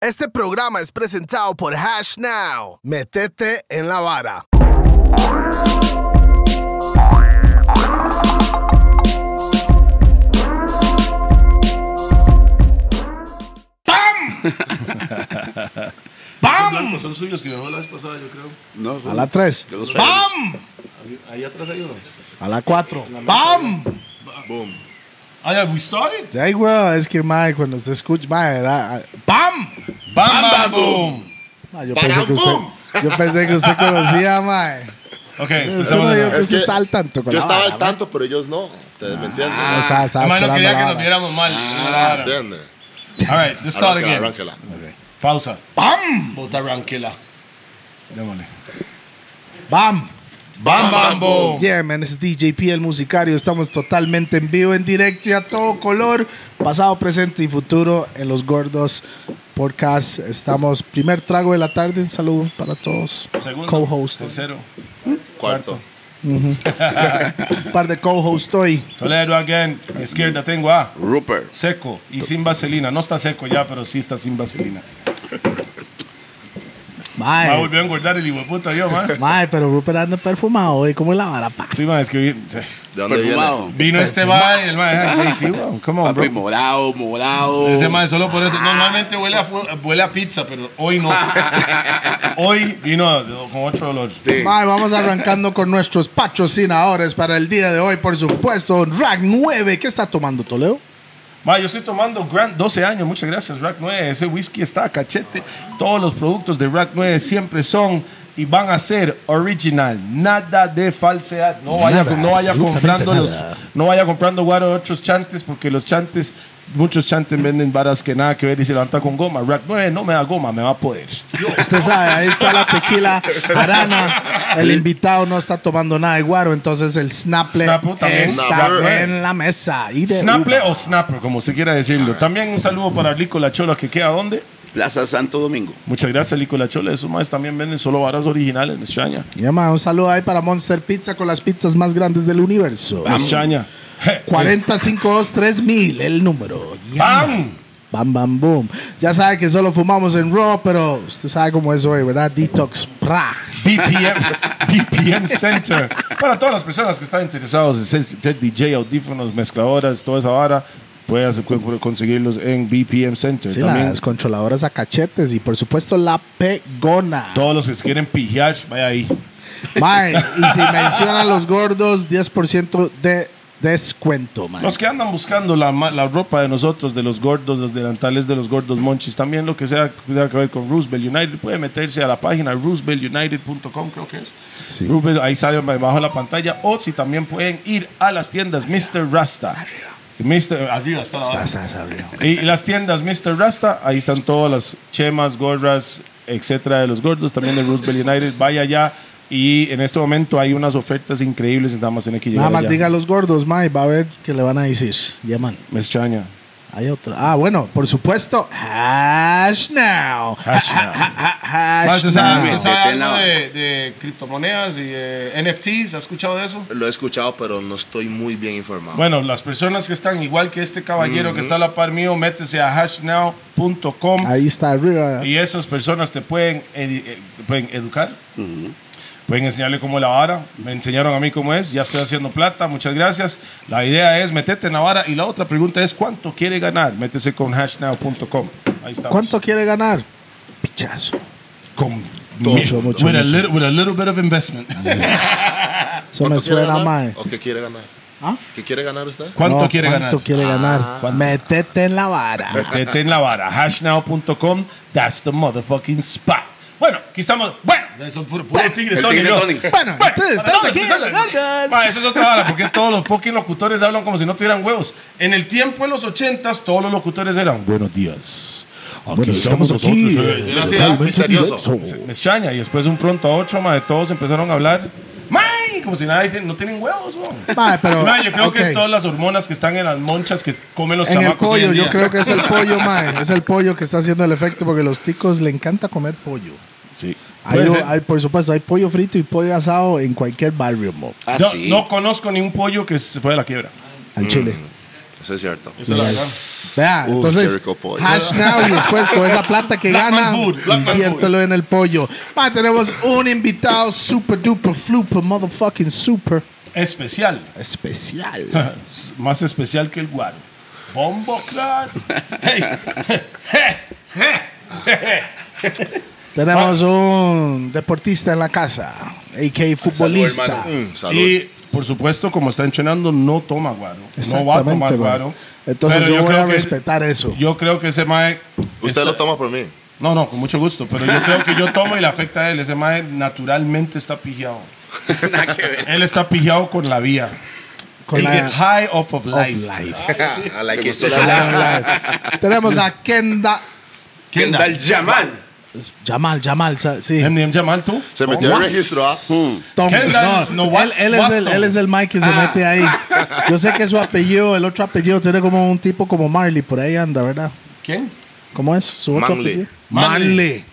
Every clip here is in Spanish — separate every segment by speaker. Speaker 1: Este programa es presentado por Hash Now. Metete en la vara.
Speaker 2: blancos son suyos que ganó la vez pasada, yo creo.
Speaker 3: No,
Speaker 4: A la 3,
Speaker 1: ¡Bam!
Speaker 2: Ahí- Ahí atrás hay uno.
Speaker 4: a la 4.
Speaker 1: ¡Bam!
Speaker 3: boom.
Speaker 2: Ah, ya, we started.
Speaker 4: De ahí, güey, es que, mae, cuando usted escucha, mae, era- ah,
Speaker 1: ¡Bam!
Speaker 2: Bam, bam, boom.
Speaker 4: mae, yo
Speaker 3: Para
Speaker 4: pensé
Speaker 3: un
Speaker 4: que usted,
Speaker 3: boom.
Speaker 4: yo pensé que usted conocía, mae.
Speaker 2: Ok,
Speaker 4: Usted no, yo
Speaker 2: espera.
Speaker 4: que
Speaker 3: Es
Speaker 4: usted
Speaker 3: que
Speaker 4: está al tanto con
Speaker 3: Yo
Speaker 4: la
Speaker 3: estaba
Speaker 4: vara, Ah,
Speaker 3: al tanto, pero ellos no. ¿Ustedes me entienden?
Speaker 4: mae. Estaba- estaba
Speaker 2: Además, Ah,
Speaker 4: esperando
Speaker 2: no quería
Speaker 4: la
Speaker 2: que nos
Speaker 4: vara.
Speaker 2: viéramos mal. Claro.
Speaker 3: ¿Entienden? Ah,
Speaker 2: All right, let's start
Speaker 3: Arráncala,
Speaker 2: again.
Speaker 3: arráncala.
Speaker 2: Pausa.
Speaker 1: ¡Bam!
Speaker 2: Bota ranquela. Démosle.
Speaker 4: ¡Bam!
Speaker 2: Bam, bam, boom.
Speaker 4: Yeah, man, es DJP el musicario. Estamos totalmente en vivo, en directo y a todo color. Pasado, presente y futuro en los gordos podcast. Estamos primer trago de la tarde. Un saludo para todos.
Speaker 2: Segundo.
Speaker 4: Co-host.
Speaker 2: Tercero.
Speaker 3: Cuarto.
Speaker 4: Un par de co-host hoy.
Speaker 2: Toledo again. Izquierda tengo a
Speaker 3: Rupert.
Speaker 2: seco y sin vaselina. No está seco ya, pero sí está sin vaselina. Me
Speaker 4: Mae,
Speaker 2: volvió a engordar el hijo de puta yo, man.
Speaker 4: mae, pero Rupert anda perfumado hoy. ¿Cómo es la vara, pa?
Speaker 2: Sí, man, es que vi-
Speaker 3: ¿De dónde
Speaker 5: Perfumado.
Speaker 2: vino este man y el man. ay, Sí, man, come on, bro.
Speaker 5: Papi, morado, morado.
Speaker 2: Ese mae solo por eso. Normalmente huele a, fu- huele a pizza, pero hoy no. hoy vino con otro olor.
Speaker 5: Sí.
Speaker 4: Mae, vamos arrancando con nuestros patrocinadores para el día de hoy, por supuesto. Rack 9, ¿qué está tomando Toledo?
Speaker 2: Mae, yo estoy tomando Grant 12 años. Muchas gracias, Rack 9. Ese whisky está a cachete. Todos los productos de Rack 9 siempre son y van a ser original. Nada de falsedad. No vaya,
Speaker 4: Nada,
Speaker 2: no vaya
Speaker 4: absolutamente
Speaker 2: comprando los,
Speaker 4: nada.
Speaker 2: no vaya comprando guaro de otros chantes porque los chantes, muchos chantes venden varas que nada que ver y se levanta con goma. Rack 9 no me da goma, me va a poder.
Speaker 4: Usted sabe, ahí está la tequila arana. El invitado no está tomando nada de guaro, entonces el snaple
Speaker 2: Snapo también.
Speaker 4: está
Speaker 3: Snapo, eh.
Speaker 4: en la mesa. Y de
Speaker 2: Snaple
Speaker 4: uva.
Speaker 2: o Snapper, como se quiera decirlo. También un saludo para Lico La Chola, que queda donde.
Speaker 5: Plaza Santo Domingo.
Speaker 2: Muchas gracias, Lico La Chola. Esos más también venden solo varas originales, me extraña.
Speaker 4: Ya, ma, un saludo ahí para Monster Pizza con las pizzas más grandes del universo.
Speaker 2: Me extraña.
Speaker 4: 4523000, el número. Ya, ma.
Speaker 2: ¡Bam!
Speaker 4: Bam, bam, boom. Ya sabe que solo fumamos en Raw, pero usted sabe cómo es hoy, ¿verdad? Detox, pra.
Speaker 2: BPM, BPM Center. Para todas las personas que están interesados en ser, ser DJ, audífonos, mezcladoras, toda esa vara, puedes cu- conseguirlos en BPM Center.
Speaker 4: Sí,
Speaker 2: También
Speaker 4: las controladoras a cachetes y por supuesto la pegona.
Speaker 2: todos los que se quieren pijear, vaya ahí.
Speaker 4: Mae, y si mencionan los gordos, 10% de descuento, mae.
Speaker 2: Los que andan buscando la, ma- la ropa de nosotros, de los gordos, los delantales de los gordos monchis, también lo que sea que tenga que ver con Roosevelt United, puede meterse a la página rooseveltunited.com, creo que es.
Speaker 4: Sí.
Speaker 2: Roosevelt, ahí sale abajo de la pantalla. O si también pueden ir a las tiendas Mr. Rasta. Mr. Arriba está la
Speaker 4: Está-
Speaker 2: vara.
Speaker 4: está- está bien.
Speaker 2: Y las tiendas Mr. Rasta, ahí están todas las chemas, gorras, etcétera, de los gordos, también de Roosevelt United. Vaya allá. Y en este momento hay unas ofertas increíbles, nada más tiene que llegar.
Speaker 4: Nada más
Speaker 2: allá.
Speaker 4: diga a los gordos, mae, va a ver qué le van a decir. Ya, man.
Speaker 2: Me extraña.
Speaker 4: Hay otra. Ah, bueno, por supuesto, hash now.
Speaker 2: Hash now.
Speaker 4: Ha- ha- ha- hash
Speaker 2: Ah, ¿Usted sabe,
Speaker 4: now.
Speaker 2: usted sabe
Speaker 5: Meten la
Speaker 2: algo
Speaker 5: vaca.
Speaker 2: de, de criptomonedas y eh, NFTs? ¿Ha escuchado de eso?
Speaker 3: Lo he escuchado, pero no estoy muy bien informado.
Speaker 2: Bueno, las personas que están igual que este caballero que está a la par mío, métese a hashnow.com
Speaker 4: Ahí está arriba.
Speaker 2: y esas personas te pueden, edu- eh, te pueden educar. Pueden enseñarle cómo es la vara. Me enseñaron a mí cómo es. Ya estoy haciendo plata. Muchas gracias. La idea es meterte en la vara. Y la otra pregunta es, ¿cuánto quiere ganar? Métese con hashnow.com. Ahí está.
Speaker 4: ¿Cuánto quiere ganar? Pichazo.
Speaker 2: Con
Speaker 3: Todo.
Speaker 2: mil-
Speaker 4: Mucho, mucho,
Speaker 2: with, A
Speaker 4: mucho.
Speaker 2: little, with a little bit of investment.
Speaker 4: Eso me
Speaker 3: ¿Cuánto quiere
Speaker 4: suena,
Speaker 3: ganar?
Speaker 4: mae.
Speaker 3: ¿O qué quiere ganar?
Speaker 4: ¿Ah?
Speaker 3: ¿Qué quiere ganar usted?
Speaker 2: ¿Cuánto
Speaker 4: No,
Speaker 2: quiere ganar? Ah.
Speaker 4: ¿Cuánto quiere ganar? Métete en la vara.
Speaker 2: Metete en la vara. Hashnow.com. That's the motherfucking spot. Bueno, aquí estamos. Bueno, eso es puro, puro tigre
Speaker 5: el
Speaker 2: Tony.
Speaker 5: tigre
Speaker 2: yo.
Speaker 5: Tony.
Speaker 4: Bueno, entonces estamos aquí en los
Speaker 2: Ma,
Speaker 4: gordos.
Speaker 2: esa es otra vara, porque todos los fucking locutores hablan como si no tuvieran huevos. En el tiempo de los ochentas, todos los locutores eran buenos días. Aquí estamos nosotros, eh". Era así,
Speaker 3: Totalmente
Speaker 5: misterioso.
Speaker 2: se- me extraña. Y después de un pronto a ocho, ma, de todos empezaron a hablar. ¡May! Como si nadie te- no tienen huevos, ma.
Speaker 4: Mae, pero-
Speaker 2: Ma, yo creo que
Speaker 4: ok.
Speaker 2: es todas las hormonas que están en las monchas que comen los
Speaker 4: En el
Speaker 2: chamacos. hoy
Speaker 4: pollo, yo
Speaker 2: día.
Speaker 4: creo que es el pollo, mae. Es el pollo que está haciendo el efecto porque los ticos le encanta comer pollo.
Speaker 2: Sí.
Speaker 4: Hay,
Speaker 2: Puede
Speaker 4: o-
Speaker 2: ser.
Speaker 4: hay- por supuesto, hay pollo frito y pollo asado en cualquier barrio, mo,
Speaker 5: Ah,
Speaker 2: Yo
Speaker 5: sí.
Speaker 2: no conozco ni un pollo que se fue de la quiebra.
Speaker 4: al chile.
Speaker 3: Eso es cierto.
Speaker 2: Esa es la verdad.
Speaker 4: Vea,
Speaker 3: Uy,
Speaker 4: entonces,
Speaker 3: qué rico pollo.
Speaker 4: hash now y después con esa plata que
Speaker 2: Black
Speaker 4: gana,
Speaker 2: man food, black man
Speaker 4: inviértelo en el pollo. Ma, tenemos un invitado super duper, fluper, motherfucking super
Speaker 2: Especial.
Speaker 4: especial.
Speaker 2: Más especial que el guaro. Bombo Clan. Hey. Hey. Hey.
Speaker 4: tenemos un deportista en la casa, a.k.a. futbolista.
Speaker 3: Mm, salud.
Speaker 2: Y por supuesto, como está entrenando, no toma guaro. No va a
Speaker 4: Exactamente,
Speaker 2: tomar
Speaker 4: ma.
Speaker 2: guaro.
Speaker 4: Entonces
Speaker 2: Pero
Speaker 4: yo, voy
Speaker 2: creo
Speaker 4: a
Speaker 2: que-
Speaker 4: respetar eso.
Speaker 2: Yo creo que ese mae.
Speaker 3: Usted
Speaker 2: está-
Speaker 3: lo toma por mí.
Speaker 2: No, no, con mucho gusto. Pero yo creo que yo tomo y le afecta a él. Ese mae naturalmente está pijeado.
Speaker 5: Nada que ver.
Speaker 2: Él está pijeado con la vía.
Speaker 4: con
Speaker 2: He
Speaker 4: la-
Speaker 2: gets high off of
Speaker 4: of
Speaker 2: life.
Speaker 4: life.
Speaker 3: Ah, A la que se
Speaker 4: tenemos a Kenda.
Speaker 5: Kendall Jamal.
Speaker 4: es Jamal, Jamal, sa- sí.
Speaker 2: MDM Jamal, tú.
Speaker 3: Se metió en
Speaker 4: What?
Speaker 3: registro. ¿ah?
Speaker 4: Tom,
Speaker 2: Kendall,
Speaker 4: Em, no, Ah.
Speaker 2: no, what-
Speaker 4: él, él es
Speaker 2: what's
Speaker 4: el,
Speaker 2: Tom?
Speaker 4: él es el Mike que se mete ahí. Yo sé que su apellido, el otro apellido, tiene como un tipo como Marley, por ahí anda, ¿verdad?
Speaker 2: ¿Quién?
Speaker 4: ¿Cómo es? ¿Su otro
Speaker 3: Manley.
Speaker 4: apellido?
Speaker 2: Manley.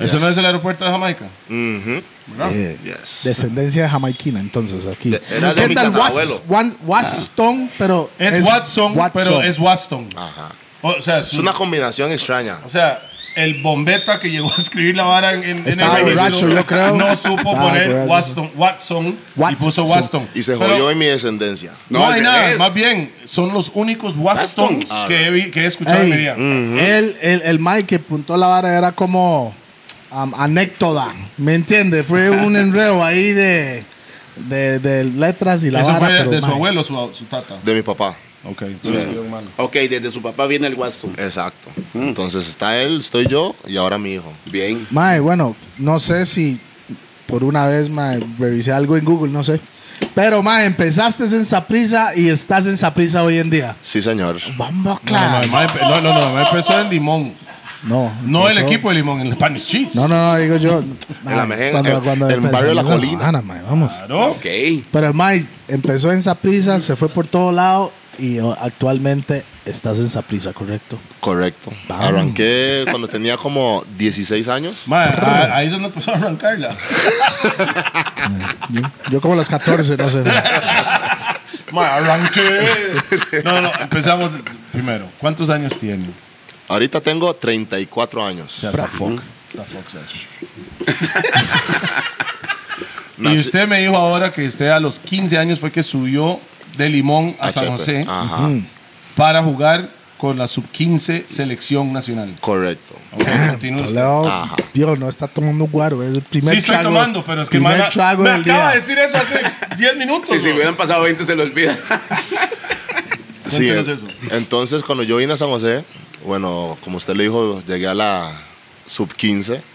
Speaker 2: Ese no es el aeropuerto de Jamaica.
Speaker 3: Mhm.
Speaker 2: ¿verdad?
Speaker 4: Eh,
Speaker 3: Yes.
Speaker 4: Descendencia jamaiquina, entonces, aquí.
Speaker 3: De- era de mi
Speaker 4: Kendall
Speaker 3: tatarabuelo.
Speaker 4: Waston, pero...
Speaker 2: Es, Watson, pero es Watson.
Speaker 3: Ajá.
Speaker 2: O sea,
Speaker 3: Es
Speaker 2: su-
Speaker 3: una combinación extraña.
Speaker 2: o sea, el bombeta que llegó a escribir la vara en, en- en
Speaker 4: Estaba
Speaker 2: el registro
Speaker 4: borracho, yo creo.
Speaker 2: no supo
Speaker 4: Estaba
Speaker 2: poner
Speaker 4: borracho.
Speaker 2: Watson, Watson y
Speaker 4: Watson.
Speaker 2: puso Watson.
Speaker 3: Y se
Speaker 2: Pero
Speaker 3: jodió en mi descendencia.
Speaker 2: No,
Speaker 5: No, al
Speaker 2: hay nada,
Speaker 5: revés.
Speaker 2: más bien, son los únicos Watsons
Speaker 5: Watson.
Speaker 2: que, he, vi- que he escuchado en mi vida.
Speaker 4: mm, el, el, el Mike que puntó la vara era como um, anécdota, ¿me entiendes? Fue un enreo ahí de, de, de letras y la
Speaker 2: Eso
Speaker 4: vara.
Speaker 2: fue
Speaker 4: pero,
Speaker 2: de su
Speaker 4: mae,
Speaker 2: abuelo, su, su tata.
Speaker 3: De mi papá.
Speaker 2: Ok, entonces fue un malo.
Speaker 5: Ok, desde su papá viene el guaso.
Speaker 3: Exacto.
Speaker 2: Mm.
Speaker 3: Entonces está él, estoy yo y ahora mi hijo.
Speaker 5: Bien.
Speaker 4: Mae, bueno, no sé si por una vez, mae, revisé algo en Google, no sé. Pero, mae, empezaste en Saprisa y estás en Saprisa hoy en día.
Speaker 3: Sí, señor.
Speaker 4: Vamos,
Speaker 2: No,
Speaker 4: claro.
Speaker 2: no, mae, no, no, no, mae, empezó en Limón.
Speaker 4: No,
Speaker 2: No el
Speaker 4: empezó-
Speaker 2: equipo de Limón, el Spanish Cheats.
Speaker 4: No, no, no, digo yo.
Speaker 3: la Mejía, en- en
Speaker 4: empezó
Speaker 3: barrio La
Speaker 4: esa
Speaker 3: Colina.
Speaker 4: vara, mae, vamos.
Speaker 2: Claro.
Speaker 5: Ok.
Speaker 4: Pero, mae, empezó en Saprisa, se fue por todo lado y o, actualmente estás en Saprisa, ¿correcto?
Speaker 3: Correcto.
Speaker 4: Bam.
Speaker 3: Arranqué cuando tenía como 16 años.
Speaker 2: Mae, a- ahí es donde empezó a arrancarla.
Speaker 4: Yo, yo como a las 14, no sé.
Speaker 2: Mae, arranqué. No, no, no, empezamos primero. ¿Cuántos años tiene?
Speaker 3: Ahorita tengo 34 años.
Speaker 2: Ya está fuck. Está fuck, Sash. Y
Speaker 3: Nací-
Speaker 2: usted me dijo ahora que usted a los 15 años fue que subió de Limón a San
Speaker 3: HP.
Speaker 2: José
Speaker 3: Ajá.
Speaker 4: Mm,
Speaker 2: para jugar con la sub-15 selección nacional.
Speaker 3: Correcto.
Speaker 2: Ok, continúe usted.
Speaker 4: Toledo,
Speaker 3: Ajá.
Speaker 4: Dios, no está tomando guaro. Es el primer
Speaker 2: Sí, estoy
Speaker 4: trago-
Speaker 2: tomando, pero es que
Speaker 4: primer
Speaker 2: mae,
Speaker 4: trago
Speaker 2: me
Speaker 4: del
Speaker 2: acaba
Speaker 4: día.
Speaker 2: de decir eso hace 10 minutos.
Speaker 5: Si se
Speaker 2: bro.
Speaker 5: hubieran pasado 20 se lo olvida.
Speaker 3: Sí,
Speaker 2: Cuéntenos
Speaker 3: eh,
Speaker 2: eso.
Speaker 3: entonces cuando yo vine a San José, bueno, como usted le dijo, llegué a la sub 15.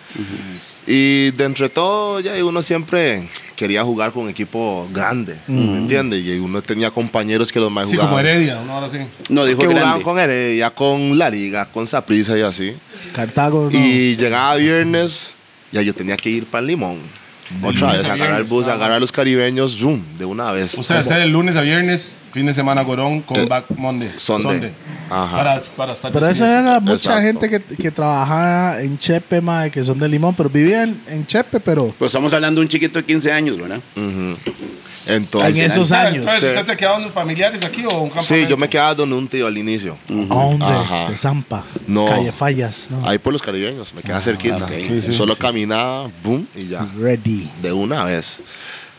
Speaker 3: Y de entre todo, ya uno siempre quería jugar con un equipo grande, ¿me entiende? Y uno tenía compañeros que los más
Speaker 2: Mm. Sí,
Speaker 3: jugaban.
Speaker 2: como Heredia, una hora así.
Speaker 5: No, dijo
Speaker 3: que jugaban
Speaker 5: grande.
Speaker 3: con Heredia, con La Liga, con Saprissa y así.
Speaker 4: Cartago, no.
Speaker 3: Y llegaba viernes, ya yo tenía que ir para el Limón. Otra
Speaker 2: lunes
Speaker 3: vez,
Speaker 2: a
Speaker 3: agarrar el
Speaker 2: viernes,
Speaker 3: bus,
Speaker 2: nada
Speaker 3: agarrar a los caribeños, zoom, de una vez.
Speaker 2: Usted hace el lunes a viernes, fin de semana Gorón, con
Speaker 3: Eh,
Speaker 2: Back Monday.
Speaker 3: Sunday. Ajá.
Speaker 2: Para, para estar
Speaker 4: Pero eso
Speaker 2: consciente.
Speaker 4: era mucha
Speaker 3: Exacto.
Speaker 4: gente que, que trabajaba en Chepe, mae, que son de Limón, pero vivían en Chepe, pero
Speaker 5: Pues estamos hablando de un chiquito de 15 años, ¿verdad?
Speaker 3: Entonces,
Speaker 4: en esos
Speaker 2: Claro,
Speaker 4: años.
Speaker 2: entonces,
Speaker 3: Sí.
Speaker 2: ¿Usted se quedaba con familiares aquí o un campamento?
Speaker 3: sí, yo me quedaba donde un tío al inicio.
Speaker 4: ¿A dónde?
Speaker 3: Ajá.
Speaker 4: De Zampa.
Speaker 3: No.
Speaker 4: Calle Fallas. No.
Speaker 3: Ahí por los caribeños, me quedaba cerquita.
Speaker 5: ok.
Speaker 3: Sí, sí, Solo caminaba, boom, y ya.
Speaker 4: Ready.
Speaker 3: De una vez.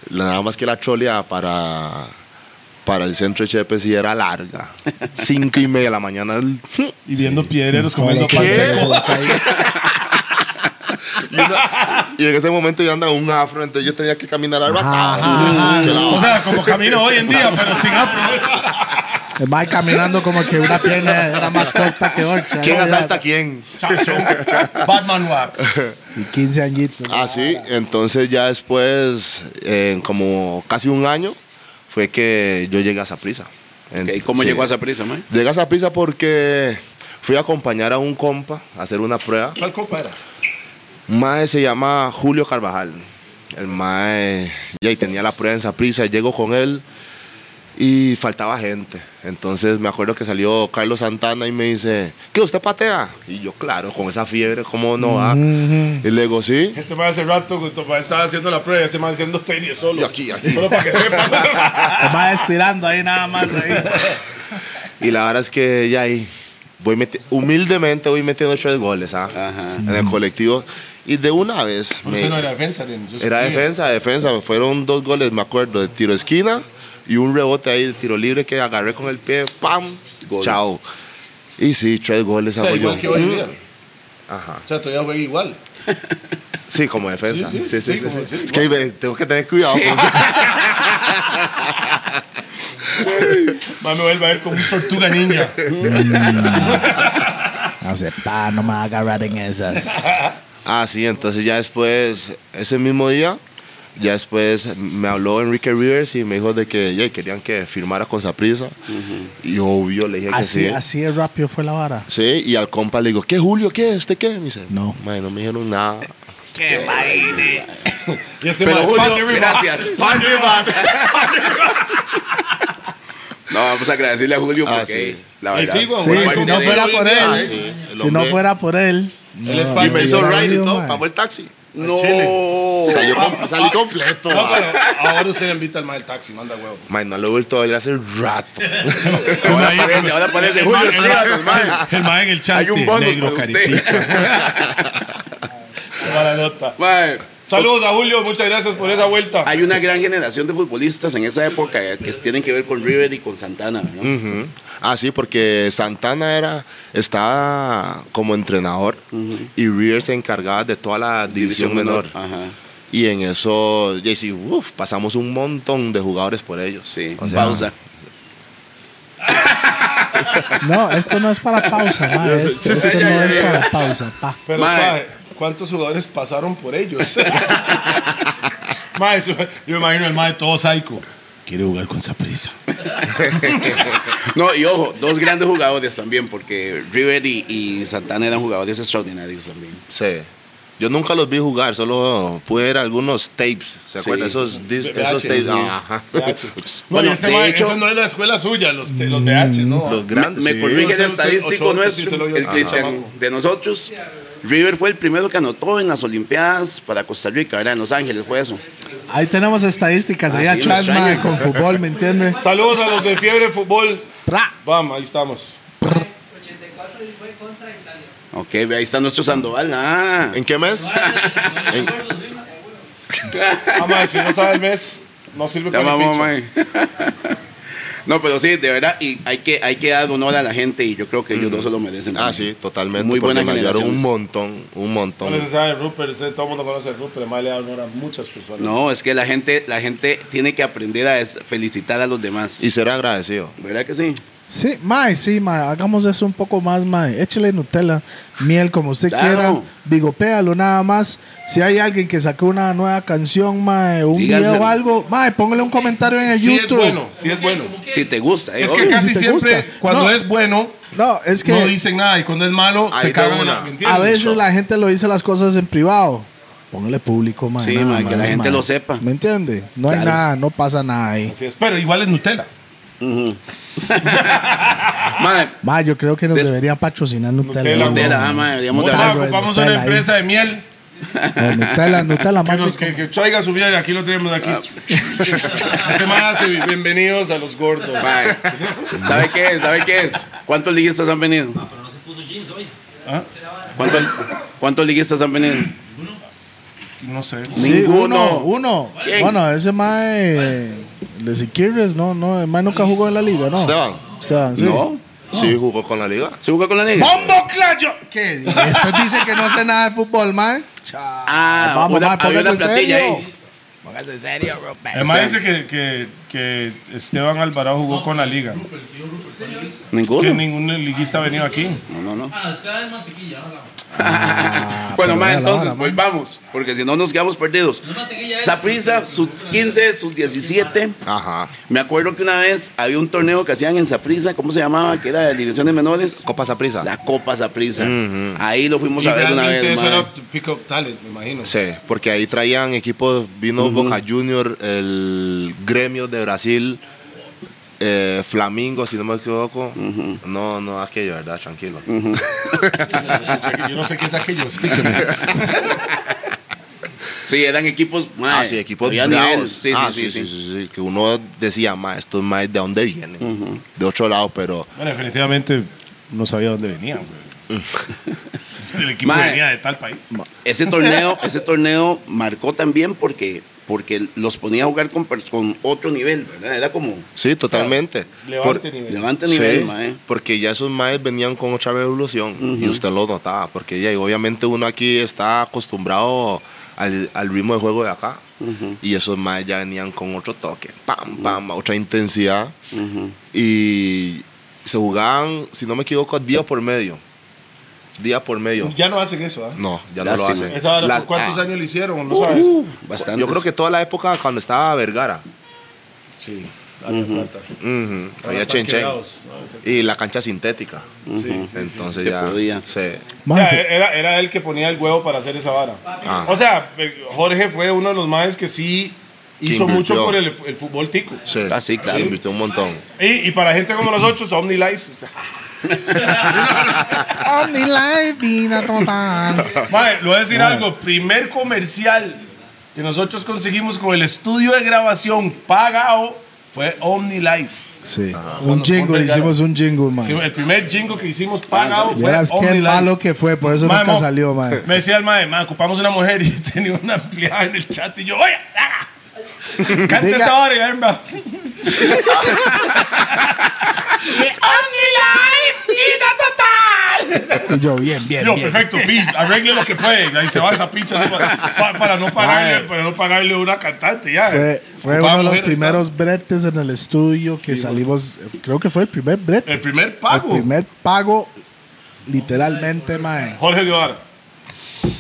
Speaker 3: Nada más que la trolea para, para el centro de Chepe sí era larga. Cinco y media de la mañana.
Speaker 2: Y viendo piedreros comiendo
Speaker 4: Toda la
Speaker 2: pan
Speaker 4: panza que
Speaker 2: seco.
Speaker 4: se le caía.
Speaker 3: Y, una- y en ese momento yo andaba un afro, entonces yo tenía que caminar al
Speaker 2: Ah,
Speaker 5: Ah,
Speaker 4: Ajá,
Speaker 2: O sea, como camino hoy en día, pero sin afro.
Speaker 4: El mae caminando como que una pierna era más corta que otra.
Speaker 3: ¿Quién
Speaker 4: ¿no?
Speaker 3: asalta a quién?
Speaker 2: Chacho. Batman Rap.
Speaker 4: Y 15 añitos.
Speaker 3: Ah, sí. Entonces ya después, en como casi un año, fue que yo llegué a Saprisa.
Speaker 5: Ok, ¿Cómo llegó a esa prisa, man?
Speaker 3: Llegué a Saprisa porque fui a acompañar a un compa a hacer una prueba.
Speaker 2: ¿Cuál copa era?
Speaker 3: Un Mae se llama Julio Carvajal. El mae ya y tenía la prueba en Saprisa, llego con él y faltaba gente. Entonces me acuerdo que salió Carlos Santana y me dice, ¿qué usted patea? Y yo, claro, con esa fiebre, ¿cómo no va? Y le digo, sí.
Speaker 2: Este man hace rato cuando ma estaba haciendo la prueba, este man haciendo serie solo.
Speaker 3: Y aquí, aquí.
Speaker 2: Solo para que sepan.
Speaker 4: El mae estirando ahí nada más. ahí.
Speaker 3: Y la verdad es que ya ahí, voy meti- humildemente voy metiendo tres goles ¿ah?
Speaker 5: Ajá.
Speaker 3: en el colectivo. Y de una vez.
Speaker 2: Por
Speaker 3: me-
Speaker 2: eso no era defensa. Len. Yo
Speaker 3: era
Speaker 2: escribía.
Speaker 3: defensa, defensa. Fueron dos goles, me acuerdo, de tiro esquina y un rebote ahí de tiro libre que agarré con el pie, ¡pam!
Speaker 5: Gol.
Speaker 3: Chao. Y sí, tres goles
Speaker 2: O sea,
Speaker 3: hago
Speaker 2: igual
Speaker 3: yo. Mm.
Speaker 2: que hoy en día.
Speaker 3: Ajá.
Speaker 2: O sea, todavía juega igual.
Speaker 3: Sí, como defensa.
Speaker 2: Sí,
Speaker 3: Sí,
Speaker 2: sí, sí,
Speaker 3: sí, sí.
Speaker 2: como
Speaker 3: sí.
Speaker 2: decir,
Speaker 3: Es que ahí ve- tengo que tener cuidado.
Speaker 2: Más me vuelve a ver como un tortuga ninja. Mm.
Speaker 4: Hace pa, no me va a agarrar en esas.
Speaker 3: Ah, sí, entonces ya después, ese mismo día, ya después me habló Enrique Rivers y me dijo de que "Yey, querían que firmara con Saprisa. Y obvio le dije
Speaker 4: Así,
Speaker 3: que sí.
Speaker 4: así de rápido fue la vara.
Speaker 3: Sí, y al compa le digo, ¿qué Julio? ¿Qué? ¿Este qué? Me dice,
Speaker 4: No.
Speaker 3: "Mae, no me dijeron nada.
Speaker 2: Y este
Speaker 5: Pero
Speaker 2: man,
Speaker 5: Julio,
Speaker 2: "Fuck everybody".
Speaker 5: gracias. No, vamos a agradecerle a Julio
Speaker 3: Ah,
Speaker 5: porque
Speaker 3: sí.
Speaker 5: la
Speaker 2: Ahí
Speaker 5: verdad.
Speaker 2: sí, güey,
Speaker 4: Sí,
Speaker 2: Bueno,
Speaker 4: si
Speaker 2: bueno,
Speaker 4: no
Speaker 2: sí,
Speaker 4: fuera
Speaker 2: hoy en
Speaker 4: por
Speaker 2: día,
Speaker 4: él,
Speaker 2: ¿eh?
Speaker 3: ah, Sí, el
Speaker 4: si no
Speaker 3: hombre.
Speaker 4: fuera por él,
Speaker 2: Él es
Speaker 4: no,
Speaker 2: parte.
Speaker 3: Y me hizo
Speaker 4: hubiera
Speaker 3: ride y
Speaker 4: ido,
Speaker 3: todo,
Speaker 4: mae.
Speaker 3: pagó el taxi.
Speaker 5: No.
Speaker 2: Chile.
Speaker 3: Salió com- salí completo.
Speaker 2: No,
Speaker 3: mae.
Speaker 2: pero ahora usted invita al mal taxi, manda huevo.
Speaker 3: Mae, no lo he vuelto a ver hace rato.
Speaker 5: Ahora aparece, ahora aparece
Speaker 2: El
Speaker 5: Julio
Speaker 2: man- el man-
Speaker 5: Esquinas, man.
Speaker 2: El man en el chat.
Speaker 5: Hay un bonus
Speaker 2: negro,
Speaker 5: para usted.
Speaker 2: Qué mala nota.
Speaker 5: Mae,
Speaker 2: Saludos a Julio, muchas gracias por esa vuelta.
Speaker 5: Hay una gran generación de futbolistas en esa época eh, que tienen que ver con River y con Santana, ¿no?
Speaker 3: Ujú. Ah, sí, porque Santana era, estaba como entrenador y Rivers se encargaba de toda la división, menor.
Speaker 5: Ajá,
Speaker 3: Y en eso, y sí, uf, pasamos un montón de jugadores por ellos.
Speaker 5: sí.
Speaker 3: O sea,
Speaker 5: Pausa.
Speaker 4: No, esto no es para pausa, ma. Esto,
Speaker 5: sí,
Speaker 4: esto
Speaker 5: sí,
Speaker 4: no
Speaker 5: sí,
Speaker 4: es
Speaker 5: sí.
Speaker 4: para pausa, pa.
Speaker 2: Pero,
Speaker 5: Mae.
Speaker 2: suave, ¿cuántos jugadores pasaron por ellos? mae, su- yo me imagino el mae todo psycho. Quiere jugar con esa prisa.
Speaker 5: No, y ojo, dos grandes jugadores también, porque River y, y Santana eran jugadores extraordinarios también.
Speaker 3: sí. Yo nunca los vi jugar, solo pude ver algunos tapes. ¿Se acuerdan?
Speaker 5: Sí.
Speaker 3: Esos, dis-
Speaker 2: VH,
Speaker 3: esos tapes.
Speaker 2: ujú.
Speaker 3: Ajá.
Speaker 2: VH. No,
Speaker 5: Bueno,
Speaker 2: y este
Speaker 5: de
Speaker 2: mae,
Speaker 5: hecho-
Speaker 2: eso no es la escuela suya, los, te- los BH, ¿no?
Speaker 3: Los grandes.
Speaker 5: Me
Speaker 3: sí.
Speaker 5: corrige el
Speaker 2: Usted, usted,
Speaker 5: estadístico
Speaker 2: ocho, ocho, sí, se lo Ah,
Speaker 5: nuestro,
Speaker 2: oye.
Speaker 5: el
Speaker 2: Ajá.
Speaker 5: Cristian de nosotros. River fue el primero que anotó en las Olimpiadas para Costa Rica, era en Los Ángeles, fue eso.
Speaker 4: Ahí tenemos estadísticas ahí
Speaker 5: Ah, sí,
Speaker 4: atrás,
Speaker 5: me
Speaker 4: ma,
Speaker 5: extraña.
Speaker 4: con fútbol, ¿me entiendes?
Speaker 2: Saludos a los de Fiebre Fútbol.
Speaker 4: Pra.
Speaker 2: Vamos, ahí estamos.
Speaker 5: Ok, ve, ahí está nuestro Sandoval. Ah,
Speaker 3: ¿En qué mes? En-
Speaker 2: Ah, mae, si no sabe el mes, no sirve
Speaker 5: Ya
Speaker 2: para el
Speaker 5: vamos,
Speaker 2: pinche.
Speaker 5: mae. No, pero sí, de verdad, y hay que, hay que dar honor a la gente y yo creo que ellos dos se lo merecen.
Speaker 3: ah, sí, totalmente.
Speaker 5: Muy
Speaker 3: porque
Speaker 5: buena
Speaker 3: me ayudaron un
Speaker 5: generación.
Speaker 3: montón, un montón.
Speaker 2: No se sabe Rupert, usted- todo el mundo conoce a Rupert, el mae le da honor a muchas personas.
Speaker 5: No, es que la gente, la gente tiene que aprender a es- felicitar a los demás.
Speaker 3: Y ser agradecido.
Speaker 5: ¿Verdad que sí?
Speaker 4: Sí, mae, sí, mae. Hagamos eso un poco más, mae. Échele Nutella, miel, como usted
Speaker 5: Claro.
Speaker 4: quiera. Bigopéalo nada más. Si hay alguien que sacó una nueva canción, mae, un
Speaker 5: Díganselo.
Speaker 4: video o algo, mae, póngale un comentario en el
Speaker 2: Sí es
Speaker 4: YouTube.
Speaker 2: bueno, sí es bueno.
Speaker 5: Si te gusta, eh,
Speaker 2: Es que
Speaker 5: obvio.
Speaker 2: casi
Speaker 4: si te
Speaker 2: siempre,
Speaker 4: gusta.
Speaker 2: cuando
Speaker 4: No.
Speaker 2: es bueno,
Speaker 4: No, es que
Speaker 2: no dicen nada. Y cuando es malo,
Speaker 3: Ahí
Speaker 2: se
Speaker 3: de
Speaker 2: cagan en
Speaker 3: una.
Speaker 2: la ¿me
Speaker 4: a
Speaker 2: entiendes?
Speaker 4: veces la gente lo dice las cosas en privado. Póngale público, mae.
Speaker 5: Sí,
Speaker 4: nada
Speaker 5: mae, que la
Speaker 4: más,
Speaker 5: gente
Speaker 4: mae.
Speaker 5: lo sepa.
Speaker 4: ¿Me entiende? No hay
Speaker 5: Claro.
Speaker 4: nada, no pasa nada ahí.
Speaker 2: Así es, pero igual es Nutella.
Speaker 5: Mae,
Speaker 4: Mae, yo creo que nos
Speaker 5: Des-
Speaker 4: deberían patrocinar Nutella.
Speaker 2: Nutella,
Speaker 4: güey.
Speaker 5: Nutella, ah, mae, deberíamos de
Speaker 2: Otra,
Speaker 5: hablar.
Speaker 4: Claro,
Speaker 2: ocupamos
Speaker 4: Nutella
Speaker 2: una
Speaker 4: ahí.
Speaker 2: empresa de miel
Speaker 4: No, Nutella, Nutella,
Speaker 2: que,
Speaker 4: mae.
Speaker 2: nos, que, que traiga su vida y aquí lo tenemos aquí.
Speaker 4: Ah.
Speaker 2: Este man hace bienvenidos a los gordos.
Speaker 5: mae. ¿Sabe qué es? ¿Sabe qué es? ¿Cuántos liguistas han venido?
Speaker 2: ¿Ah?
Speaker 5: ¿Cuántos, cuántos liguistas han venido?
Speaker 2: No sé.
Speaker 4: Sí, uno,
Speaker 5: Ninguno.
Speaker 4: uno.
Speaker 5: ¿Quién?
Speaker 4: Bueno, ese mae de Siquirres, no, no, el mae nunca jugó en la liga, ¿no?
Speaker 3: Esteban.
Speaker 4: Esteban, sí.
Speaker 5: No.
Speaker 3: Sí, jugó con la liga.
Speaker 5: ¿Se juega Ah. con la niña?
Speaker 4: ¡Bombo Clayo! ¿Qué? Después dice que no hace nada de fútbol, mae.
Speaker 5: Ah,
Speaker 4: Vamos,
Speaker 5: una,
Speaker 4: mae,
Speaker 5: había una
Speaker 4: póngase
Speaker 5: platilla
Speaker 4: serio.
Speaker 5: ahí.
Speaker 2: El man dice que, que, que Esteban Alvarado jugó con la liga. Que
Speaker 5: Ninguno.
Speaker 2: ningún liguista ha venido aquí.
Speaker 5: No, no, no.
Speaker 6: Ah, usted es mantequilla, ahora.
Speaker 5: Bueno,
Speaker 4: pero
Speaker 5: ma,
Speaker 4: vea la
Speaker 5: entonces
Speaker 4: vara, ma.
Speaker 5: volvamos, porque si no nos quedamos perdidos.
Speaker 6: mantequilla es-
Speaker 5: Saprisa, sub 15, sub 17.
Speaker 3: Ajá.
Speaker 5: Me acuerdo que una vez había un torneo que hacían en Saprisa, ¿cómo se llamaba? Que era de divisiones menores.
Speaker 3: Copa Saprisa.
Speaker 5: La Copa Saprisa. Ahí lo fuimos a ver una
Speaker 2: realmente
Speaker 5: vez.
Speaker 2: eso
Speaker 5: ma.
Speaker 2: era to pick up talent, me imagino.
Speaker 3: Sí, porque ahí traían equipos, vino Boca Junior, el Gremio de Brasil, eh, Flamingo, si no me equivoco. No, no, aquello, ¿verdad? Tranquilo.
Speaker 2: Yo no sé qué es aquello, escúchame.
Speaker 5: Sí, eran equipos más.
Speaker 3: Ah, sí, equipos
Speaker 5: había
Speaker 3: bravos.
Speaker 5: nivel. Sí,
Speaker 3: ah,
Speaker 5: sí, sí, sí,
Speaker 3: sí, Que uno decía, ma, esto es más de dónde viene. De otro lado, pero
Speaker 2: Bueno, definitivamente no sabía dónde venía. güey. El equipo
Speaker 5: Mae.
Speaker 2: venía de tal país.
Speaker 5: Ese torneo, ese torneo marcó también porque, porque los ponía a jugar con, pers- con otro nivel, ¿verdad? Era como
Speaker 3: sí, totalmente.
Speaker 2: Levante
Speaker 3: Por-
Speaker 2: nivel.
Speaker 5: levante Este nivel, eh.
Speaker 3: Sí,
Speaker 5: mae.
Speaker 3: porque ya esos maes venían con otra revolución y usted lo notaba, porque ya, y obviamente uno aquí está acostumbrado al, al ritmo de juego de acá y esos maes ya venían con otro toque, pam, pam, otra intensidad y se jugaban, si no me equivoco, día por medio, día por medio.
Speaker 2: Ya no hacen eso, ¿ah?
Speaker 3: No, ya no
Speaker 5: Lástima.
Speaker 3: lo hacen.
Speaker 2: ¿Esa vara
Speaker 3: La-
Speaker 2: por cuántos
Speaker 3: ah, Uh.
Speaker 2: años lo hicieron? ¿No sabes?
Speaker 5: Bastante.
Speaker 3: Yo creo que toda la época cuando estaba Vergara,
Speaker 2: Sí, había plata.
Speaker 3: ujú,
Speaker 2: Ahora
Speaker 3: había
Speaker 2: están
Speaker 3: Chen Chen
Speaker 2: quebrados, ¿no? Sí,
Speaker 3: y la cancha sintética.
Speaker 5: Mm,
Speaker 2: sí, sí, sí.
Speaker 3: Entonces
Speaker 5: se
Speaker 3: ya
Speaker 5: podía.
Speaker 3: se-
Speaker 2: O sea,
Speaker 4: Mae, te-
Speaker 2: era, era el que ponía el huevo para hacer esa vara.
Speaker 3: Ah.
Speaker 2: O sea, eh, Jorge fue uno de los más que sí hizo
Speaker 3: invirtió.
Speaker 2: mucho por el, el fútbol tico.
Speaker 3: Sí,
Speaker 5: Ah, sí, claro.
Speaker 3: Se invirtió un montón.
Speaker 2: Y, y para gente como nosotros, OmniLife. o sea.
Speaker 4: Omni Life, vida total.
Speaker 2: Mae, le voy a decir algo. Primer comercial que nosotros conseguimos con el estudio de grabación pagado fue OmniLife.
Speaker 4: Sí,
Speaker 5: Ah,
Speaker 2: Cuando
Speaker 4: un jingle,
Speaker 2: Juan Vergara-
Speaker 4: hicimos un jingle, man.
Speaker 2: Sí, el primer jingo que hicimos pagado fue
Speaker 4: Verás qué
Speaker 2: OmniLife.
Speaker 4: malo que fue, por eso
Speaker 2: Mae,
Speaker 4: nunca
Speaker 2: mo-
Speaker 4: salió, man.
Speaker 2: Me decía el mae, "Mae, ocupamos una mujer y tenía una empleada en el chat y yo, oye, Lara, canta
Speaker 4: Diga-
Speaker 2: esta hora y ven, bro". OmniLife, vida total.
Speaker 4: Y yo, bien, bien,
Speaker 2: Yo,
Speaker 4: bien.
Speaker 2: perfecto, pi, arregle lo que puede. Ahí se va esa picha así para, pa- para no pagarle, para no pagarle una cantante. Ya.
Speaker 4: Fue, fue
Speaker 2: Ocupaba
Speaker 4: uno de los
Speaker 2: mujeres,
Speaker 4: primeros bretes en el estudio que salimos, eh, creo que fue el primer
Speaker 2: ¿no?
Speaker 4: brete.
Speaker 2: El primer pago.
Speaker 4: El primer pago, literalmente, mae.
Speaker 2: Jorge Guevara.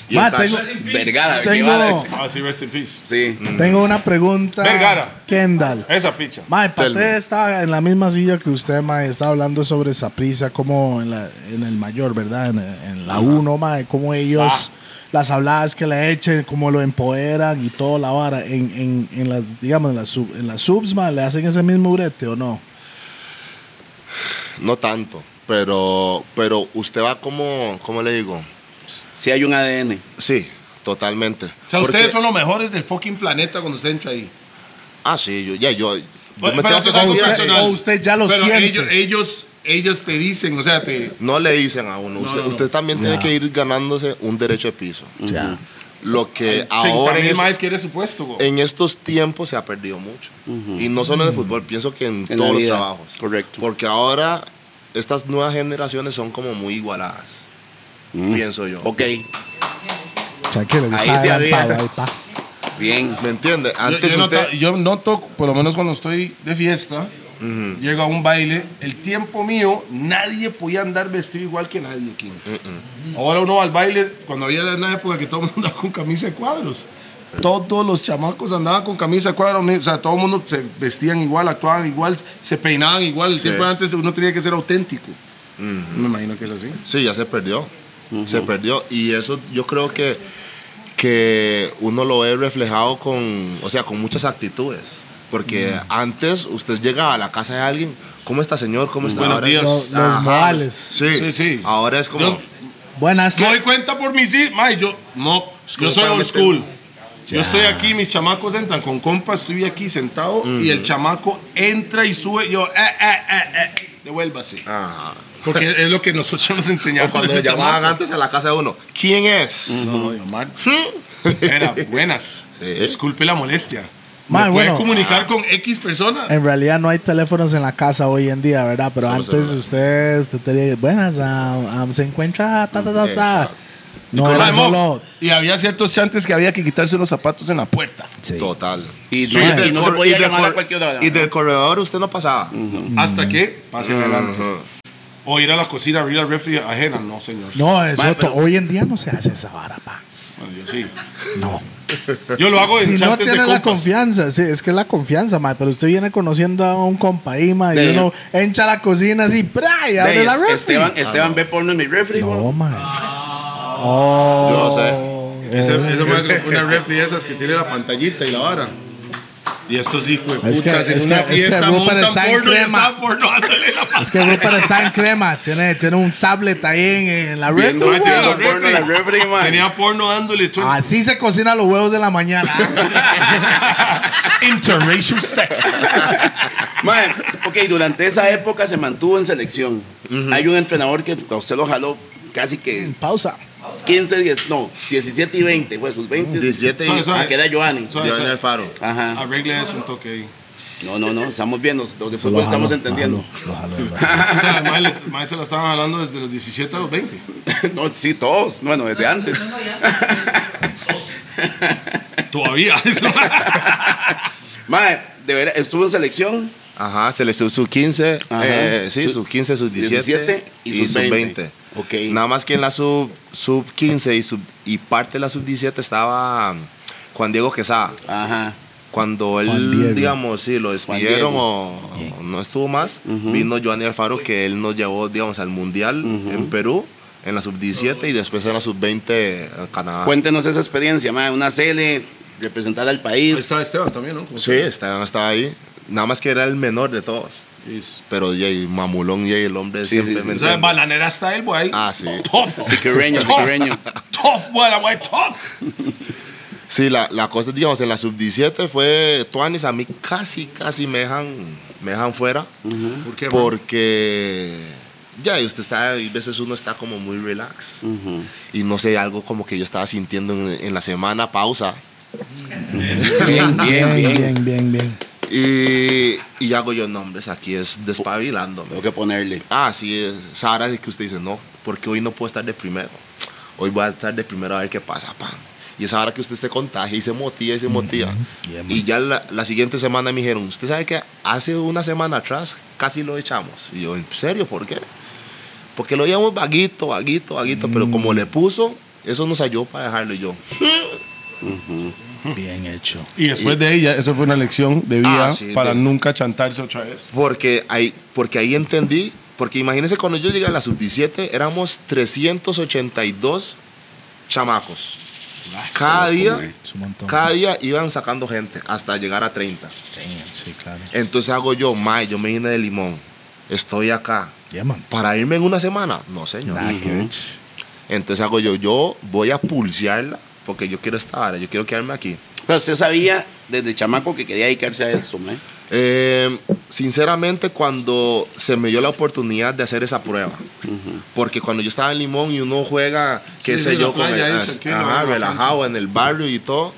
Speaker 3: Y el
Speaker 4: Ma,
Speaker 3: cash.
Speaker 4: tengo-
Speaker 5: Vergara,
Speaker 4: Tengo-
Speaker 5: Guevara, ese.
Speaker 2: Ah, sí, rest in peace.
Speaker 5: Sí.
Speaker 4: Tengo una pregunta.
Speaker 2: Vergara. Eh.
Speaker 4: Kendall.
Speaker 2: Esa picha.
Speaker 4: Mae, Paté
Speaker 3: Telmo.
Speaker 4: está en la misma silla que usted, mae. Está hablando sobre Saprisa, como en, la- en el mayor, ¿verdad? En, en la 1, mae. Como ellos, las habladas que le echen, como lo empoderan y toda la vara. En, en, en las, digamos, en las, sub- en las subs, mae, ¿le hacen ese mismo brete o no?
Speaker 3: No tanto, pero, pero usted va como, ¿cómo le digo?
Speaker 5: Sí hay un ADN.
Speaker 3: Sí, totalmente.
Speaker 2: O sea,
Speaker 3: Porque-
Speaker 2: ustedes son los mejores del fucking planeta cuando usted entra ahí.
Speaker 3: Ah, sí, yo, ya, yo... yo
Speaker 2: Pero,
Speaker 3: me
Speaker 2: pero
Speaker 3: tengo
Speaker 2: eso
Speaker 3: que
Speaker 2: es algo
Speaker 3: sentir-
Speaker 4: usted-
Speaker 2: personal.
Speaker 4: o usted ya lo
Speaker 2: Pero
Speaker 4: siente.
Speaker 2: Ellos, ellos, ellos te dicen, o sea, te.
Speaker 3: No le dicen a uno. usted,
Speaker 2: no, no.
Speaker 3: usted también tiene
Speaker 4: Ya.
Speaker 3: que ir ganándose un derecho de piso.
Speaker 4: Ya.
Speaker 3: Lo que ahora
Speaker 2: Ahora
Speaker 3: en, es-
Speaker 2: más quiere su puesto, güey.
Speaker 3: en estos tiempos se ha perdido mucho. Y no solo en el fútbol, pienso que en,
Speaker 5: la
Speaker 3: todos los
Speaker 5: vida,
Speaker 3: trabajos.
Speaker 5: correcto.
Speaker 3: Porque ahora estas nuevas generaciones son como muy igualadas, pienso yo.
Speaker 5: Mm. Ok,
Speaker 4: Tranquilo,
Speaker 5: Ahí
Speaker 4: está
Speaker 5: sí había.
Speaker 4: adelantado, ahí, pa.
Speaker 5: bien.
Speaker 3: ¿Me entiende?
Speaker 2: Yo-
Speaker 3: Antes
Speaker 2: yo,
Speaker 3: usted...
Speaker 2: noto, yo noto, por lo menos cuando estoy de fiesta, llego a un baile, el tiempo mío, nadie podía andar vestido igual que nadie aquí. Ahora uno va al baile, cuando había una época que todo el mundo andaba con camisa de cuadros. Todos los chamacos andaban con camisa de cuadros, mi- o sea, todo el mundo se vestían igual, actuaban igual, se peinaban igual. El tiempo de antes uno tenía que ser auténtico. Me imagino que es así.
Speaker 3: Sí, ya se perdió. Se perdió. Y eso yo creo que, que uno lo ve reflejado con, o sea, con muchas actitudes. Porque antes usted llegaba a la casa de alguien, ¿cómo está señor? ¿Cómo está?
Speaker 2: Buenos días.
Speaker 4: Los, los
Speaker 3: Ajá,
Speaker 4: modales.
Speaker 3: Sí,
Speaker 2: Sí,
Speaker 3: sí,
Speaker 2: sí.
Speaker 3: Ahora es como...
Speaker 2: Yo-
Speaker 4: Buenas.
Speaker 2: Me doy cuenta por mis hijos. Mae, yo, no, yo soy old school. Yo estoy aquí, mis chamacos entran con compas, estoy aquí sentado y el chamaco entra y sube. Yo, eh, eh, eh, eh, devuélvase.
Speaker 3: Ajá.
Speaker 2: Porque es lo que nosotros nos
Speaker 3: O
Speaker 2: enseñamos.
Speaker 3: cuando
Speaker 2: ese
Speaker 3: llamaban
Speaker 2: chamaco.
Speaker 3: antes a la casa de uno, ¿quién es?
Speaker 5: Mm.
Speaker 2: No, yo, man. Era buenas.
Speaker 3: Sí.
Speaker 2: Disculpe la molestia.
Speaker 4: Mae,
Speaker 2: Me puede
Speaker 4: bueno. Eh,
Speaker 2: comunicar con X persona.
Speaker 4: En realidad no hay teléfonos en la casa hoy en día, ¿verdad? Pero
Speaker 3: Solo
Speaker 4: antes
Speaker 3: celulares.
Speaker 4: usted, usted tenía, buenas, ah, ah, se encuentra, ta, ta, ta, ta.
Speaker 3: Exacto.
Speaker 4: No
Speaker 2: Mae,
Speaker 4: era
Speaker 2: mo-
Speaker 4: solo.
Speaker 2: Y había ciertos chantes que había que quitarse los zapatos en la puerta.
Speaker 4: Sí.
Speaker 3: Total.
Speaker 5: Y no-
Speaker 3: del
Speaker 5: y no se
Speaker 3: cor-
Speaker 5: podía
Speaker 3: del
Speaker 5: llamar a
Speaker 3: cor-
Speaker 5: cualquier hora.
Speaker 3: Y del corredor usted no pasaba.
Speaker 2: Hasta que pase adelante.
Speaker 3: Mm. Ujú.
Speaker 2: O ir a la cocina, abrir la refri ajena. No, señor.
Speaker 4: No, es
Speaker 5: Mae,
Speaker 4: otro.
Speaker 5: pero-
Speaker 4: Hoy en día no se hace esa vara, pa.
Speaker 2: Bueno, yo sí.
Speaker 4: No.
Speaker 2: Yo lo hago en
Speaker 4: Si no
Speaker 2: chantes
Speaker 4: tiene
Speaker 2: de
Speaker 4: la
Speaker 2: compas.
Speaker 4: confianza, sí, es que es la confianza, ma, pero usted viene conociendo a un compa ahí, ma, y
Speaker 5: De-
Speaker 4: uno encha la cocina así, ¡pra! y abre
Speaker 5: Ve,
Speaker 4: la
Speaker 5: es-
Speaker 4: refri.
Speaker 5: Esteban, Esteban ve porno en mi refri,
Speaker 4: No,
Speaker 5: güey.
Speaker 4: ma.
Speaker 3: Yo no sé.
Speaker 4: Oh.
Speaker 2: Ese- Eso más es una refri esas que tiene la pantallita y la vara. Y estos hijos de
Speaker 4: Es que-
Speaker 2: putas en
Speaker 4: es
Speaker 2: una
Speaker 4: que- es que
Speaker 2: fiesta
Speaker 4: Rupert
Speaker 2: montan
Speaker 4: está en
Speaker 2: porno y
Speaker 4: crema.
Speaker 2: están porno dándole la
Speaker 4: Es que Rupert está en crema. Tiene, tiene un tablet ahí en, en la red.
Speaker 5: Viendo-
Speaker 2: Mae, tenía
Speaker 5: Porno,
Speaker 2: la refri.
Speaker 5: la refri, mae.
Speaker 2: Tenía porno dándole tú.
Speaker 4: Así se cocina los huevos de la mañana.
Speaker 2: Interracial sex.
Speaker 5: Mae, ok, durante esa época se mantuvo en selección. Hay un entrenador que a usted lo jaló casi que
Speaker 4: Pausa.
Speaker 5: 15, 10, no, 17 y 20, fue sus
Speaker 4: Mm,
Speaker 5: 20.
Speaker 3: 17 y
Speaker 2: Suave, suave.
Speaker 5: Ah, que era Giovanni.
Speaker 2: Suave.
Speaker 3: Joan Alfaro.
Speaker 5: Ajá.
Speaker 2: Arregle eso un toque ahí.
Speaker 5: No, no, no, estamos viendo, lo que
Speaker 4: Lo
Speaker 5: fútbol estamos
Speaker 4: jalo,
Speaker 5: entendiendo.
Speaker 4: lo jalo, lo jalo.
Speaker 2: O sea, además, les- además se la estaban hablando desde los 17 a los 20.
Speaker 5: no, sí, todos, bueno, desde antes.
Speaker 2: Todavía.
Speaker 5: Mae, de verdad, estuvo en selección.
Speaker 3: Ajá, se le sub, sub 15,
Speaker 5: Ajá.
Speaker 3: eh, sí, sub 15, sub 17, y, sub 20.
Speaker 5: Ok.
Speaker 3: Nada más que en la sub, sub 15 y, sub, y parte de la sub 17 estaba mm, Juan Diego Quesada.
Speaker 5: Ajá.
Speaker 3: Cuando
Speaker 4: Juan Diego.
Speaker 3: él, digamos, sí, lo despidieron
Speaker 5: Diego.
Speaker 3: o, o no estuvo más, vino Giovanni Alfaro que él nos llevó, digamos, al Mundial en Perú, en la sub 17 y después en la sub 20 a Canadá.
Speaker 4: Ah.
Speaker 5: Cuéntenos esa experiencia, mae, una cele, representar al país.
Speaker 2: Está Esteban también, ¿no? Como
Speaker 3: Sí, estaba, estaba ahí. Nada más que era el menor de todos.
Speaker 2: Es-
Speaker 3: Pero yey, mamulón, yey, el hombre
Speaker 5: Sí, sí,
Speaker 3: siempre
Speaker 5: sí.
Speaker 2: O
Speaker 3: me
Speaker 2: sea,
Speaker 3: entiende.
Speaker 2: bananera está él, güey.
Speaker 3: Ah, sí.
Speaker 2: Tough.
Speaker 5: Siquereño,
Speaker 2: Tough.
Speaker 5: siquereño.
Speaker 2: Tough, güey, la güey, tough.
Speaker 3: Sí, la, la cosa, digamos, en la sub-17 fue Tuanis, a mí casi, casi me dejan, me dejan fuera.
Speaker 2: ¿Por qué, man?
Speaker 3: Porque ya, y usted está, y a veces uno está como muy relax. Y no sé, algo como que yo estaba sintiendo en, en la semana, pausa.
Speaker 5: Bien,
Speaker 4: bien,
Speaker 5: bien, bien.
Speaker 4: bien, bien, bien.
Speaker 3: Y, y hago yo nombres, aquí es despabilándome.
Speaker 5: Tengo que ponerle.
Speaker 3: Ah, sí, es Sara, es que usted dice, no, porque hoy no puedo estar de primero. Hoy voy a estar de primero a ver qué pasa, pam. Y es ahora que usted se contagia y se motiva y se motiva.
Speaker 4: Yeah, man.
Speaker 3: y ya la, la siguiente semana me dijeron, ¿usted sabe que hace una semana atrás casi lo echamos? Y yo, ¿en serio? ¿Por qué? Porque lo llevamos vaguito, vaguito, vaguito, pero como le puso, eso nos ayudó para dejarlo y yo.
Speaker 4: Bien hecho.
Speaker 2: Y después de ella, eso fue una lección de vida
Speaker 3: Ah, sí,
Speaker 2: para
Speaker 3: de-
Speaker 2: nunca chantarse otra vez.
Speaker 3: Porque ahí, porque ahí entendí, porque imagínense cuando yo llegué a la sub-17, éramos 382 chamacos. Cada día,
Speaker 4: Es un montón.
Speaker 3: cada día iban sacando gente hasta llegar a 30.
Speaker 4: Damn, sí, claro.
Speaker 3: Entonces hago yo, mae, yo me vine de Limón, estoy acá.
Speaker 4: Yeah, man.
Speaker 3: ¿Para irme en una semana? No, señor.
Speaker 4: Nada que ver.
Speaker 3: Entonces hago yo, yo voy a pulsearla porque yo quiero estar, yo quiero quedarme aquí.
Speaker 5: Pero usted sabía desde chamaco que quería dedicarse a esto, mae.
Speaker 3: Eh, sinceramente, cuando se me dio la oportunidad de hacer esa prueba, porque cuando yo estaba en Limón y uno juega, qué
Speaker 2: Sí,
Speaker 3: sé
Speaker 2: sí,
Speaker 3: yo,
Speaker 2: la
Speaker 3: con
Speaker 2: playa
Speaker 3: el-
Speaker 2: ahí,
Speaker 3: as-
Speaker 2: tranquilo,
Speaker 3: ajá,
Speaker 2: la
Speaker 3: relajado en el barrio y todo,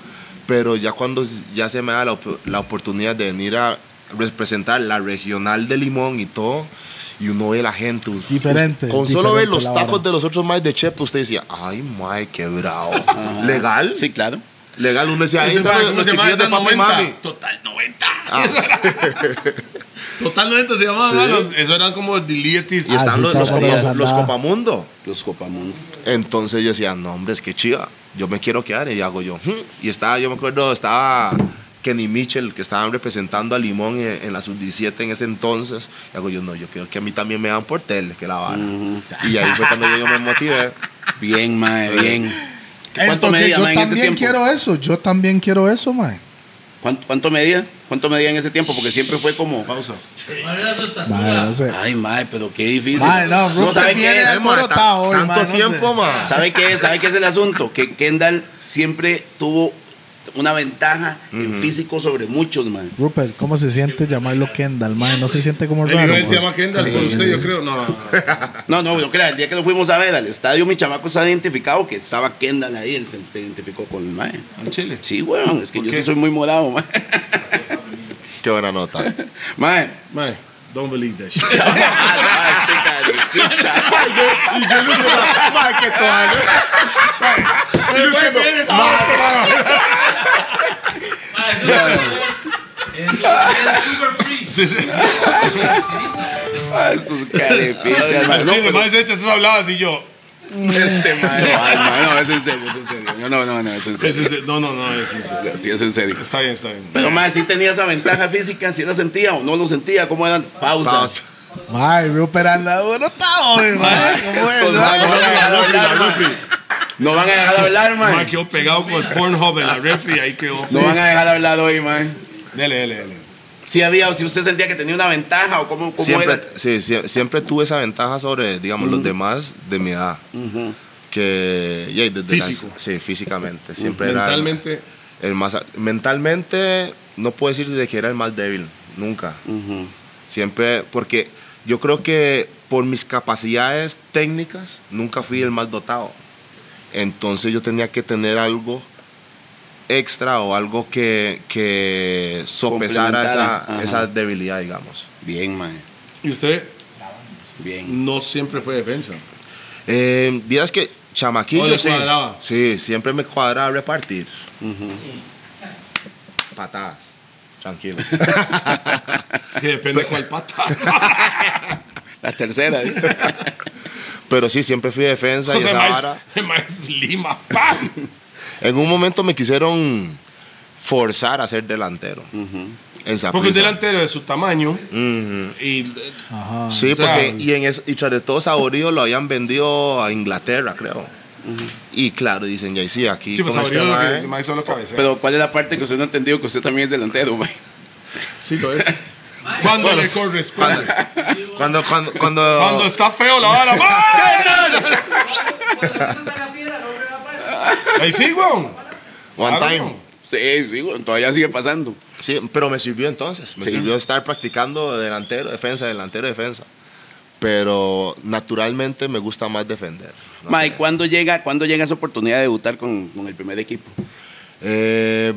Speaker 3: pero ya cuando s- ya se me da la, op- la oportunidad de venir a representar la regional de Limón y todo, y uno ve la gente. us-
Speaker 4: Diferente,
Speaker 3: us- Con solo ver
Speaker 4: diferente
Speaker 3: los
Speaker 4: la
Speaker 3: tacos
Speaker 4: vara.
Speaker 3: de los otros más de Chepe, usted decía, ay, mae, qué bravo. Legal,
Speaker 5: Sí, claro.
Speaker 3: legal. Uno decía, ahí
Speaker 2: Ese
Speaker 3: están
Speaker 2: man,
Speaker 3: los,
Speaker 2: ¿cómo
Speaker 3: los
Speaker 2: se llama?
Speaker 3: chiquillos de
Speaker 2: Esa
Speaker 3: papi y
Speaker 2: 90.
Speaker 3: mami.
Speaker 2: Total 90.
Speaker 3: Ah.
Speaker 2: Total 90 se llamaba.
Speaker 3: Sí.
Speaker 2: mano. Eso eran como deletes.
Speaker 3: Y
Speaker 4: Ah,
Speaker 3: están
Speaker 4: sí,
Speaker 3: los,
Speaker 4: todos
Speaker 3: los,
Speaker 5: los
Speaker 3: copa-
Speaker 4: días.
Speaker 3: los
Speaker 4: Andaba.
Speaker 3: Copamundo.
Speaker 5: Los Copamundo.
Speaker 3: Entonces yo decía, no, hombre, es que chiva. Yo me quiero quedar y hago yo. "Hmm". Y estaba, yo me acuerdo, estaba Kenny Mitchell, que estaban representando a Limón en, en la sub-17 en ese entonces. Y hago yo, no, yo quiero que a mí también me dan por tele, que la vara. Y ahí fue cuando yo me motivé.
Speaker 5: Bien, mae, bien.
Speaker 4: Es
Speaker 5: ¿Cuánto
Speaker 4: porque
Speaker 5: medía,
Speaker 4: yo
Speaker 5: mae, en ese
Speaker 4: también
Speaker 5: tiempo?
Speaker 4: quiero eso. Yo también quiero eso, man.
Speaker 5: ¿Cuánto, cuánto medía? ¿Cuánto medía en ese tiempo? Porque siempre fue como,
Speaker 2: Pausa.
Speaker 4: Mae, no sé.
Speaker 5: ay, mae, pero qué difícil.
Speaker 4: Mae, no,
Speaker 5: no,
Speaker 4: Rupert
Speaker 5: ¿sabe qué
Speaker 4: viene
Speaker 5: es?
Speaker 4: a- alborotado hoy,
Speaker 3: eh, tanto
Speaker 4: man, no
Speaker 3: tiempo,
Speaker 4: sé.
Speaker 3: man.
Speaker 5: ¿Sabe qué es? ¿Sabe qué es el asunto? Que Kendall siempre tuvo una ventaja en físico sobre muchos, man.
Speaker 4: Rupert, ¿cómo se siente llamarlo Kendall, man? ¿No se siente como
Speaker 2: El
Speaker 4: raro?
Speaker 2: nivel se
Speaker 4: man?
Speaker 2: llama Kendall por usted, yo creo. No, no, no.
Speaker 5: No, no, yo creo, el día que lo fuimos a ver al estadio, mi chamaco está identificado que estaba Kendall ahí, él se, se identificó con el mae.
Speaker 2: Al Chile.
Speaker 5: Sí, weón, es que
Speaker 2: ¿Por
Speaker 5: yo
Speaker 2: qué?
Speaker 5: sí soy muy morado, mae.
Speaker 3: Qué buena nota.
Speaker 5: Mae.
Speaker 2: Mae, don't believe that shit.
Speaker 5: Ah, no, este carepicha.
Speaker 3: y yo diciendo, mae, qué Y yo diciendo,
Speaker 2: Sí, sí.
Speaker 5: Ah, Estos carepichas, mae.
Speaker 2: Al
Speaker 5: No,
Speaker 2: Chile,
Speaker 5: pero-
Speaker 2: mae, se echa esas habladas y yo.
Speaker 5: Este mae. Ay, mae, no, es en serio, es en serio. No, no, no, no, es en
Speaker 2: es
Speaker 5: serio.
Speaker 2: en serio. No, no, no, es en serio.
Speaker 5: Sí, es en serio.
Speaker 2: Está bien, está bien.
Speaker 5: Pero más, si tenía esa ventaja física, si la sentía o no lo sentía, ¿cómo eran? Pausas.
Speaker 3: Pausa.
Speaker 4: Mae, Rupert anda alborotado, hoy, man. ¿Cómo
Speaker 5: Estos
Speaker 4: es?
Speaker 5: mae, Pues, no van a
Speaker 4: mae?
Speaker 5: dejar hablar, mae. No van a dejar hablar,
Speaker 2: Mae,
Speaker 5: man.
Speaker 2: quedó pegado con el Pornhub en la refri, ahí quedó.
Speaker 5: No van a dejar hablar hoy, man.
Speaker 2: Dele, dele, dele.
Speaker 5: Si había, o si usted sentía que tenía una ventaja o cómo, cómo
Speaker 3: siempre,
Speaker 5: era.
Speaker 3: sí, sie- siempre tuve esa ventaja sobre, digamos, los demás de mi edad. Que, yeah, desde la-
Speaker 5: Físico.
Speaker 3: sí, físicamente. Siempre era el-
Speaker 2: Mentalmente,
Speaker 3: el más, a- mentalmente, no puedo decir de que era el más débil, nunca. Siempre, porque yo creo que por mis capacidades técnicas, nunca fui el más dotado. Entonces yo tenía que tener algo extra o algo que, que sopesara esa,
Speaker 5: Complementara, ajá.
Speaker 3: esa debilidad, digamos.
Speaker 5: Bien, mae.
Speaker 2: y usted
Speaker 5: Bien.
Speaker 2: no siempre fue defensa.
Speaker 3: Eh, Vieras que chamaquillo,
Speaker 2: ¿O le
Speaker 3: sí.
Speaker 2: cuadraba?
Speaker 3: Sí, siempre me cuadraba repartir. Patadas. Tranquilo.
Speaker 2: Sí, depende cuál pata.
Speaker 5: La tercera, dice.
Speaker 3: Pero sí, siempre fui defensa y
Speaker 2: José
Speaker 3: esa
Speaker 2: Maes,
Speaker 3: vara.
Speaker 2: Maes Lima, ¡pam!
Speaker 3: En un momento me quisieron forzar a ser delantero. En Saprissa.
Speaker 2: Porque un delantero de su tamaño y eh,
Speaker 3: Sí,
Speaker 2: O sea,
Speaker 3: porque y, en eso, y tras de todo Saborío lo habían vendido a Inglaterra, creo. Y claro, dicen, ya sí, aquí
Speaker 2: sí, pues
Speaker 3: con este
Speaker 2: abrió lo
Speaker 3: mae".
Speaker 2: que Maes solo cabecea.
Speaker 5: Pero ¿cuál es la parte que usted no ha entendido que usted también es delantero, mae?
Speaker 2: sí lo es. Cuando le corresponde.
Speaker 3: cuando, cuando, cuando,
Speaker 2: Cuando está feo la vara. ¡Ah! ¡mae! Ahí sí, weón.
Speaker 3: one
Speaker 2: Claro.
Speaker 3: time.
Speaker 5: Sí, sí, bueno, todavía sigue pasando.
Speaker 3: Sí, pero me sirvió entonces. Me
Speaker 5: Sí.
Speaker 3: sirvió estar practicando delantero, defensa, delantero, defensa. Pero naturalmente me gusta más defender. No
Speaker 5: mae,
Speaker 3: sé.
Speaker 5: ¿cuándo llega, ¿cuándo llega esa oportunidad de debutar con, con el primer equipo?
Speaker 3: Eh,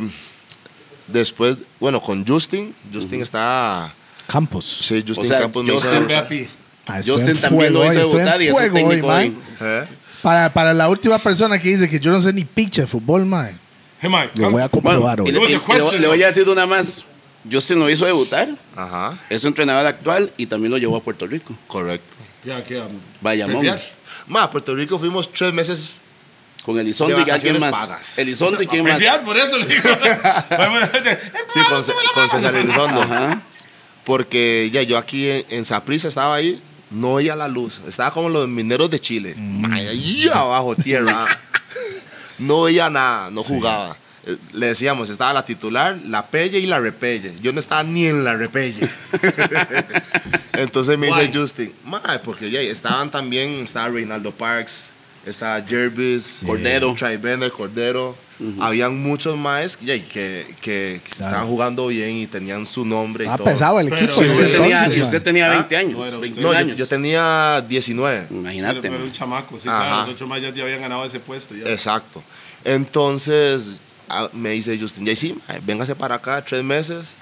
Speaker 3: después, bueno, con Justin. Justin está.
Speaker 4: Campos.
Speaker 3: Sí, Justin
Speaker 5: O sea,
Speaker 3: Campos me hizo-
Speaker 5: Justin
Speaker 2: Ve a pi.
Speaker 4: Ah, estoy
Speaker 5: Justin
Speaker 4: en
Speaker 5: también lo
Speaker 4: fuego hoy,
Speaker 5: hizo
Speaker 4: estoy en
Speaker 5: debutar y es el
Speaker 4: fuego hoy,
Speaker 5: técnico
Speaker 4: mae.
Speaker 5: hoy.
Speaker 3: ¿Eh?
Speaker 4: Para, para la última persona que dice que yo no sé ni pinche de fútbol, mae.
Speaker 2: Hey, Mae,
Speaker 4: Lo voy a
Speaker 5: Bueno,
Speaker 4: comprobar
Speaker 5: y
Speaker 4: hoy.
Speaker 5: le,
Speaker 2: It was
Speaker 5: y
Speaker 2: a
Speaker 5: le-
Speaker 2: question,
Speaker 5: le voy
Speaker 2: ¿no?
Speaker 5: a decir una más. Justin lo hizo debutar,
Speaker 3: Ajá,
Speaker 5: es su entrenador actual y también lo llevó a Puerto Rico.
Speaker 3: correcto.
Speaker 2: Ya, que, um,
Speaker 5: Bayamón.
Speaker 2: petear.
Speaker 3: Ma, a Puerto Rico fuimos tres meses.
Speaker 5: Con Elizondo
Speaker 3: De
Speaker 5: y alguien
Speaker 3: vacaciones
Speaker 5: más.
Speaker 3: pagas.
Speaker 5: Elizondo y quién
Speaker 2: A
Speaker 5: más.
Speaker 2: petear, por eso le digo. Bueno, este,
Speaker 3: Sí, con, Ce- con César Elizondo. Porque ya yo aquí en, en Saprissa estaba ahí, no veía la luz. Estaba como los mineros de Chile. Ma, ahí abajo, tierra. no veía nada, no jugaba. Eh, Le decíamos, estaba la titular, la pelle y la repelle. Yo no estaba ni en la repelle. Entonces me dice
Speaker 2: Why?
Speaker 3: Justin, "Mae, porque ya estaban también, estaba Reinaldo Parks, estaba Jervis,
Speaker 5: Cordero.
Speaker 3: Traibender, Cordero. Habían muchos maes ya, que, que, que
Speaker 4: Claro.
Speaker 3: estaban jugando bien y tenían su nombre. y
Speaker 4: Está
Speaker 3: todo.
Speaker 4: Ah, pesado ¿eh? el
Speaker 2: Pero-
Speaker 4: equipo.
Speaker 5: Y
Speaker 2: Pues
Speaker 5: usted,
Speaker 4: ese
Speaker 5: tenía,
Speaker 4: entonces,
Speaker 5: y usted
Speaker 4: mae.
Speaker 5: tenía 20 años.
Speaker 2: No, era usted.
Speaker 5: 21
Speaker 3: No, yo,
Speaker 5: años.
Speaker 3: yo tenía 19.
Speaker 5: Imagínate.
Speaker 2: Pero
Speaker 5: man.
Speaker 2: un chamaco, sí,
Speaker 3: Ajá.
Speaker 2: claro. Los ocho Maes ya- ya habían ganado ese puesto. ya.
Speaker 3: Exacto. Entonces ah, me dice Justin, ya sí, mae, véngase para acá tres meses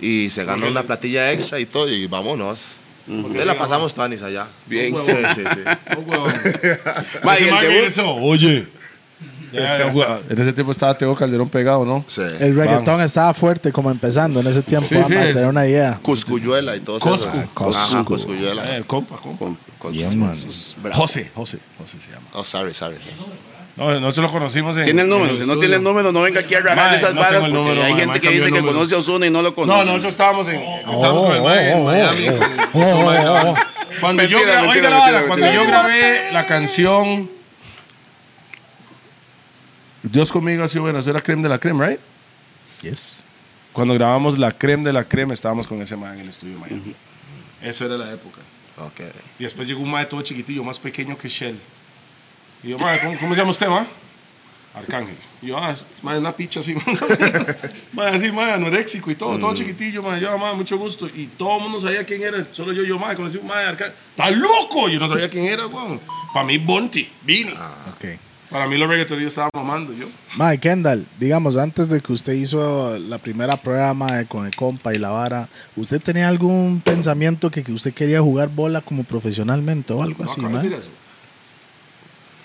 Speaker 3: y se gana
Speaker 2: Porque
Speaker 3: una
Speaker 2: les-
Speaker 3: platilla extra y todo y vámonos. Entonces la
Speaker 2: Porque
Speaker 3: pasamos tanis allá.
Speaker 5: Bien.
Speaker 3: Sí, sí, sí.
Speaker 2: Oh, weón.
Speaker 5: Mae,
Speaker 2: Ese
Speaker 5: el
Speaker 2: mae
Speaker 5: debut-
Speaker 2: regresó, Oye. Ya, ya, weón. En ese tiempo estaba Teo Calderón pegado, ¿no?
Speaker 3: Sí.
Speaker 4: El reggaetón estaba fuerte como empezando en ese tiempo,
Speaker 2: Sí,
Speaker 4: ah,
Speaker 2: sí,
Speaker 4: para
Speaker 2: es-
Speaker 4: tener una idea.
Speaker 3: Cuscuyuela y todo
Speaker 2: Coscu.
Speaker 3: eso.
Speaker 4: Ah, Coscu.
Speaker 3: Ajá, Cuscuyuela.
Speaker 2: Eh, compa, compa.
Speaker 5: Con- con-
Speaker 4: Bien, man.
Speaker 2: José, José, José se llama.
Speaker 3: Oh, sorry, sorry.
Speaker 2: No, nosotros lo conocimos en.
Speaker 5: Tiene el
Speaker 2: en
Speaker 5: número. Si no tiene el
Speaker 2: estudio.
Speaker 5: número, no venga aquí a rajar
Speaker 2: Mae,
Speaker 5: esas
Speaker 2: no tengo
Speaker 5: varas porque
Speaker 2: el número,
Speaker 5: hay
Speaker 2: mae,
Speaker 5: gente que
Speaker 2: cambia
Speaker 5: dice
Speaker 2: el
Speaker 5: que
Speaker 2: número.
Speaker 5: conoce a Osuna y no lo conoce.
Speaker 2: No, nosotros estábamos en, estábamos con el
Speaker 4: oh,
Speaker 2: Mae en
Speaker 4: oh,
Speaker 2: Miami.
Speaker 4: oh,
Speaker 2: con-
Speaker 4: oh,
Speaker 2: con-
Speaker 4: oh,
Speaker 2: con-
Speaker 4: oh.
Speaker 2: Cuando yo
Speaker 5: Mentira,
Speaker 2: gra-
Speaker 5: mentira,
Speaker 2: oiga la vara,
Speaker 5: mentira,
Speaker 2: cuando
Speaker 5: mentira.
Speaker 2: yo grabé la canción Dios conmigo ha sido bueno, eso era creme de la creme, right?
Speaker 4: Yes.
Speaker 2: Cuando grabamos la creme de la creme estábamos con ese Mae en el estudio de Miami. Eso era la época.
Speaker 3: Ok.
Speaker 2: Y después llegó un mae todo chiquitillo, más pequeño que Shell. Y yo, mae, ¿cómo, cómo se llama usted, mae? Arcángel. Y yo, ah, este mae, una picha así, mae. mae, así, mae, anoréxico y todo,
Speaker 5: Mm.
Speaker 2: todo chiquitillo, mae. Yo, ah, mae, mucho gusto. Y todo el mundo sabía quién era, solo yo, yo, mae, conocí un mae, Arcángel. ¡Está loco! Yo no sabía quién era, weón. Para mí, Bonti, Vini.
Speaker 5: Ah.
Speaker 4: Ok.
Speaker 2: Para mí, los reggaetoneros estaban mamando, yo.
Speaker 4: Mae, Kendall, digamos, antes de que usted hizo la primera prueba mae, con el compa y la vara, ¿usted tenía algún pensamiento que, que usted quería jugar bola como profesionalmente o algo
Speaker 2: No
Speaker 4: así,
Speaker 2: acabo de
Speaker 4: mae?
Speaker 2: decir eso.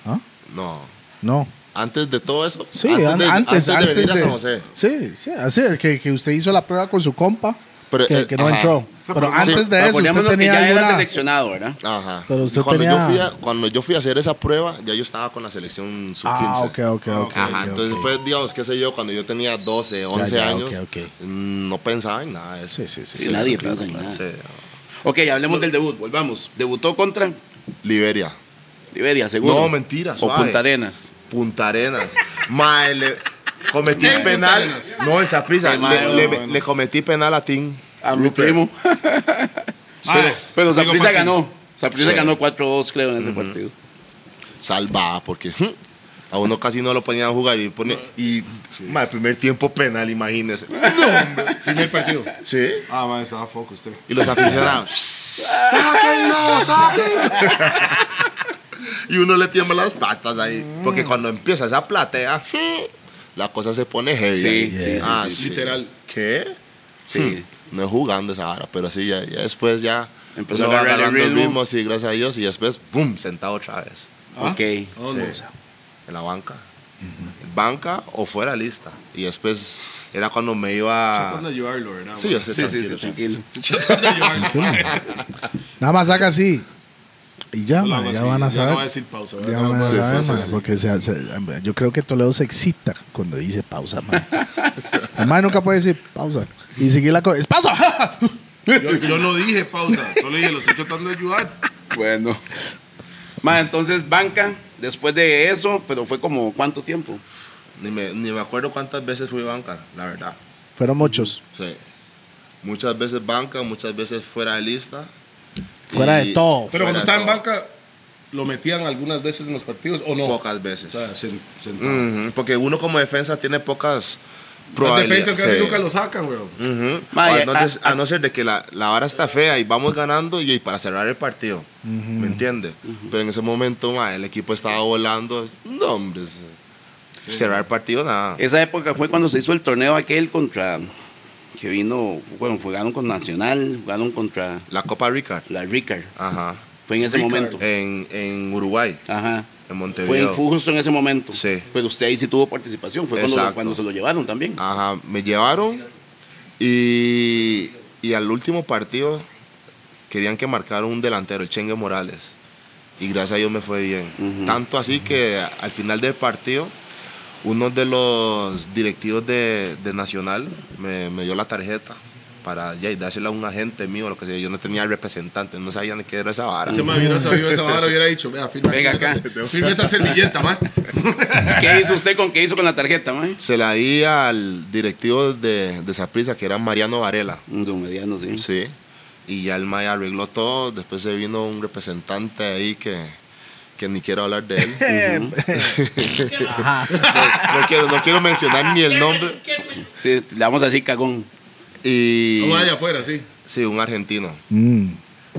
Speaker 4: ¿Ah?
Speaker 3: No.
Speaker 4: No.
Speaker 3: Antes de todo eso.
Speaker 4: Sí, an-
Speaker 3: de-
Speaker 4: antes, antes,
Speaker 3: de venir a
Speaker 4: de-
Speaker 3: San José.
Speaker 4: Sí, sí, así, que, que usted hizo la prueba con su compa,
Speaker 3: Pero,
Speaker 4: que,
Speaker 3: eh,
Speaker 4: que no
Speaker 3: ajá.
Speaker 4: entró.
Speaker 2: sea,
Speaker 4: pero
Speaker 2: pero-
Speaker 4: antes
Speaker 3: Sí,
Speaker 4: de eso, usted
Speaker 5: Acordémonos que
Speaker 4: tenía
Speaker 5: ya era
Speaker 4: alguna...
Speaker 5: seleccionado, ¿verdad?
Speaker 3: Ajá.
Speaker 4: Pero usted
Speaker 3: Y cuando,
Speaker 4: tenía-
Speaker 3: yo fui a, cuando yo fui a hacer esa prueba, ya yo estaba con la selección sub-15.
Speaker 4: Ah, ok, ok, ok.
Speaker 3: Ajá,
Speaker 4: ok,
Speaker 3: entonces
Speaker 4: ok.
Speaker 3: fue, digamos, qué sé yo, cuando yo tenía 12, 11
Speaker 4: ya,
Speaker 3: años,
Speaker 4: ok, ok.
Speaker 3: mm, no pensaba en nada de eso.
Speaker 4: Sí, sí, sí,
Speaker 5: sí, nadie
Speaker 3: claro,
Speaker 5: piensa en
Speaker 3: claro,
Speaker 5: nada.
Speaker 3: sí.
Speaker 5: Ok, hablemos del debut. Volvamos. Debutó contra
Speaker 3: Liberia,
Speaker 5: Liberia, seguro.
Speaker 3: No, mentira,
Speaker 5: O
Speaker 3: suave.
Speaker 5: Punta Arenas.
Speaker 3: Punta Arenas. Mae, le- Cometí penal. No, esa prisa.
Speaker 5: Sí, mae,
Speaker 3: Le, le-
Speaker 5: bueno.
Speaker 3: le cometí penal a Tim.
Speaker 5: A mi primo. pero pero
Speaker 2: digo,
Speaker 5: Saprissa
Speaker 2: Martín.
Speaker 5: ganó. Saprissa
Speaker 3: Ah, Sí.
Speaker 5: ganó 4-2, creo, en ese partido.
Speaker 3: Salvada, porque ujú, a uno casi no lo ponían a jugar. Y, pone, y mae, primer tiempo penal, imagínese.
Speaker 2: Primer partido.
Speaker 3: Sí.
Speaker 2: Ah, mae, estaba foco usted.
Speaker 3: Y los aficionados. ¡Sáquenlo! ¡Sáquenlo! y uno le tiembla las patas ahí. Porque cuando empieza esa platea, la cosa se pone heavy.
Speaker 5: Sí,
Speaker 3: ahí.
Speaker 5: sí, sí,
Speaker 3: Ah,
Speaker 5: sí,
Speaker 3: sí.
Speaker 2: literal.
Speaker 3: ¿Qué?
Speaker 5: Sí.
Speaker 3: No es jugando esa vara, pero sí, ya, ya después ya.
Speaker 5: Empezó
Speaker 3: uno
Speaker 5: a
Speaker 3: va
Speaker 5: agarrar el
Speaker 3: agarrando el
Speaker 5: ritmo.
Speaker 3: ritmo, sí, gracias a Dios. Y después, ¡pum! Sentado otra vez.
Speaker 5: Ok.
Speaker 2: ¿Dónde?
Speaker 3: Sí, en la banca. Banca o fuera lista. Y después era cuando me iba.
Speaker 2: Tratando de ayudarlo, ¿verdad?
Speaker 3: Sí,
Speaker 2: mae?
Speaker 3: yo sé,
Speaker 5: Sí, sí,
Speaker 3: tranquilo,
Speaker 5: sí,
Speaker 3: tranquilo.
Speaker 5: tranquilo.
Speaker 2: Tratando de ayudarlo.
Speaker 4: Nada más haga así. Y ya,
Speaker 2: Solo
Speaker 4: ma,
Speaker 2: hago
Speaker 4: ya
Speaker 2: así,
Speaker 4: van a
Speaker 2: ya no
Speaker 4: saber.
Speaker 2: voy a decir pausa. ¿verdad?
Speaker 4: Ya
Speaker 2: No,
Speaker 4: van a
Speaker 2: pues,
Speaker 3: sí,
Speaker 4: saber,
Speaker 3: sí,
Speaker 4: ma,
Speaker 3: sí.
Speaker 4: porque se- se- yo creo que Toledo se excita cuando dice pausa, man. El man nunca puede decir pausa. Y seguir la cosa. ¡Es pausa!
Speaker 2: Yo, yo no dije pausa, solo dije, lo estoy tratando de ayudar.
Speaker 5: Bueno. Más entonces, banca, después de eso, pero fue como, ¿cuánto tiempo?
Speaker 3: Ni me, ni me acuerdo cuántas veces fui banca, la verdad.
Speaker 4: Fueron muchos.
Speaker 3: Sí. Muchas veces banca, muchas veces fuera de lista.
Speaker 4: Fuera
Speaker 3: Y-
Speaker 4: de todo.
Speaker 2: Pero cuando
Speaker 3: Fuera
Speaker 2: estaba en
Speaker 3: todo.
Speaker 2: banca, ¿lo metían algunas veces en los partidos o no?
Speaker 3: Pocas veces.
Speaker 2: O sea, sen- sentado.
Speaker 3: Ujú, Porque uno como defensa tiene pocas
Speaker 2: Las
Speaker 3: probabilidades.
Speaker 2: defensas casi
Speaker 3: sí.
Speaker 2: nunca lo sacan, weón.
Speaker 3: Ujú.
Speaker 5: Ma,
Speaker 3: a,
Speaker 5: eh, ah, y-
Speaker 3: Ah, no
Speaker 5: a-
Speaker 3: des- a no ser de que la, la vara está fea y vamos ganando y, y para cerrar el partido. ¿Me entiendes? Pero en ese momento ma, el equipo estaba volando. es- No, hombre. es- cerrar el partido, nada.
Speaker 5: Esa época fue cuando se hizo el torneo aquel contra, que vino, bueno, jugaron con Nacional, jugaron contra
Speaker 3: La Copa Ricard.
Speaker 5: la Ricard.
Speaker 3: Ajá.
Speaker 5: Fue en ese
Speaker 2: Ricard.
Speaker 5: momento.
Speaker 3: En, en Uruguay,
Speaker 5: Ajá.
Speaker 3: Eh, en
Speaker 5: Fue,
Speaker 3: Montevideo.
Speaker 5: en- fue justo en ese momento.
Speaker 3: Sí.
Speaker 5: Pero usted ahí sí tuvo participación. Fue cuando,
Speaker 3: Exacto.
Speaker 5: cuando se lo llevaron también.
Speaker 3: Ajá, me llevaron y, y al último partido querían que marcara un delantero, el Chengue Morales. Y gracias a Dios me fue bien.
Speaker 5: Ujú.
Speaker 3: Tanto así que al final del partido, uno de los directivos de, de Nacional me, me dio la tarjeta para ya, y dársela a un agente mío, lo que sea. Yo no tenía representante, no sabía ni qué era esa vara.
Speaker 2: Ese man hubiera sabido esa vara, hubiera dicho, vea, firma,
Speaker 5: Venga
Speaker 2: firma
Speaker 5: acá.
Speaker 2: esa- firma esa servilleta, man.
Speaker 5: ¿Qué hizo usted con qué hizo con la tarjeta, mae?
Speaker 3: Se la di al directivo de, de Saprissa, que era Mariano Varela.
Speaker 5: Un don mediano, sí.
Speaker 3: Sí. Y ya el Maya arregló todo. Después se vino un representante ahí que, que ni quiero hablar de él. no, no quiero, no quiero mencionar ni el nombre.
Speaker 5: Sí, Le vamos a decir cagón.
Speaker 3: Y
Speaker 2: No vaya afuera, sí.
Speaker 3: sí, un argentino.
Speaker 4: Mm.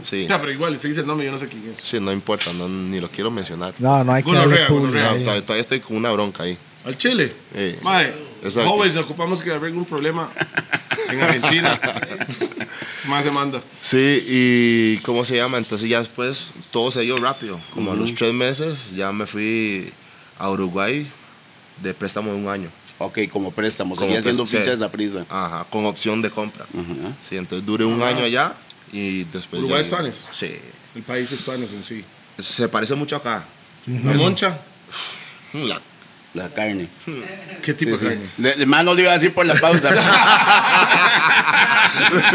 Speaker 3: Sí.
Speaker 2: Ya, pero igual, si dice el nombre, yo no sé quién es.
Speaker 3: Sí, no importa, no, ni lo quiero mencionar.
Speaker 4: No, no hay que
Speaker 2: Gonorrea,
Speaker 4: darle público.
Speaker 3: No,
Speaker 2: gonorrea.
Speaker 3: todavía, todavía estoy con una bronca ahí.
Speaker 2: Al Chile.
Speaker 3: Eh,
Speaker 2: Mae,
Speaker 3: Exacto.
Speaker 2: jóvenes, ocupamos que arregle un problema en Argentina. Más se manda.
Speaker 3: Sí, y ¿cómo se llama? Entonces ya después todo se dio rápido. Como a los tres meses ya me fui a Uruguay de préstamo de un año.
Speaker 5: Ok, como préstamo.
Speaker 3: Como
Speaker 5: Seguía siendo
Speaker 3: prés- sí.
Speaker 5: ficha de esa prisa.
Speaker 3: Ajá, con opción de compra. Sí, entonces duré un año allá y después.
Speaker 2: Uruguay
Speaker 3: ya-
Speaker 2: es planes.
Speaker 3: Sí.
Speaker 2: El país hispano en sí.
Speaker 3: Se parece mucho acá. Mm,
Speaker 2: La moncha,
Speaker 3: La-
Speaker 5: La carne.
Speaker 2: ¿qué tipo de carne?
Speaker 5: Le, le- más no le iba a decir por la pausa.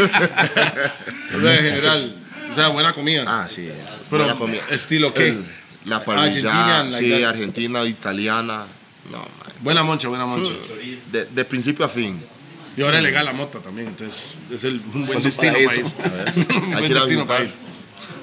Speaker 2: O sea, en general, o sea, buena comida.
Speaker 3: Ah, sí.
Speaker 2: pero,
Speaker 3: buena comida.
Speaker 2: ¿estilo qué?
Speaker 3: El- la parrillada,
Speaker 2: Argentina,
Speaker 3: sí,
Speaker 2: like that.
Speaker 3: argentina, italiana. No, man.
Speaker 2: Buena moncha, buena moncha.
Speaker 3: De, de principio a fin.
Speaker 2: Y ahora es legal la mota también, entonces es el, un buen
Speaker 5: Pues un
Speaker 2: destino para ir.
Speaker 5: paraíso.
Speaker 2: un
Speaker 3: Hay
Speaker 2: buen
Speaker 3: que ir a
Speaker 2: destino para
Speaker 3: visitar.
Speaker 2: ir.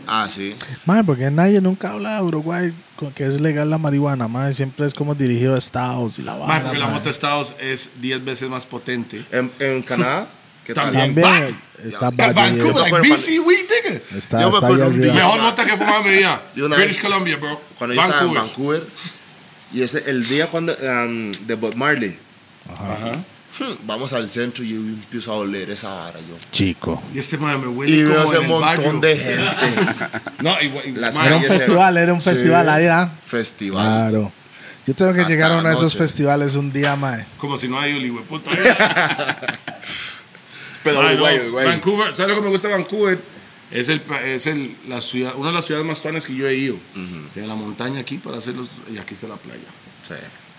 Speaker 3: Ah, sí.
Speaker 4: Mae, porque nadie nunca habla de Uruguay con que es legal la marihuana, mae. Siempre es como dirigido a Estados y la
Speaker 2: Mae,
Speaker 4: vara.
Speaker 2: porque la
Speaker 4: mae.
Speaker 2: mota de Estados es 10 veces más potente.
Speaker 3: En, en Canadá, ¿qué tal?
Speaker 2: También.
Speaker 4: También está
Speaker 2: En
Speaker 4: Valle.
Speaker 2: Vancouver, like
Speaker 3: acuerdo
Speaker 2: BC, we nigga.
Speaker 4: Está,
Speaker 3: Yo me
Speaker 4: está
Speaker 3: acuerdo
Speaker 4: allá
Speaker 3: un
Speaker 4: arriba.
Speaker 3: día-
Speaker 2: Mejor mota que fumaba en mi vida.
Speaker 3: Y una
Speaker 2: British
Speaker 3: vez-
Speaker 2: Columbia, bro.
Speaker 3: Cuando yo estaba en
Speaker 2: Vancouver.
Speaker 3: Vancouver. Y ese, el día cuando, um, de Bob Marley. Hmm, Vamos al centro y yo empiezo a oler esa vara yo.
Speaker 4: Chico.
Speaker 2: Y este mae me huele
Speaker 3: Y veo
Speaker 2: como
Speaker 3: ese
Speaker 2: en el barrio.
Speaker 3: montón de gente.
Speaker 2: No, igual, igual-
Speaker 3: Las
Speaker 2: mae,
Speaker 4: Era un
Speaker 3: calles
Speaker 4: festival, era un
Speaker 3: Sí.
Speaker 4: festival ahí, ¿ah?
Speaker 3: Festival.
Speaker 4: Claro. Yo tengo que
Speaker 3: Hasta
Speaker 4: llegar a uno de esos
Speaker 3: anoche.
Speaker 4: festivales un día, mae.
Speaker 2: Como si no hay un hueputa.
Speaker 5: Pero
Speaker 2: Ay, no,
Speaker 5: uruguayo, uruguayo.
Speaker 2: Vancouver, ¿sabes lo que me gusta de Vancouver? Es, el, pa- es el, la ciudad, una de las ciudades más tuanas que yo he ido. Tiene la montaña aquí para hacer los... Y aquí está la playa.
Speaker 4: Ah.
Speaker 3: Sí.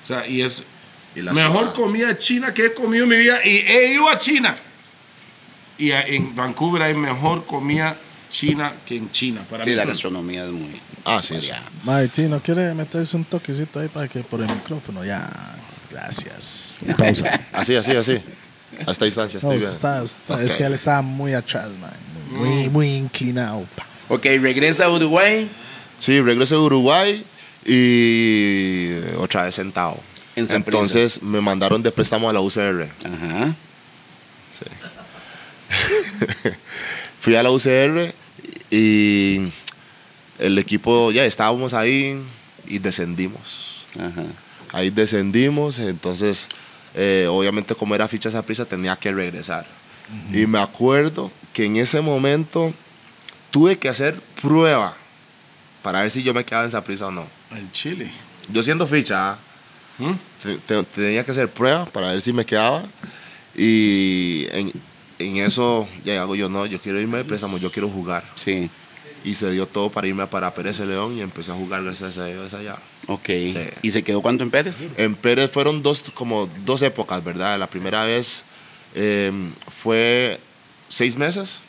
Speaker 2: O sea, y es
Speaker 3: Y la
Speaker 2: mejor
Speaker 3: ciudad.
Speaker 2: comida china que he comido en mi vida. Y he ido a China. Y a- en Vancouver hay mejor comida china que en China. Para
Speaker 5: Sí,
Speaker 2: mí.
Speaker 5: la gastronomía es muy.
Speaker 3: Ah, sí, sí.
Speaker 4: Mae, sí, ¿no quiere meterse un toquecito ahí para que por el micrófono? Ya. Gracias. Pausa.
Speaker 3: Así, así, así. A esta distancia
Speaker 4: No,
Speaker 3: estoy bien.
Speaker 4: está- está-
Speaker 3: Ok.
Speaker 4: Es que él estaba muy atrás, man. Muy, muy, muy inclinado. pa.
Speaker 5: Ok, regresa a Uruguay
Speaker 3: Sí, regreso de Uruguay y otra vez sentado.
Speaker 5: en San
Speaker 3: Entonces me mandaron de préstamo a la UCR.
Speaker 5: Ajá.
Speaker 3: Fui a la UCR y el equipo, ya estábamos ahí y descendimos.
Speaker 5: Ajá.
Speaker 3: Ahí descendimos, entonces eh, obviamente como era ficha esa prisa tenía que regresar. Y me acuerdo que en ese momento tuve que hacer prueba para ver si yo me quedaba en esa prisa o no.
Speaker 2: El chile.
Speaker 3: Yo siendo ficha, ¿ah? Te- te- tenía que hacer prueba para ver si me quedaba. Y en, en eso ya hago yo, no, yo quiero irme de préstamo, yo quiero jugar.
Speaker 5: Sí.
Speaker 3: Y se dio todo para irme para Pérez de León y empecé a jugar gracias a Dios allá.
Speaker 5: Ok.
Speaker 3: Sí.
Speaker 5: ¿Y se quedó cuánto en Pérez?
Speaker 3: En Pérez fueron dos, como dos épocas, ¿verdad? La primera vez eh, fue seis meses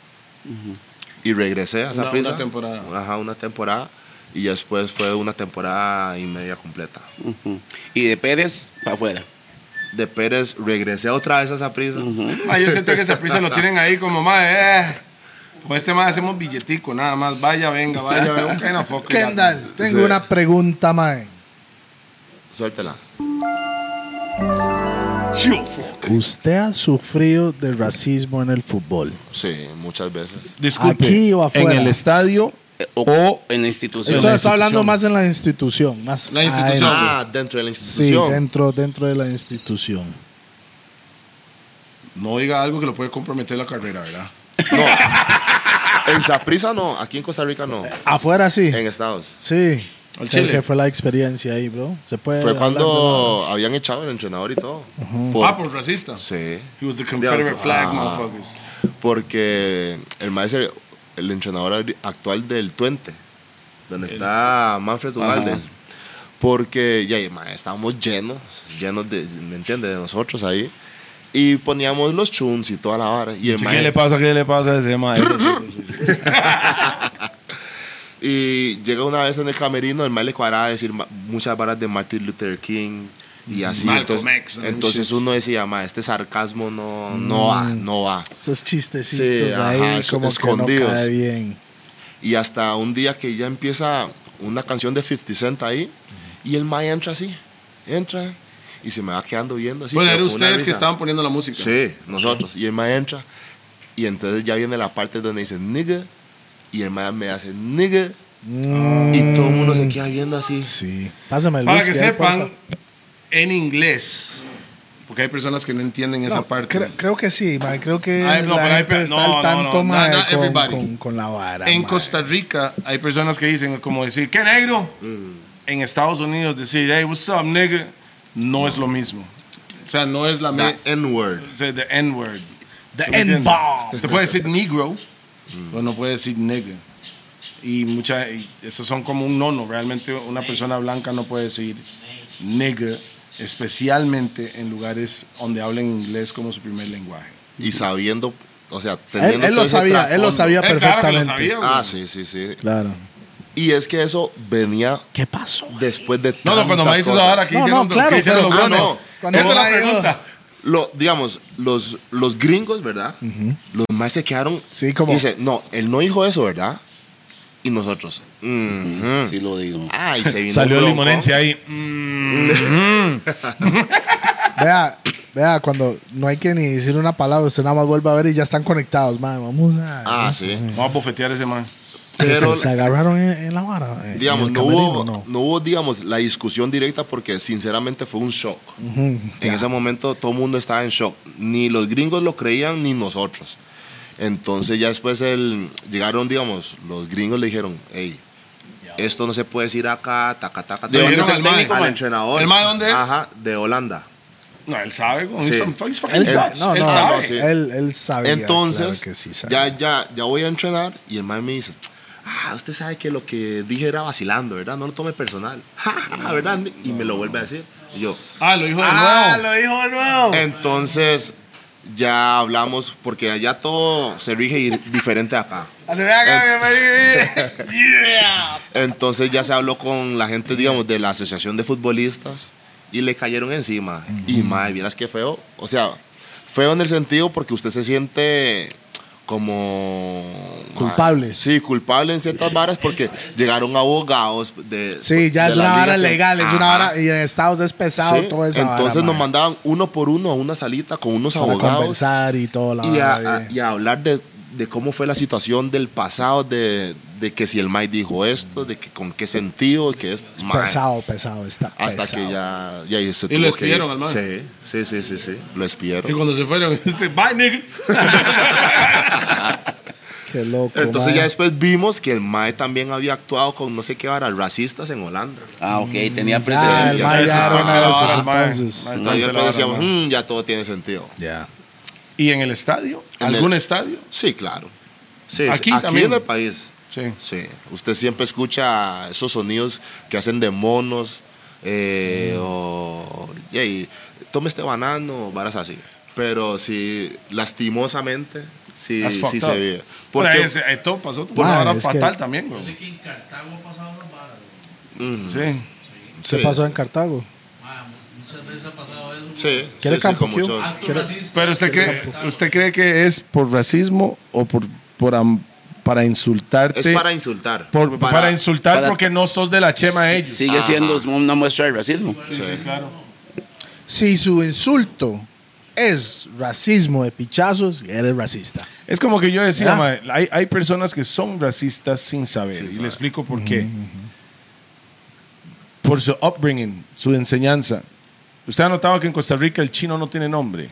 Speaker 3: y regresé a esa
Speaker 2: Una- una temporada.
Speaker 3: Ajá, una temporada. Y después fue una temporada y media completa.
Speaker 5: Ujú. Y de Pérez para afuera.
Speaker 3: De Pérez regresé otra vez a esa prisa.
Speaker 2: Ah, yo siento que esa prisa lo tienen ahí como más, eh. Con este más hacemos billetico, nada más. Vaya, venga, vaya, venga. Un kind of fuck.
Speaker 4: Kendall, tengo
Speaker 3: Sí.
Speaker 4: una pregunta, man.
Speaker 3: Suéltela.
Speaker 4: ¿Usted ha sufrido de racismo en el fútbol?
Speaker 3: Sí, muchas veces.
Speaker 2: Disculpe.
Speaker 4: Aquí o afuera.
Speaker 2: En el estadio.
Speaker 5: Eh, O, en la institución.
Speaker 4: Esto
Speaker 2: la
Speaker 4: está hablando
Speaker 2: institución.
Speaker 4: más en la institución. Más
Speaker 2: La institución.
Speaker 4: adentro.
Speaker 3: Ah, dentro de la
Speaker 4: Sí,
Speaker 3: institución.
Speaker 4: dentro, dentro de la institución.
Speaker 2: No diga algo que lo puede comprometer la carrera, ¿verdad?
Speaker 3: En Saprisa no, aquí en Costa Rica no.
Speaker 4: Afuera sí.
Speaker 3: En Estados.
Speaker 4: Sí.
Speaker 2: Al
Speaker 4: Creo
Speaker 2: Chile.
Speaker 4: que fue la experiencia ahí, bro. Se puede
Speaker 3: Fue
Speaker 4: hablar de
Speaker 3: cuando habían echado al entrenador y todo. Por-
Speaker 2: Ah, por racista.
Speaker 3: Oh. Sí.
Speaker 2: He was the Confederate flag,
Speaker 3: Ah.
Speaker 2: motherfuckers.
Speaker 3: Porque el maestro, el entrenador actual del Tuente, donde está Manfred Ugalde.
Speaker 5: Ajá.
Speaker 3: Porque ya, ma, estábamos llenos, llenos de, ¿me entiendes? De nosotros ahí. Y poníamos los chuns y toda la vara. Y el
Speaker 2: Sí,
Speaker 3: mae-
Speaker 2: ¿Qué le pasa? ¿Qué le pasa a ese maestro?
Speaker 3: Y llega una vez en el camerino, el mal le cuadraba decir ma- muchas varas de Martin Luther King y así.
Speaker 2: Mm, Malcolm X,
Speaker 3: entonces,
Speaker 2: ¿no?
Speaker 3: entonces
Speaker 2: Sí. Mm.
Speaker 3: uno decía, ma, este sarcasmo no, no va, no va.
Speaker 4: Esos chistecitos
Speaker 3: Sí, ajá,
Speaker 4: ahí,
Speaker 3: esos
Speaker 4: como
Speaker 3: escondidos. Ah.
Speaker 4: que no cae bien.
Speaker 3: Y hasta un día que ya empieza una canción de 50 Cent ahí, y el ma entra así, entra y se me va quedando viendo así.
Speaker 2: bueno,
Speaker 3: pero
Speaker 2: eran
Speaker 3: con una
Speaker 2: ustedes que
Speaker 3: risa.
Speaker 2: estaban poniendo la música.
Speaker 3: Sí, nosotros. Y el ma entra, y entonces ya viene la parte donde dice nigga, y el ma me hace nigga, y todo el mundo se queda viendo así.
Speaker 4: Mm. Sí. Pásame el
Speaker 2: Para
Speaker 4: whisky
Speaker 2: que
Speaker 4: ahí, porfa.
Speaker 2: sepan, en inglés, porque hay personas que no entienden esa
Speaker 4: No,
Speaker 2: parte.
Speaker 4: cre- creo que sí, man. Creo que
Speaker 2: Ay, no,
Speaker 4: la
Speaker 2: pero hay
Speaker 4: gente
Speaker 2: pe-
Speaker 4: está
Speaker 2: no,
Speaker 4: al
Speaker 2: no, no,
Speaker 4: tanto,
Speaker 2: no,
Speaker 4: man,
Speaker 2: not
Speaker 4: con-
Speaker 2: everybody.
Speaker 4: con, con la vara.
Speaker 2: en
Speaker 4: man.
Speaker 2: Costa Rica hay personas que dicen, como decir, ¿qué negro? En Estados Unidos decir, hey, what's up, nigga, no, es lo mismo. O sea, no es la...
Speaker 3: La
Speaker 2: me-
Speaker 3: N-word.
Speaker 2: o sea, the N-word.
Speaker 4: The
Speaker 2: ¿Sí me entiendes?
Speaker 4: N-bomb. Mm.
Speaker 2: Usted puede decir negro, pero no puede decir nigga. Y, mucha, y esos son como un nono. Realmente una persona blanca no puede decir nigga, especialmente en lugares donde hablan inglés como su primer lenguaje.
Speaker 4: Eh,
Speaker 3: Y sabiendo, o sea,
Speaker 4: Él,
Speaker 3: teniendo
Speaker 4: él lo
Speaker 3: todo ese
Speaker 4: sabía, él lo
Speaker 3: trasfondo.
Speaker 4: sabía
Speaker 2: Eh, claro que lo
Speaker 4: perfectamente.
Speaker 2: sabía.
Speaker 3: Ah, sí, sí, sí.
Speaker 4: Claro.
Speaker 3: Y es que eso venía
Speaker 4: ¿Qué pasó?
Speaker 3: después de
Speaker 2: No, no, cuando me dices ahora que
Speaker 4: No,
Speaker 2: hicieron,
Speaker 4: no, claro,
Speaker 2: que hicieron
Speaker 4: pero-
Speaker 2: los
Speaker 3: Ah, no.
Speaker 2: dones.
Speaker 4: Cuando
Speaker 2: Esa es la
Speaker 4: haya-
Speaker 2: pregunta.
Speaker 3: Lo, digamos, los, los gringos, ¿verdad? Los más se quedaron.
Speaker 4: Sí, como-
Speaker 3: y Dicen, no, él no dijo eso, ¿verdad? Y nosotros. ujú.
Speaker 5: Sí lo digo.
Speaker 3: Ay, se vino.
Speaker 2: Salió
Speaker 3: el
Speaker 2: el
Speaker 3: bronco.
Speaker 2: limonencia ahí. Mm.
Speaker 4: Mm. Vea, vea, cuando no hay que ni decir una palabra, usted nada más vuelve a ver y ya están conectados, man. Vamos a.
Speaker 3: Ah, sí.
Speaker 2: Vamos a bofetear ese man.
Speaker 4: Pero
Speaker 3: Pero,
Speaker 4: se, se agarraron en, en la vara. eh, en- en
Speaker 3: digamos,
Speaker 4: el
Speaker 3: no
Speaker 4: camerino,
Speaker 3: hubo, no. hubo, digamos, la discusión directa porque sinceramente fue un shock. En ese momento todo el mundo estaba en shock. Ni los gringos lo creían, ni nosotros. Entonces ya después el, llegaron, digamos, los gringos le dijeron, hey, esto no se puede decir acá, taca, taca,
Speaker 2: Le
Speaker 3: taca".
Speaker 2: dijeron
Speaker 3: Entonces,
Speaker 2: al mae.
Speaker 3: al entrenador.
Speaker 2: ¿El mae dónde es?
Speaker 3: Ajá, de Holanda.
Speaker 2: No, él sabe. güey.
Speaker 3: Sí.
Speaker 2: He's from- he's fucking
Speaker 4: Él
Speaker 2: Dutch.
Speaker 4: sabe. No,
Speaker 2: Él
Speaker 4: no,
Speaker 2: sabe.
Speaker 3: no, sí.
Speaker 4: él, él sabía.
Speaker 3: Entonces,
Speaker 4: claro que sí sabía.
Speaker 3: ya, ya, ya voy a entrenar y el mae me dice, ah, usted sabe que lo que dije era vacilando, ¿verdad? No lo tome personal. Ja, ja, ja, ¿verdad? Y me lo vuelve a decir. Y yo,
Speaker 2: Ah, lo dijo de
Speaker 4: Ah,
Speaker 2: nuevo.
Speaker 4: lo dijo de nuevo.
Speaker 3: entonces ya hablamos, porque allá todo se rige y- diferente acá.
Speaker 4: Ah, se ve acá, mi marido.
Speaker 3: Entonces ya se habló con la gente, digamos, de la Asociación de Futbolistas y le cayeron encima. Y mae, vieras qué feo. O sea, feo en el sentido porque usted se siente como mae,
Speaker 4: Culpable.
Speaker 3: sí, culpable en ciertas varas porque llegaron abogados de
Speaker 4: Sí, ya
Speaker 3: de
Speaker 4: es
Speaker 3: la
Speaker 4: una
Speaker 3: liga
Speaker 4: vara
Speaker 3: que-
Speaker 4: legal, es una
Speaker 3: Ajá.
Speaker 4: vara. Y en Estados es pesado
Speaker 3: Sí,
Speaker 4: todo eso.
Speaker 3: Entonces nos mandaban uno por uno a una salita con unos
Speaker 4: Para
Speaker 3: abogados
Speaker 4: compensar y todo. La
Speaker 3: y a,
Speaker 4: vara,
Speaker 3: a- y a hablar de, de cómo fue la situación del pasado, de, de que si el Mike dijo esto, de que con qué sentido, que es mae,
Speaker 4: pesado, pesado, está
Speaker 3: Hasta
Speaker 4: pesado.
Speaker 3: que ya, ya ahí se
Speaker 2: lo
Speaker 3: tuvo que ir.
Speaker 2: despidieron al mae.
Speaker 3: Sí, sí, sí, sí, sí, Lo
Speaker 2: Y
Speaker 3: despidieron.
Speaker 2: cuando se fueron, este, bye, nigga.
Speaker 4: Qué loco.
Speaker 3: Entonces
Speaker 4: mae.
Speaker 3: ya después vimos que el Mae también había actuado con no sé qué varas racistas en Holanda.
Speaker 5: Ah, ok, tenía
Speaker 4: Ah, el
Speaker 5: presencia.
Speaker 4: mae
Speaker 3: Eso
Speaker 4: ya
Speaker 3: es
Speaker 4: era
Speaker 3: parte
Speaker 4: una
Speaker 3: de
Speaker 4: de
Speaker 3: la
Speaker 4: esos,
Speaker 2: vara, mae.
Speaker 4: entonces.
Speaker 2: Mae.
Speaker 3: Entonces
Speaker 2: Entonces,
Speaker 3: después
Speaker 2: la
Speaker 3: decíamos,
Speaker 2: verdad,
Speaker 3: "Mm, ya todo tiene sentido.
Speaker 4: Ya.
Speaker 2: ¿Y en el estadio?
Speaker 3: En
Speaker 2: ¿Algún
Speaker 3: el-
Speaker 2: estadio?
Speaker 3: Sí, claro. Sí,
Speaker 2: Aquí
Speaker 3: aquí,
Speaker 2: también.
Speaker 3: en el país.
Speaker 2: Sí.
Speaker 3: Sí, usted siempre escucha esos sonidos que hacen de monos
Speaker 2: Mm.
Speaker 3: eh, o, "Yey, tome este banano, varas así. Pero sí, lastimosamente, sí,
Speaker 2: That's
Speaker 3: sí
Speaker 2: fucked
Speaker 3: se
Speaker 2: up.
Speaker 3: vive.
Speaker 2: Pero
Speaker 3: Porque,
Speaker 2: ese- eh, todo pasó por
Speaker 4: Mae,
Speaker 2: una hora
Speaker 4: es que-
Speaker 2: fatal también, güey.
Speaker 6: Sé que en Cartago pasaba una vara, güey.
Speaker 2: Sí.
Speaker 4: ¿Qué
Speaker 3: mm, sí,
Speaker 4: pasó en Cartago?
Speaker 6: Ma, muchas veces ha pasado eso.
Speaker 3: Sí,
Speaker 4: ¿Quiere
Speaker 3: sí, sí, con
Speaker 4: Campo Q?
Speaker 3: muchos.
Speaker 6: Acto
Speaker 4: Quiero-
Speaker 6: racista.
Speaker 2: Pero usted cree, usted cree que es por racismo o por, por am- para insultarte.
Speaker 3: Es para insultar.
Speaker 2: por- para, insultar
Speaker 5: para-
Speaker 2: porque no sos de la chema de ellos.
Speaker 5: Sigue siendo una muestra de racismo.
Speaker 3: Sí.
Speaker 2: claro.
Speaker 4: Si su insulto es racismo de pichazos, eres racista.
Speaker 2: Es como que yo decía,
Speaker 4: Ya.
Speaker 2: mae, hay, hay personas que son racistas sin saber. y
Speaker 3: saber.
Speaker 2: le explico por qué. Por su upbringing, su enseñanza. Usted ha notado que en Costa Rica el chino no tiene nombre.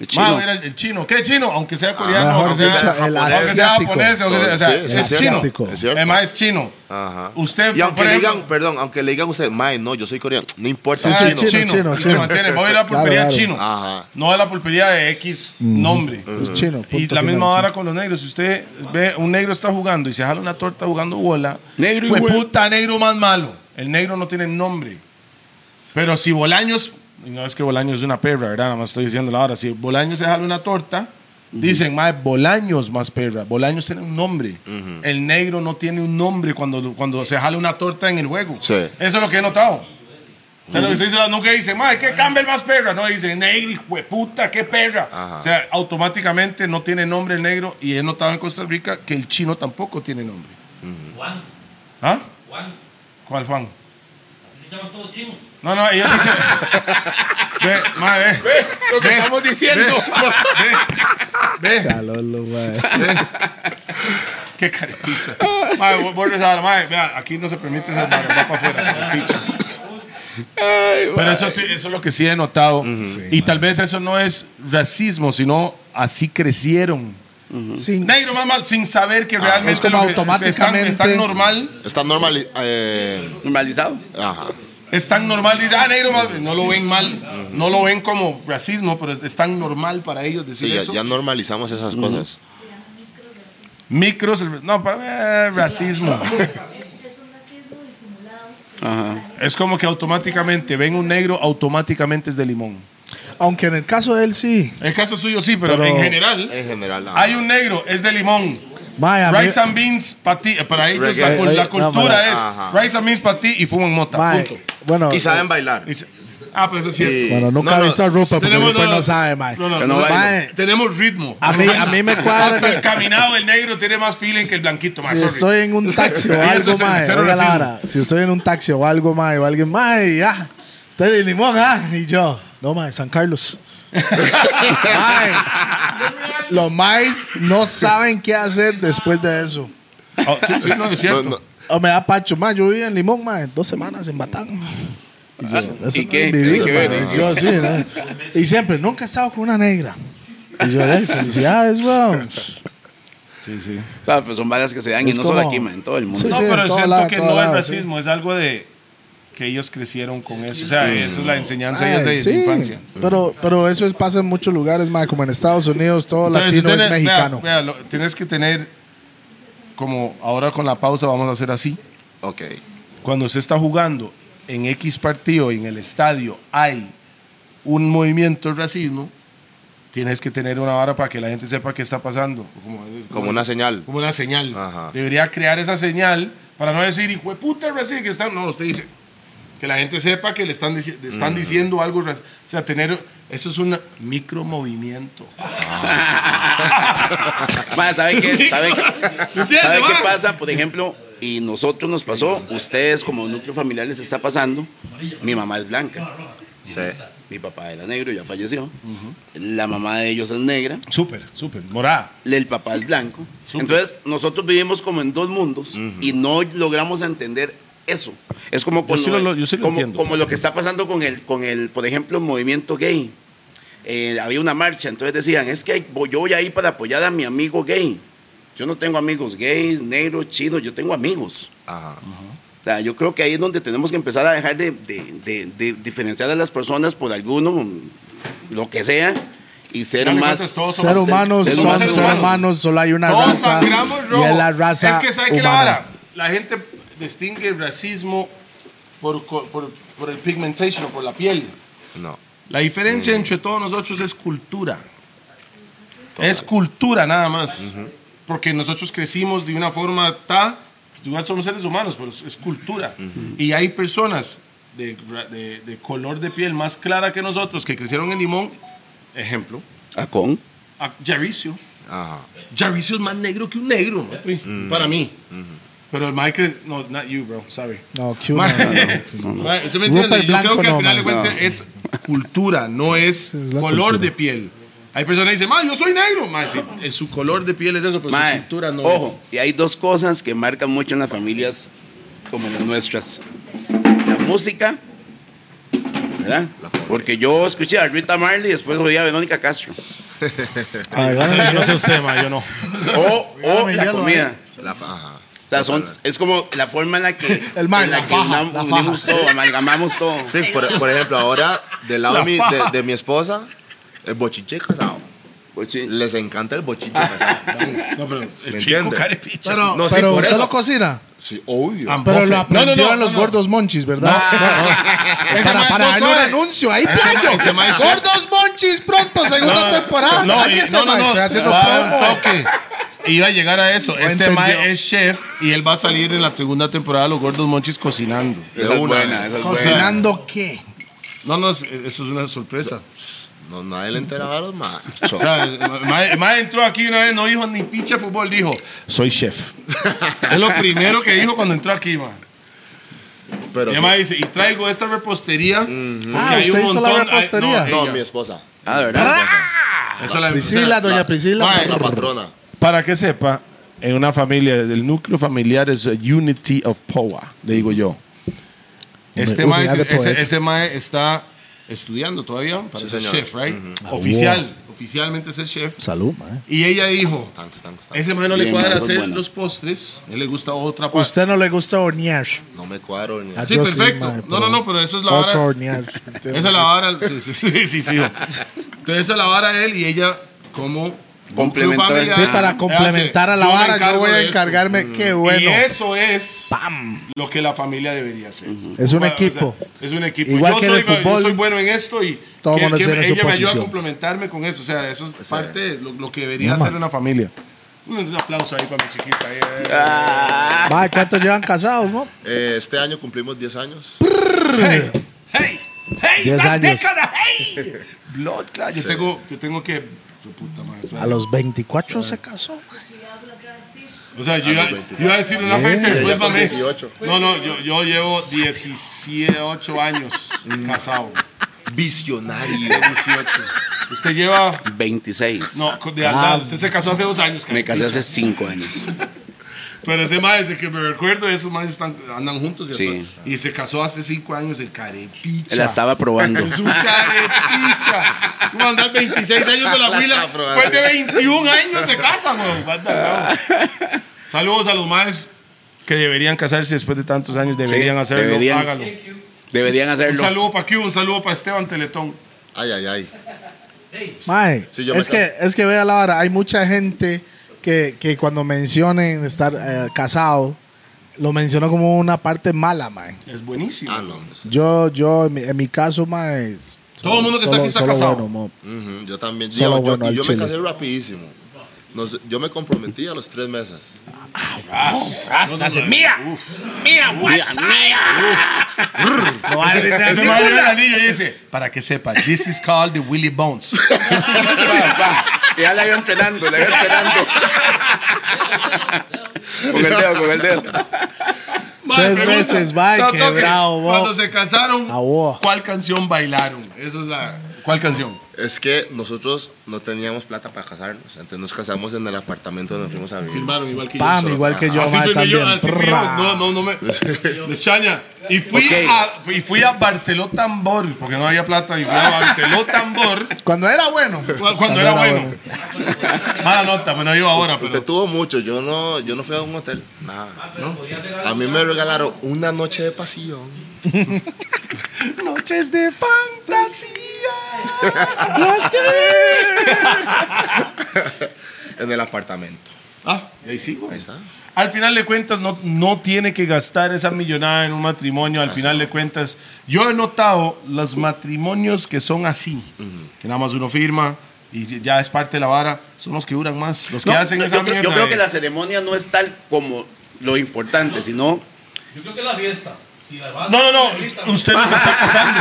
Speaker 5: El
Speaker 2: Chino.
Speaker 5: chino.
Speaker 2: era el, el chino. ¿Qué chino? Aunque sea coreano,
Speaker 4: Ah, mejor
Speaker 2: aunque,
Speaker 4: dicho,
Speaker 2: sea,
Speaker 4: el
Speaker 2: aunque sea
Speaker 4: asiático.
Speaker 2: japonés, aunque sea, o sea,
Speaker 3: Sí, sí,
Speaker 2: es,
Speaker 4: el
Speaker 2: chino.
Speaker 4: asiático. Ah,
Speaker 3: Es cierto.
Speaker 2: Además es chino.
Speaker 3: Ajá.
Speaker 2: Usted,
Speaker 3: y aunque
Speaker 2: por
Speaker 3: le
Speaker 2: ejemplo-
Speaker 3: digan, perdón, aunque le digan a usted, Mae, no, yo soy coreano, no importa,
Speaker 4: Sí,
Speaker 3: es
Speaker 4: sí,
Speaker 2: Ah,
Speaker 4: chino,
Speaker 3: chino.
Speaker 4: chino,
Speaker 2: Y
Speaker 4: chino.
Speaker 2: Se mantiene. Voy a la
Speaker 4: Claro,
Speaker 2: pulpería
Speaker 4: Ah. claro.
Speaker 2: chino.
Speaker 3: Ajá.
Speaker 2: No a la pulpería de X nombre.
Speaker 4: Es chino.
Speaker 2: Y
Speaker 4: punto
Speaker 2: la
Speaker 4: final,
Speaker 2: misma
Speaker 4: sí.
Speaker 2: vara con los negros. Si usted ve un negro está jugando y se jala una torta jugando bola,
Speaker 5: Negro y
Speaker 2: fue
Speaker 5: güey.
Speaker 2: puta negro más malo. El negro no tiene nombre. Pero si Bolaños, y no es que Bolaños es una perra, ¿verdad? Nada más estoy diciendo la hora. Si Bolaños se jala una torta, dicen, mae, Bolaños más perra. Bolaños tiene un nombre. El negro no tiene un nombre cuando, cuando se jala una torta en el juego.
Speaker 3: Sí.
Speaker 2: Eso es lo que he notado. O sea, lo que estoy diciendo, nunca dice, mae, ¿qué Campbell más perra? No, dice, negro, hijo de puta, qué perra.
Speaker 3: Ajá.
Speaker 2: O sea, automáticamente no tiene nombre el negro y he notado en Costa Rica que el chino tampoco tiene nombre.
Speaker 6: Juan,
Speaker 2: ¿Ah?
Speaker 6: Juan,
Speaker 2: ¿Cuál, Juan?
Speaker 6: así se llaman todos chinos.
Speaker 2: No, no, ellos dicen... ve, mae, ve.
Speaker 5: Lo que
Speaker 2: Ve,
Speaker 5: estamos diciendo.
Speaker 2: Ve, ve,
Speaker 4: Calolo, mae.
Speaker 2: qué carepicha. Mae, vu- vuelve esa vara, mae, vea, aquí no se permite esas varas, va para afuera, carepicha. Pero eso, sí, eso es lo que sí he notado. y tal vez eso no es racismo, sino así crecieron.
Speaker 4: Sin-
Speaker 2: Negro, mamá, sin saber que realmente
Speaker 4: es como
Speaker 2: lo que-
Speaker 4: automáticamente-
Speaker 2: es tan, es tan normal,
Speaker 3: Está normal. eh,
Speaker 5: Normalizado.
Speaker 3: ajá.
Speaker 2: es tan normal, dice, ah, negro, mamá, no lo ven mal, no lo ven como racismo, pero es, es tan normal para ellos decir
Speaker 3: Sí, ya,
Speaker 2: eso.
Speaker 3: ya normalizamos esas cosas.
Speaker 2: Micros, no, para mí, eh, racismo.
Speaker 7: Es un racismo disimulado.
Speaker 2: es como que automáticamente ven un negro, automáticamente es de limón.
Speaker 4: Aunque en el caso de él sí.
Speaker 2: En el caso suyo sí, pero,
Speaker 4: Pero-
Speaker 2: en general,
Speaker 3: En general, ajá.
Speaker 2: hay un negro, es de limón.
Speaker 4: Mae, a mí-
Speaker 2: Rice and beans para ti, eh, para ellos la,
Speaker 3: Reggae.
Speaker 2: cul- la
Speaker 4: Ay,
Speaker 2: cultura
Speaker 4: no,
Speaker 2: es
Speaker 3: ajá.
Speaker 2: rice and beans para ti y fuman mota.
Speaker 4: mae,
Speaker 2: punto.
Speaker 4: bueno, eh,
Speaker 3: y saben bailar.
Speaker 2: Dice- ah, pero eso es cierto.
Speaker 3: Sí.
Speaker 4: bueno, nunca
Speaker 3: No, pues
Speaker 4: he
Speaker 3: no,
Speaker 4: visto a Rupa, porque
Speaker 2: Tenemos-
Speaker 4: después
Speaker 2: no,
Speaker 4: no,
Speaker 2: no,
Speaker 4: sabe, mae.
Speaker 2: no, no,
Speaker 5: Que no
Speaker 2: no,
Speaker 5: baile.
Speaker 4: Mae,
Speaker 2: Tenemos ritmo.
Speaker 4: a mí, a mí me
Speaker 2: Hasta el
Speaker 4: cuadra.
Speaker 2: caminado del negro tiene más feeling que el blanquito. más
Speaker 4: Si estoy en un taxi o algo, mae, oiga la vara, Si estoy en un taxi o algo, mae, o alguien, mae, ya. Usted de limón, ah. Y yo, no, mae, San Carlos. Mae, los maes no saben qué hacer después de eso.
Speaker 2: Oh, sí, sí, no, es
Speaker 3: No,
Speaker 2: cierto.
Speaker 3: no,
Speaker 4: O me da pacho, mae, yo viví en Limón, mae, dos semanas en Batán. Y yo, eso
Speaker 5: Ah, ¿y
Speaker 4: no
Speaker 5: qué?
Speaker 4: es vivir,
Speaker 5: ¿Y qué
Speaker 4: mae.
Speaker 5: ven?
Speaker 4: Yo, sí, ¿no? Y siempre, nunca he estado con una negra. Y yo, "Ey, felicidades, weón.
Speaker 2: Sí, sí.
Speaker 5: ¿Sabes? Pues son varias que se dan y
Speaker 4: Es
Speaker 5: no solo
Speaker 4: como-
Speaker 5: aquí, man, en todo el mundo.
Speaker 4: Sí,
Speaker 2: No,
Speaker 4: sí, en
Speaker 2: pero
Speaker 4: todo
Speaker 2: siento
Speaker 4: lado,
Speaker 2: que
Speaker 4: todo
Speaker 2: no
Speaker 4: lado,
Speaker 2: es racismo, es algo de que ellos crecieron con eso. O sea, eso es la enseñanza
Speaker 4: Ay,
Speaker 2: ellos de, de
Speaker 4: sí.
Speaker 2: infancia.
Speaker 4: Pero, pero eso es, pasa en muchos lugares, mae, como en Estados Unidos, todo
Speaker 2: Entonces,
Speaker 4: latino es
Speaker 2: usted- vea,
Speaker 4: mexicano.
Speaker 2: vea, lo- tienes que tener, como ahora con la pausa vamos a hacer así.
Speaker 3: ok.
Speaker 2: Cuando se está jugando en X partido y en el estadio hay un movimiento de racismo, tienes que tener una vara para que la gente sepa qué está pasando. Como,
Speaker 3: Como una señal.
Speaker 2: Como una señal.
Speaker 3: Ajá.
Speaker 2: Debería crear esa señal para no decir, hijo de puta, racismo que está. No, usted dice, Que la gente sepa que le están, dici- le están diciendo algo. raci- O sea, tener. Eso es un micromovimiento.
Speaker 5: Ma, ¿sabe qué? ¿Sabe, qué-
Speaker 2: ¿Entiende,
Speaker 5: sabe qué
Speaker 2: ma?
Speaker 5: pasa? Por ejemplo, y nosotros nos pasó, ustedes como núcleo familiar les está pasando, mi mamá es blanca, mi papá era negro, ya falleció, la mamá de ellos es negra,
Speaker 2: Súper, súper. Morada.
Speaker 5: el papá es blanco.
Speaker 2: Súper.
Speaker 5: Entonces, nosotros vivimos como en dos mundos y no logramos entender eso. Es como, con
Speaker 2: sí
Speaker 5: lo,
Speaker 2: lo- lo- yo sí lo
Speaker 5: como,
Speaker 2: entiendo.
Speaker 5: como lo que está pasando con el, con el, por ejemplo, movimiento gay. Eh, había una marcha, entonces decían, es que hay- voy- yo voy ahí para apoyar a mi amigo gay. Yo no tengo amigos gays, negros, chinos, yo tengo amigos.
Speaker 3: Ajá.
Speaker 5: O sea, yo creo que ahí es donde tenemos que empezar a dejar de, de- de- de diferenciar a las personas por alguno, lo que sea, y ser
Speaker 2: Dale
Speaker 5: más...
Speaker 2: cuentas, todos
Speaker 4: Ser
Speaker 2: somos-
Speaker 4: humanos
Speaker 5: seres
Speaker 4: son
Speaker 5: humanos.
Speaker 4: seres humanos, solo hay una
Speaker 2: Todos
Speaker 4: raza.
Speaker 2: sangramos
Speaker 4: Y
Speaker 2: rojo.
Speaker 4: es la raza.
Speaker 2: Es que sabe que la
Speaker 4: humana.
Speaker 2: vara. La gente distingue el racismo por, co- por, por el pigmentation o por la piel.
Speaker 3: No.
Speaker 2: La
Speaker 4: Mm.
Speaker 2: diferencia entre todos nosotros es cultura. Es cultura nada más. Porque nosotros crecimos de una forma ta, pues, igual somos seres humanos, pero es es cultura. Y hay personas de, ra- de- de color de piel más clara que nosotros que crecieron en Limón. Ejemplo,
Speaker 5: ¿A con?
Speaker 2: a Jaricio.
Speaker 3: Ajá.
Speaker 2: Jaricio es más negro que un negro, ¿no? para mí. Pero Michael, no, not you, bro, sorry.
Speaker 4: No, que uno,
Speaker 2: Ma-
Speaker 4: no, no.
Speaker 2: Ma- ¿usted me entiende?
Speaker 4: Rupert
Speaker 2: Yo
Speaker 4: Blanco
Speaker 2: creo que al
Speaker 4: no,
Speaker 2: final de
Speaker 4: man.
Speaker 2: cuentas es cultura, no es,
Speaker 4: es la
Speaker 2: color
Speaker 4: cultura.
Speaker 2: de piel. Hay personas que dicen, ma, yo soy negro. Ma, sí, eh, su color de piel es eso, pero
Speaker 5: Mae,
Speaker 2: su cultura no
Speaker 5: ojo,
Speaker 2: es.
Speaker 5: y hay dos cosas que marcan mucho en las familias como las nuestras. La música, ¿verdad? Porque yo escuché a Rita Marley y después oí a Verónica Castro.
Speaker 2: Yo no sé usted, ma, yo no.
Speaker 5: O, o
Speaker 4: me
Speaker 5: la
Speaker 4: hielo,
Speaker 5: comida.
Speaker 3: La, ajá.
Speaker 5: O sea, son- es como la forma en la que,
Speaker 4: El mae,
Speaker 5: en
Speaker 4: la faja,
Speaker 5: unam-
Speaker 4: la
Speaker 5: unimos
Speaker 4: faja.
Speaker 5: todo, amalgamamos todo.
Speaker 3: Sí, por, por ejemplo, ahora del lado
Speaker 2: La
Speaker 3: de mi, de,
Speaker 2: faja.
Speaker 3: de mi esposa, el bochiche casado.
Speaker 5: Cochi-
Speaker 3: Les encanta el bochiche casado.
Speaker 2: No, pero el
Speaker 3: ¿Me
Speaker 2: chico
Speaker 3: entiende?
Speaker 2: carepicha.
Speaker 4: Pero,
Speaker 3: No, sí,
Speaker 4: pero
Speaker 3: por
Speaker 4: usted
Speaker 3: eso.
Speaker 4: lo cocina.
Speaker 3: Sí, obvio.
Speaker 2: Am-
Speaker 4: Pero
Speaker 2: Bofe.
Speaker 4: lo
Speaker 2: No,
Speaker 4: aprendió
Speaker 2: no, no,
Speaker 4: en los
Speaker 2: no, no.
Speaker 4: gordos monchis, ¿verdad?
Speaker 2: Ese
Speaker 4: Para,
Speaker 2: ma-
Speaker 4: para
Speaker 2: no,
Speaker 4: darle un
Speaker 2: suave.
Speaker 4: anuncio, ahí
Speaker 2: Ese ma-
Speaker 4: playo.
Speaker 2: ese ma-
Speaker 4: Gordos monchis pronto, segunda temporada.
Speaker 2: No, y-
Speaker 4: Cállese,
Speaker 2: no, no, Ah,
Speaker 4: ma,
Speaker 2: no,
Speaker 4: estoy haciendo
Speaker 2: va,
Speaker 4: promo.
Speaker 2: toque. Iba a llegar a eso. este
Speaker 4: entendió.
Speaker 2: mae es chef y él va a salir en la segunda temporada de Los Gordos Monchis cocinando.
Speaker 5: Esa es
Speaker 3: una.
Speaker 5: buena, esa es buena.
Speaker 4: ¿Cocinando qué?
Speaker 2: No, no, es- eso es una sorpresa.
Speaker 3: No, nadie le enteraron, más.
Speaker 2: O sea, el mae- el mae entró aquí una vez, no dijo ni pinche fútbol, dijo, soy chef. es lo primero que dijo cuando entró aquí, mae.
Speaker 3: Pero
Speaker 2: Y
Speaker 3: sí.
Speaker 2: el mae dice, y traigo esta repostería. porque
Speaker 4: Ah,
Speaker 2: hay
Speaker 4: usted
Speaker 2: un
Speaker 4: hizo la
Speaker 2: montón- hay-
Speaker 4: repostería.
Speaker 2: no,
Speaker 3: No,
Speaker 2: ella.
Speaker 3: mi esposa.
Speaker 5: Ah, de verdad.
Speaker 2: Eso la-
Speaker 4: Priscila, doña Priscila.
Speaker 2: Mae,
Speaker 3: La patrona.
Speaker 2: Para que sepa, en una familia, el núcleo familiar es a unity of power, le digo yo. Este mae,
Speaker 4: unidad de poder.
Speaker 2: ese, ese mae está estudiando todavía para
Speaker 3: Sí,
Speaker 2: ser
Speaker 3: señor.
Speaker 2: chef, right? Oficial, oficialmente ser chef.
Speaker 4: Salud, eh. man.
Speaker 2: Y ella dijo,
Speaker 3: Thanks, thanks, thanks.
Speaker 2: ese mae no le
Speaker 5: Bien,
Speaker 2: cuadra
Speaker 5: eso es
Speaker 2: hacer
Speaker 5: bueno.
Speaker 2: los postres, a él le gusta otra parte.
Speaker 4: Usted no le gusta hornear.
Speaker 3: No me cuadro ni
Speaker 4: A
Speaker 2: Sí,
Speaker 4: yo
Speaker 2: perfecto.
Speaker 4: mae,
Speaker 2: No, no, no, pero eso es la
Speaker 4: Otro
Speaker 2: vara.
Speaker 4: hornear.
Speaker 2: Esa es la vara, sí, sí, sí, sí, fijo. Entonces esa es la vara de él y ella como
Speaker 5: Complementó
Speaker 2: núcleo
Speaker 5: el-
Speaker 4: Sí,
Speaker 2: familiar,
Speaker 4: para
Speaker 2: hace,
Speaker 4: complementar a la
Speaker 2: "Yo me
Speaker 4: vara, yo
Speaker 2: encargo
Speaker 4: voy a
Speaker 2: de esto".
Speaker 4: encargarme. Qué bueno.
Speaker 2: Y eso es lo que la familia debería hacer.
Speaker 4: Es un
Speaker 2: Bueno, o sea,
Speaker 4: equipo.
Speaker 2: es un equipo.
Speaker 4: Igual
Speaker 2: yo,
Speaker 4: que en
Speaker 2: soy,
Speaker 4: el fútbol,
Speaker 2: yo soy bueno en esto y
Speaker 4: todo
Speaker 2: que-
Speaker 4: mundo
Speaker 2: que
Speaker 4: tiene
Speaker 2: ella
Speaker 4: su
Speaker 2: me ayuda a
Speaker 4: posición.
Speaker 2: complementarme con eso. O sea, eso es
Speaker 3: sea,
Speaker 2: parte de lo, lo que debería
Speaker 4: no,
Speaker 2: hacer
Speaker 4: man.
Speaker 2: una familia. Un aplauso ahí para mi chiquita. eh, eh.
Speaker 4: Ah. Mae, ¿cuántos llevan casados, no?
Speaker 3: Eh, este año cumplimos 10 años.
Speaker 2: ¡Hey! ¡Hey! ¡Hey!
Speaker 4: Diez
Speaker 2: ¡La
Speaker 4: años.
Speaker 2: década! ¡Hey! Blood, claro. Yo, tengo, yo tengo que. Su puta madre,
Speaker 4: A los 24 se casó. mae.
Speaker 2: O sea, yo iba,
Speaker 3: Ah, los 29.
Speaker 2: yo iba a decir una fecha y
Speaker 3: Ella
Speaker 2: después
Speaker 3: con
Speaker 2: mamé.
Speaker 3: 18.
Speaker 2: No, no, yo, yo llevo 18 años
Speaker 4: Mm.
Speaker 2: casado.
Speaker 3: Visionario.
Speaker 2: 18. Usted lleva.
Speaker 5: 26.
Speaker 2: No, con- de verdad, usted se casó hace dos años, cara.
Speaker 5: Me casé hace 5 años.
Speaker 2: Pero ese mae, desde que me recuerdo, esos maes están, andan juntos. Y,
Speaker 5: Sí.
Speaker 2: hasta- y se casó hace cinco años el carepicha.
Speaker 5: La estaba probando.
Speaker 2: Es un carepicha. Vamos a andar 26 años de la
Speaker 3: La
Speaker 2: huila.
Speaker 3: está probando.
Speaker 2: Después de 21 años se casan, weón. Manda, weón. Saludos a los maes que deberían casarse después de tantos años. Deberían
Speaker 5: Sí,
Speaker 2: hacerlo.
Speaker 5: deberían.
Speaker 2: Hágalo.
Speaker 5: Deberían
Speaker 2: Un
Speaker 5: hacerlo.
Speaker 2: saludo para Q, un saludo para Esteban Teletón.
Speaker 3: Ay, ay, ay.
Speaker 4: Mae,
Speaker 3: Sí, yo me
Speaker 4: es, que, es que vea la vara, hay mucha gente que, que cuando mencionen estar eh, casado, lo menciona como una parte mala, mae.
Speaker 2: Es buenísimo.
Speaker 3: Ah, no. pues,
Speaker 4: Yo, yo, en mi, en mi caso, mae. es-
Speaker 2: Todo el mundo que está aquí está
Speaker 4: solo
Speaker 2: casado.
Speaker 4: bueno, mo.
Speaker 3: ujú, Yo también.
Speaker 4: Solo
Speaker 3: yo, yo-
Speaker 4: bueno
Speaker 3: y
Speaker 4: al
Speaker 3: yo me
Speaker 4: chile.
Speaker 3: casé rapidísimo. Nos- yo me comprometí a los tres meses.
Speaker 8: Raza, se- mía, mía, guata, mía. No vale,
Speaker 2: Ese-
Speaker 8: ya
Speaker 2: Ese
Speaker 8: se
Speaker 2: madre
Speaker 8: vale.
Speaker 2: del anillo y dice, para que sepa, this is called the Willy Bones.
Speaker 5: Ya la iba entrenando, la iba entrenando. con el dedo, con el dedo.
Speaker 4: Tres
Speaker 2: pregunta,
Speaker 4: veces, mae,
Speaker 2: Santo, que
Speaker 4: quebrado, bo.
Speaker 2: Cuando se casaron,
Speaker 4: Ah, bo.
Speaker 2: ¿cuál canción bailaron? Eso es la... ¿Cuál canción?
Speaker 3: Es que nosotros no teníamos plata para casarnos. Entonces nos casamos en el apartamento donde fuimos a vivir.
Speaker 2: Firmaron igual que yo.
Speaker 4: Pam, igual que yo,
Speaker 2: así
Speaker 4: mae,
Speaker 2: firmé
Speaker 4: también.
Speaker 2: yo, así fui yo.
Speaker 4: Prrra.
Speaker 2: No, no, no me... Les chaña. Y fui,
Speaker 5: Ok.
Speaker 2: a, y fui a Barceló Tambor, porque no había plata, y fui a Barceló Tambor
Speaker 4: Cuando era bueno.
Speaker 2: cu- cuando, era, bueno. Mala nota, bueno, yo ahora,
Speaker 3: Usted
Speaker 2: pero...
Speaker 3: tuvo mucho. Yo no, yo no fui a un hotel. Nada.
Speaker 6: Ah, Pero podía ser algo.
Speaker 3: A mí me regalaron una noche de pasión.
Speaker 2: Noches de fantasía.
Speaker 3: en el apartamento.
Speaker 2: Ah, y ahí sí, güey.
Speaker 3: Ahí está.
Speaker 2: Al final de cuentas, no, no tiene que gastar esa millonada en un matrimonio. Al final de cuentas, yo he notado los matrimonios que son así, que nada más uno firma y ya es parte de la vara, son los que duran más. Los que
Speaker 5: No,
Speaker 2: hacen
Speaker 5: yo,
Speaker 2: esa
Speaker 5: yo creo-
Speaker 2: mierda.
Speaker 5: yo creo
Speaker 2: de-
Speaker 5: que la ceremonia no es tal como lo importante, sino
Speaker 6: Yo creo que la fiesta. Si la vas
Speaker 2: No, no,
Speaker 6: a
Speaker 2: no.
Speaker 6: hacer ahorita,
Speaker 2: Usted no se está casando.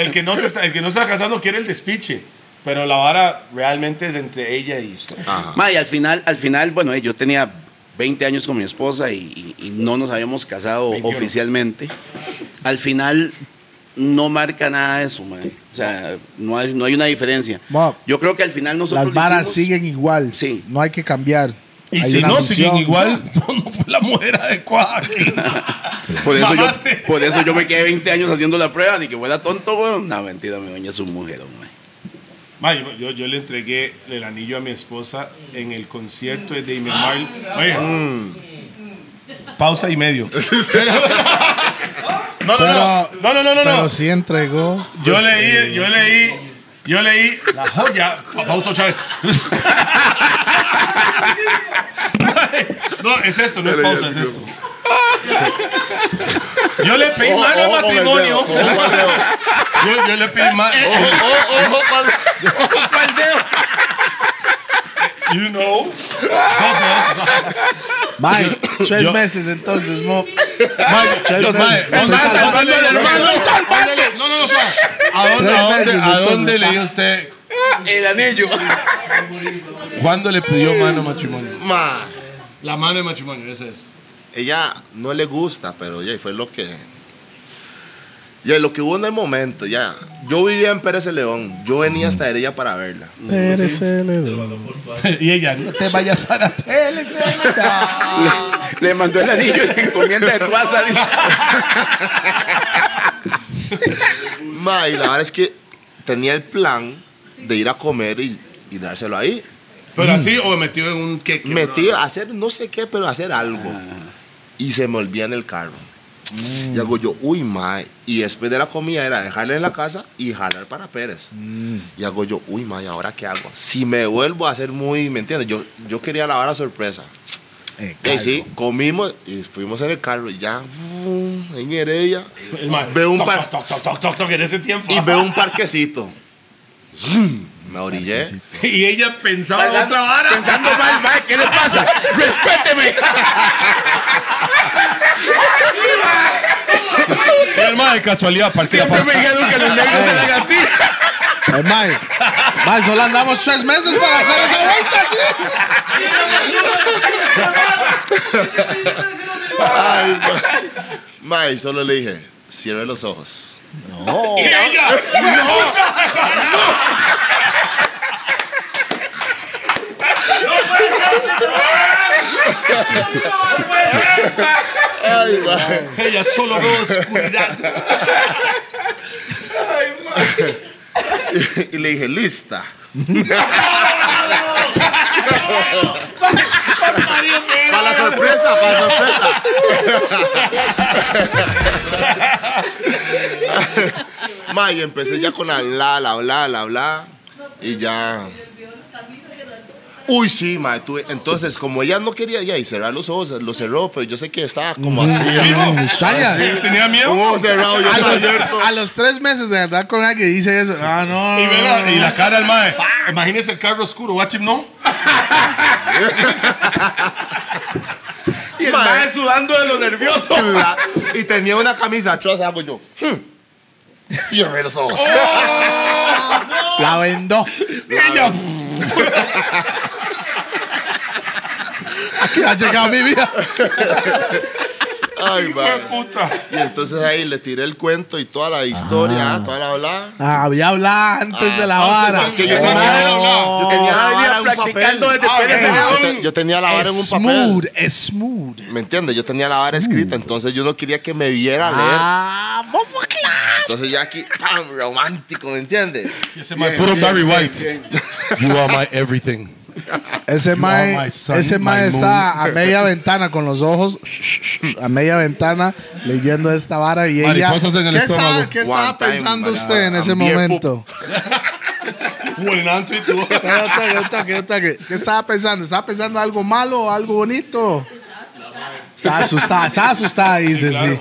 Speaker 2: El que no se está, el que no se está casando quiere el despiche. Pero la vara realmente es entre ella y usted.
Speaker 5: Ma, y al final, al final, bueno, eh, yo tenía 20 años con mi esposa y, y- y no nos habíamos casado
Speaker 2: 21.
Speaker 5: oficialmente. Al final no marca nada eso, ma. O sea, no hay, no hay una diferencia.
Speaker 4: Ma,
Speaker 5: yo creo que al final nosotros
Speaker 4: Las
Speaker 5: lo
Speaker 4: varas
Speaker 5: hicimos-
Speaker 4: siguen igual.
Speaker 5: Sí.
Speaker 4: No hay que cambiar.
Speaker 2: Y
Speaker 4: Hay
Speaker 2: si
Speaker 4: una
Speaker 2: no
Speaker 4: misión.
Speaker 2: siguen igual, no, no fue la mujer adecuada. aquí.
Speaker 5: Por eso, yo,
Speaker 2: Mamaste.
Speaker 5: por eso yo me quedé 20 años haciendo la prueba, ni que fuera tonto, weón. No, mentira, mi doña es un mujerón, ma.
Speaker 2: Ma, yo, yo- yo le entregué el anillo a mi esposa en el concierto de Damien Marley. Oye, pausa y medio. no, no, no,
Speaker 4: Pero-
Speaker 2: no, no, no, no, no.
Speaker 4: Pero sí entregó.
Speaker 2: Yo leí, yo leí, yo leí la joya. Pa- Pausa otra vez. No, es esto, no es pausa, es esto. Yo le pedí mano al
Speaker 3: Ojo con el dedo,
Speaker 2: matrimonio.
Speaker 3: ojo con el dedo.
Speaker 2: Yo, yo le pedí mano. You know. Dos, dos.
Speaker 4: Mae, tres
Speaker 2: Yo-
Speaker 4: meses entonces, mo.
Speaker 2: Mae, los mae, los mae salvando al hermano, salvando. No, no, no, suave. ¿A dónde,
Speaker 4: Tres
Speaker 2: a dónde,
Speaker 4: veces,
Speaker 2: a
Speaker 4: entonces,
Speaker 2: dónde le
Speaker 4: pa.
Speaker 2: dio usted?
Speaker 5: El anillo.
Speaker 2: ¿Cuándo le pidió mano de matrimonio?
Speaker 3: Ma,
Speaker 2: La mano de matrimonio, esa es.
Speaker 3: ella no le gusta, pero ya fue lo que. Ya lo que hubo en el momento, ya. Yo vivía en Pérez de León. Yo venía hasta ella para verla.
Speaker 4: PRCLD.
Speaker 2: y ella, no te vayas para PLC.
Speaker 5: Le mandó el anillo y encomienda de tuaza. dice.
Speaker 3: Ma, y la verdad es que tenía el plan de ir a comer y, y dárselo ahí.
Speaker 2: Pero así o metido en un queque.
Speaker 3: Metí a hacer no sé qué, pero a hacer algo.
Speaker 2: Ah.
Speaker 3: Y se me olvida en el carro.
Speaker 2: Mm.
Speaker 3: Y hago yo, uy, ma. Y después de la comida era dejarle en la casa y jalar para Pérez.
Speaker 2: Mm.
Speaker 3: Y hago yo, uy, ma, ¿y ahora qué hago? Si me vuelvo a hacer muy, ¿me entiendes? Yo, yo quería lavar a sorpresa.
Speaker 4: Eh,
Speaker 3: Y sí, comimos y fuimos en el carro y ya, ¡fum! en Heredia.
Speaker 2: bro. El mae,
Speaker 3: Veo un
Speaker 2: toc,
Speaker 3: par-
Speaker 2: toc, toc, toc, toc, toc, en ese tiempo.
Speaker 3: Y veo un parquecito. ¡Zum! Me orillé.
Speaker 2: Y ella pensaba otra vara.
Speaker 5: Pensando mal, ma, ¿qué le pasa? ¡Respéteme!
Speaker 2: El mae, de casualidad, partida
Speaker 5: Siempre me
Speaker 2: pasada.
Speaker 5: dijeron que los negros se dan así.
Speaker 4: Eh, mae. Mae, solo andamos tres meses para hacer esa vuelta, sí.
Speaker 3: Ay, ma. Ma, y solo le dije, cierre los ojos.
Speaker 2: Y ella,
Speaker 3: Ay, ma.
Speaker 2: ella solo veo oscuridad.
Speaker 3: Y le dije, lista. Para la sorpresa, para la sorpresa. Ma, y empecé ya con la bla, la bla, la bla. Y ya. Uy, sí, ma, tuve- Entonces, como ella no quería ya y cerrar los ojos, lo cerró, pero yo sé que estaba como así.
Speaker 4: Me
Speaker 3: ¿no?
Speaker 4: extraña.
Speaker 2: Tenía miedo.
Speaker 3: Un ojo cerrado y
Speaker 4: A
Speaker 3: otro
Speaker 4: los,
Speaker 3: abierto.
Speaker 4: a los tres meses de andar con alguien que dice eso. Ah, no.
Speaker 2: Y, ve la, y la cara del mae. Imagínese el carro oscuro, watch him, no.
Speaker 5: Y
Speaker 2: Ah.
Speaker 5: el
Speaker 3: Mae.
Speaker 5: mae sudando de lo nervioso.
Speaker 3: La- y tenía una camisa atrás, hago yo. hmm, Cierre los ojos.
Speaker 4: La vendó. Aquí ha llegado mi vida.
Speaker 3: Ay, mae.
Speaker 2: puta.
Speaker 3: Y entonces ahí le tiré el cuento y toda la historia, toda la hablada.
Speaker 4: Había hablado antes de la vara.
Speaker 3: Ah, Es que yo
Speaker 2: Oh.
Speaker 3: tenía, yo tenía la
Speaker 5: Ah, venía
Speaker 3: vara en un
Speaker 5: practicando
Speaker 3: papel.
Speaker 5: desde Pérez de
Speaker 3: Yo te-
Speaker 5: León.
Speaker 3: Yo tenía la vara en un papel.
Speaker 4: Smooth, smooth.
Speaker 3: ¿Me entiendes? Yo tenía la vara escrita, entonces yo no quería que me viera leer.
Speaker 4: Ah, bobo, claro.
Speaker 3: Entonces ya aquí, ¡pam! Romántico, ¿me entiendes?
Speaker 2: Puro Barry White. You are my everything.
Speaker 4: Ese
Speaker 2: are
Speaker 4: mae,
Speaker 2: my sun,
Speaker 4: ese
Speaker 2: my
Speaker 4: mae
Speaker 2: moon.
Speaker 4: está a media ventana con los ojos, a media ventana leyendo esta vara y ella.
Speaker 2: Mariposas en el
Speaker 4: ¿Qué
Speaker 2: estómago.
Speaker 4: estaba, qué estaba
Speaker 3: One time,
Speaker 4: pensando
Speaker 3: para-
Speaker 4: usted en ese
Speaker 3: I'm beer
Speaker 4: momento?
Speaker 2: Buenanto y tú.
Speaker 4: Pero un toque, un toque, un toque. ¿Qué estaba pensando? ¿Estaba pensando algo malo o algo bonito? Estaba asustada, estaba asustada, dice, sí.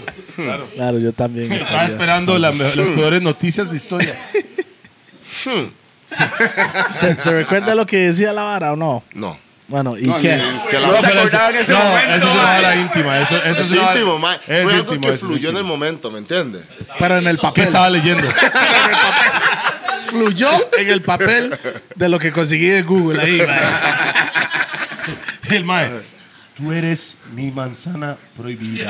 Speaker 4: Claro. yo también.
Speaker 2: Estaba
Speaker 4: estaría.
Speaker 2: esperando la me- las peores noticias de historia.
Speaker 3: Hmm,
Speaker 4: ¿Se, se recuerda lo que decía la vara o no?
Speaker 3: No.
Speaker 4: Bueno, ¿y qué?
Speaker 3: Que la
Speaker 5: No, se
Speaker 2: pero
Speaker 5: acordaba en
Speaker 2: eso-
Speaker 5: ese
Speaker 2: no,
Speaker 5: momento,
Speaker 2: Eso es una
Speaker 5: mae.
Speaker 2: vara íntima. Eso, eso
Speaker 3: es
Speaker 2: una vara-
Speaker 3: íntimo, mae.
Speaker 2: es
Speaker 3: Fue algo
Speaker 2: íntimo,
Speaker 3: que
Speaker 2: eso es
Speaker 3: fluyó en
Speaker 2: íntimo.
Speaker 3: el momento, ¿me entiendes?
Speaker 4: Pero en el
Speaker 2: ¿Qué
Speaker 4: papel.
Speaker 2: estaba leyendo?
Speaker 4: Fluyó en el papel de lo que conseguí de Google ahí, mae.
Speaker 2: El mae. Tú eres mi manzana prohibida.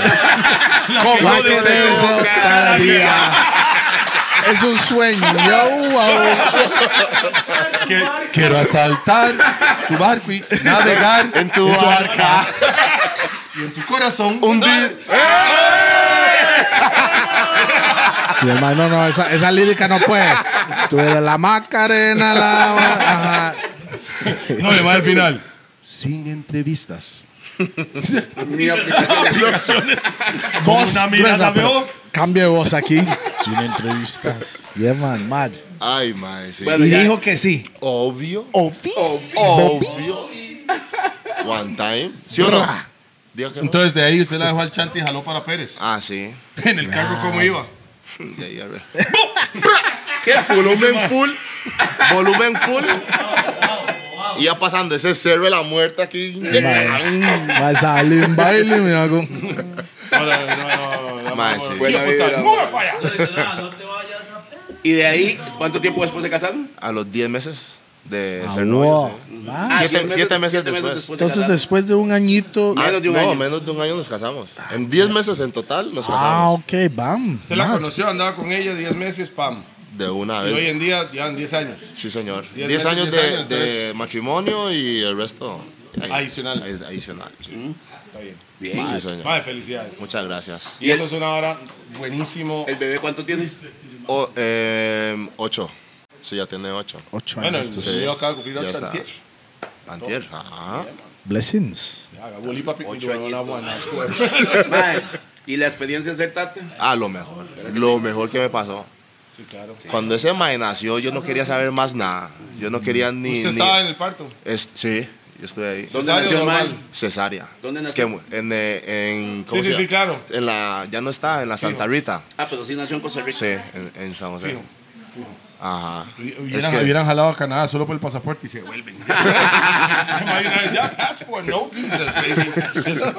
Speaker 4: ¿Cómo
Speaker 5: no
Speaker 4: que
Speaker 5: deseo
Speaker 4: eso
Speaker 5: cada
Speaker 4: Es un sueño. wow.
Speaker 2: Quiero asaltar tu barco y navegar
Speaker 3: En tu barca.
Speaker 2: Y en tu corazón.
Speaker 3: Hundir.
Speaker 4: Y el mae, no, no, esa, esa lírica no puede. Tú eres la macarena, la... Ajá.
Speaker 2: No, le va al final. Sin entrevistas.
Speaker 5: Ni aplicación.
Speaker 4: Voz
Speaker 2: Una mirada
Speaker 4: gruesa, pero
Speaker 2: veo.
Speaker 4: Cambio de voz aquí. Sin entrevistas. Yeah, man, mad.
Speaker 3: Ay, mae, sí.
Speaker 5: Bueno,
Speaker 4: Y
Speaker 5: ya.
Speaker 4: dijo que sí.
Speaker 3: Obvio.
Speaker 4: Obis.
Speaker 3: Obvio. One time. ¿Sí o no? Diga que no.
Speaker 2: Entonces de ahí usted la dejó al chante y jaló para Pérez.
Speaker 3: Ah, sí.
Speaker 2: En el carro como iba.
Speaker 3: Y ahí, a ver. Volumen full. Volumen full. Y ya pasando ese cerro de la muerte aquí.
Speaker 4: Va a salir un baile, me hago.
Speaker 3: Ah.
Speaker 2: No, no, no, no,
Speaker 3: Mae, sí.
Speaker 5: Buena
Speaker 2: Hijo de
Speaker 5: vibra,
Speaker 2: puta,
Speaker 5: mae.
Speaker 2: ¡mua, para allá!
Speaker 6: no te vayas a
Speaker 5: Y de ahí, ¿cuánto tiempo después se casaron?
Speaker 3: A los 10 meses de
Speaker 4: Ah,
Speaker 3: ser
Speaker 4: wow.
Speaker 3: novio. sí.
Speaker 4: Ah,
Speaker 3: Siete-
Speaker 5: diez
Speaker 3: siete meses después.
Speaker 4: Entonces,
Speaker 5: se casaron.
Speaker 4: después de un añito.
Speaker 3: Ah,
Speaker 5: Menos de un
Speaker 3: no,
Speaker 5: año.
Speaker 3: menos de un año nos casamos. En 10 meses en total nos
Speaker 4: Ah,
Speaker 3: casamos.
Speaker 4: ok, bam.
Speaker 2: Usted la
Speaker 4: mad.
Speaker 2: conoció, andaba con ella 10 meses, pam.
Speaker 3: De una
Speaker 2: Y hoy
Speaker 3: vez.
Speaker 2: en día llevan 10 años.
Speaker 3: Sí, señor.
Speaker 2: Diez
Speaker 3: 10
Speaker 2: meses,
Speaker 3: años
Speaker 2: diez
Speaker 3: de,
Speaker 2: años,
Speaker 3: de matrimonio y el resto. ahí-
Speaker 2: Adicional.
Speaker 3: ahí- Adicional.
Speaker 5: Bien.
Speaker 3: Sí, señor.
Speaker 2: Mae, felicidades.
Speaker 3: Muchas gracias.
Speaker 2: Y eso es una hora buenísimo.
Speaker 5: ¿El bebé cuánto tiene?
Speaker 3: O, eh, ocho. Sí, ya tiene ocho.
Speaker 4: Ocho
Speaker 2: Bueno, el
Speaker 4: añitos.
Speaker 2: señor acaba de cumplir
Speaker 3: Ya
Speaker 2: 8
Speaker 3: está.
Speaker 2: antier.
Speaker 3: Antier. Ajá.
Speaker 4: Blessings.
Speaker 2: Haga boli, papi, y
Speaker 3: Ocho
Speaker 2: yo hago la
Speaker 3: añitos.
Speaker 2: buena.
Speaker 5: Mae, ¿Y la experiencia de ser tate?
Speaker 3: Ah, lo mejor. Lo mejor que me pasó.
Speaker 2: Sí, claro. Ah.
Speaker 3: Cuando ese mae nació, yo no quería saber más nada. Yo no quería ni.
Speaker 2: Mm. Usted
Speaker 3: ni-
Speaker 2: estaba en el parto.
Speaker 3: es- sí, yo estoy ahí.
Speaker 5: ¿Dónde
Speaker 2: Cesárea
Speaker 5: nació el
Speaker 2: normal.
Speaker 5: mae?
Speaker 3: Cesárea.
Speaker 5: ¿Dónde
Speaker 3: Es
Speaker 5: nació?
Speaker 3: que en, eh, en- ¿cómo
Speaker 2: Sí,
Speaker 3: se
Speaker 2: sí,
Speaker 3: llama?
Speaker 2: sí, claro.
Speaker 3: En la, ya no está, en la Santa Rita.
Speaker 5: Ah, pero sí nació en Costa Rica.
Speaker 3: Sí, en, en San José.
Speaker 2: Fijo,
Speaker 3: Ajá.
Speaker 2: Hubieran,
Speaker 3: Es que,
Speaker 2: hubieran jalado a Canadá solo por el pasaporte y se vuelven. Imagínate, ya, passport, no visas, baby. Eso-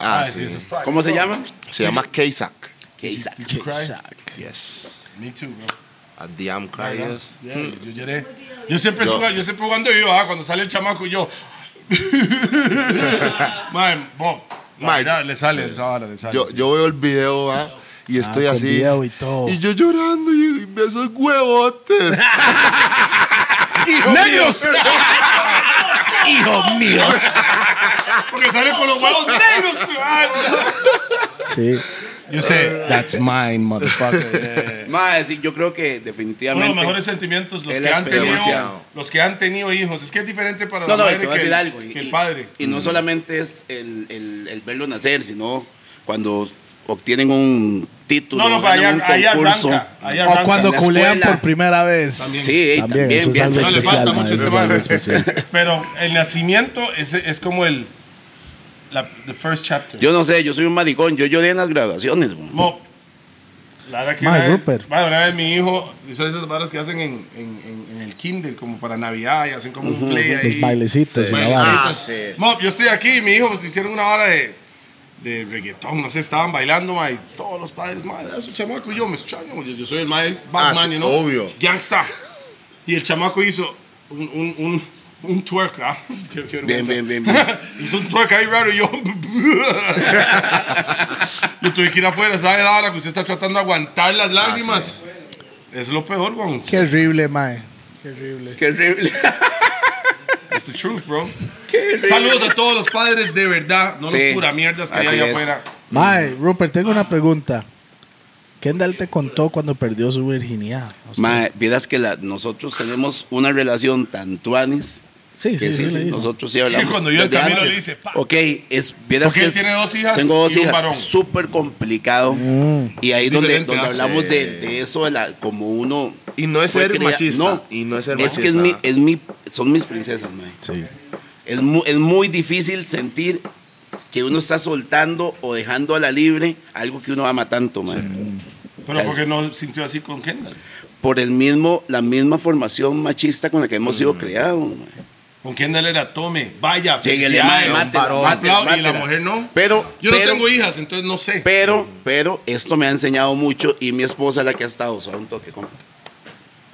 Speaker 3: ah,
Speaker 2: Ay,
Speaker 3: sí.
Speaker 2: Jesus Christ.
Speaker 5: ¿Cómo se llama?
Speaker 3: Se llama Kaysak.
Speaker 5: Que Isaac.
Speaker 2: Cry.
Speaker 3: Yes.
Speaker 2: Me too, bro.
Speaker 3: A damn cry, yes.
Speaker 2: Yeah,
Speaker 5: Hmm.
Speaker 2: yo lloré. Yo siempre,
Speaker 3: Yo-
Speaker 2: subo- yo siempre jugando yo, ah, cuando sale el chamaco y yo. Man, Bob. la
Speaker 3: Mae,
Speaker 2: verdad, le sale
Speaker 3: sí.
Speaker 2: esa vara, le sale.
Speaker 3: Yo,
Speaker 2: sí.
Speaker 3: yo veo el video, ¿va? Y estoy
Speaker 4: con
Speaker 3: así.
Speaker 4: video y todo.
Speaker 3: Y yo llorando y y esos huevotes.
Speaker 2: ¡Negros!
Speaker 8: Hijo mío.
Speaker 2: Porque sale con los huevos negros. ah.
Speaker 4: Sí.
Speaker 2: Y
Speaker 4: Eh,
Speaker 2: usted. That's mine, motherfucker.
Speaker 5: Mae, sí, yo creo que
Speaker 2: Uno de
Speaker 5: definitivamente.
Speaker 2: los mejores sentimientos, los
Speaker 5: Es
Speaker 2: que,
Speaker 5: la
Speaker 2: han tenido,
Speaker 3: experiencia.
Speaker 2: los que han tenido hijos. Es que es diferente para la
Speaker 5: No, no, y
Speaker 2: madre
Speaker 5: te voy
Speaker 2: que,
Speaker 5: a decir algo.
Speaker 2: que
Speaker 5: y-
Speaker 2: el padre.
Speaker 5: Y, no solamente es el, el, el verlo nacer, sino cuando obtienen un título,
Speaker 2: No, no, para
Speaker 5: ganan
Speaker 2: allá,
Speaker 5: un
Speaker 2: ahí
Speaker 5: concurso.
Speaker 2: arranca. ahí
Speaker 4: O
Speaker 2: arranca.
Speaker 4: cuando
Speaker 5: la
Speaker 4: culean
Speaker 5: escuela.
Speaker 4: por primera vez.
Speaker 2: También.
Speaker 5: Sí, ey,
Speaker 4: también.
Speaker 5: también,
Speaker 4: Eso es
Speaker 5: bien,
Speaker 4: algo
Speaker 5: no le
Speaker 2: falta
Speaker 4: especial,
Speaker 2: mucho
Speaker 4: man. Eso
Speaker 2: ese
Speaker 4: es algo
Speaker 2: man.
Speaker 4: especial.
Speaker 2: Pero el nacimiento es, es como el. La, the first chapter.
Speaker 5: Yo no sé, yo soy un maricón, yo lloré en las graduaciones. güey.
Speaker 2: Mo, La verdad que
Speaker 4: Mae,
Speaker 2: una vez-
Speaker 4: Rupert.
Speaker 2: mae, una vez mi hijo hizo esas varas que hacen en, en- en- en el kinder, como para Navidad, y hacen como un play ahí.
Speaker 4: Los bailecitos y la
Speaker 2: Bailecitos.
Speaker 4: vara.
Speaker 5: Ah, sí.
Speaker 2: Mo, yo estoy aquí, mi hijo, pues hicieron una vara de, de reggaetón, no sé, estaban bailando, mae, y todos los padres, mae, es un chamaco, y yo me extraño, yo, yo soy el mae,
Speaker 5: Ah,
Speaker 2: Batman,
Speaker 3: sí,
Speaker 2: you know,
Speaker 3: obvio.
Speaker 2: Gangsta. Y el chamaco hizo un, un, un, un twerk, ¿ah? Qué- qué
Speaker 5: Bien,
Speaker 2: vergüenza.
Speaker 5: bien, bien, bien.
Speaker 2: Hizo un twerk ahí raro y yo. yo tuve que ir afuera, ¿sabe? Ahora que usted está tratando de aguantar
Speaker 5: Ah,
Speaker 2: las lágrimas. Es lo peor, weón.
Speaker 4: Qué horrible, mae.
Speaker 5: Qué horrible.
Speaker 2: It's the truth, bro.
Speaker 5: Qué horrible.
Speaker 2: Saludos a todos los padres de verdad, no
Speaker 5: Sí,
Speaker 2: los pura mierdas que hay
Speaker 5: así
Speaker 2: allá
Speaker 5: es.
Speaker 2: afuera.
Speaker 4: Mae, Rupert, tengo una pregunta. Kendall te contó cuando perdió su virginidad. O sea,
Speaker 5: Mae, vieras que la- nosotros tenemos una relación tan tuanis.
Speaker 4: sí,
Speaker 5: que
Speaker 4: sí,
Speaker 5: sí,
Speaker 4: sí,
Speaker 5: sí,
Speaker 4: le digo.
Speaker 5: nosotros sí hablamos.
Speaker 2: Y cuando yo al
Speaker 5: desde
Speaker 2: Camilo le
Speaker 5: antes.
Speaker 2: hice, pa.
Speaker 5: Ok, es, vieras
Speaker 2: Porque
Speaker 5: que
Speaker 2: él
Speaker 5: es-
Speaker 2: tiene dos hijas
Speaker 5: Tengo dos
Speaker 2: y un
Speaker 5: hijas.
Speaker 2: varón.
Speaker 5: Súper complicado. Y ahí donde,
Speaker 2: Diferente,
Speaker 5: donde
Speaker 2: ah,
Speaker 5: hablamos
Speaker 3: sí.
Speaker 5: de, de eso, de la, como uno.
Speaker 3: Y no es
Speaker 5: fue
Speaker 3: ser
Speaker 5: crea-
Speaker 3: machista,
Speaker 5: No,
Speaker 3: y no es ser
Speaker 5: que es mi,
Speaker 3: machista.
Speaker 5: es mi, son mis princesas, mae.
Speaker 4: Sí.
Speaker 5: Es muy, es muy difícil sentir que uno está soltando o dejando a la libre algo que uno ama tanto, mae.
Speaker 2: Pero porque no sintió así con Kendall.
Speaker 5: Por el mismo, la misma formación machista con la que hemos
Speaker 3: Mm.
Speaker 5: sido creados, mae.
Speaker 2: Con Kendall era tome, vaya,
Speaker 5: Lléguele,
Speaker 2: felicidades,
Speaker 5: mae, mátela,
Speaker 2: varón,
Speaker 5: mátela,
Speaker 2: aplauso, Y la
Speaker 5: mátela.
Speaker 2: mujer no.
Speaker 5: Pero-
Speaker 2: yo no
Speaker 5: pero-
Speaker 2: tengo hijas, entonces no sé.
Speaker 5: Pero, pero esto me ha enseñado mucho y mi esposa la que ha estado, solo un toque con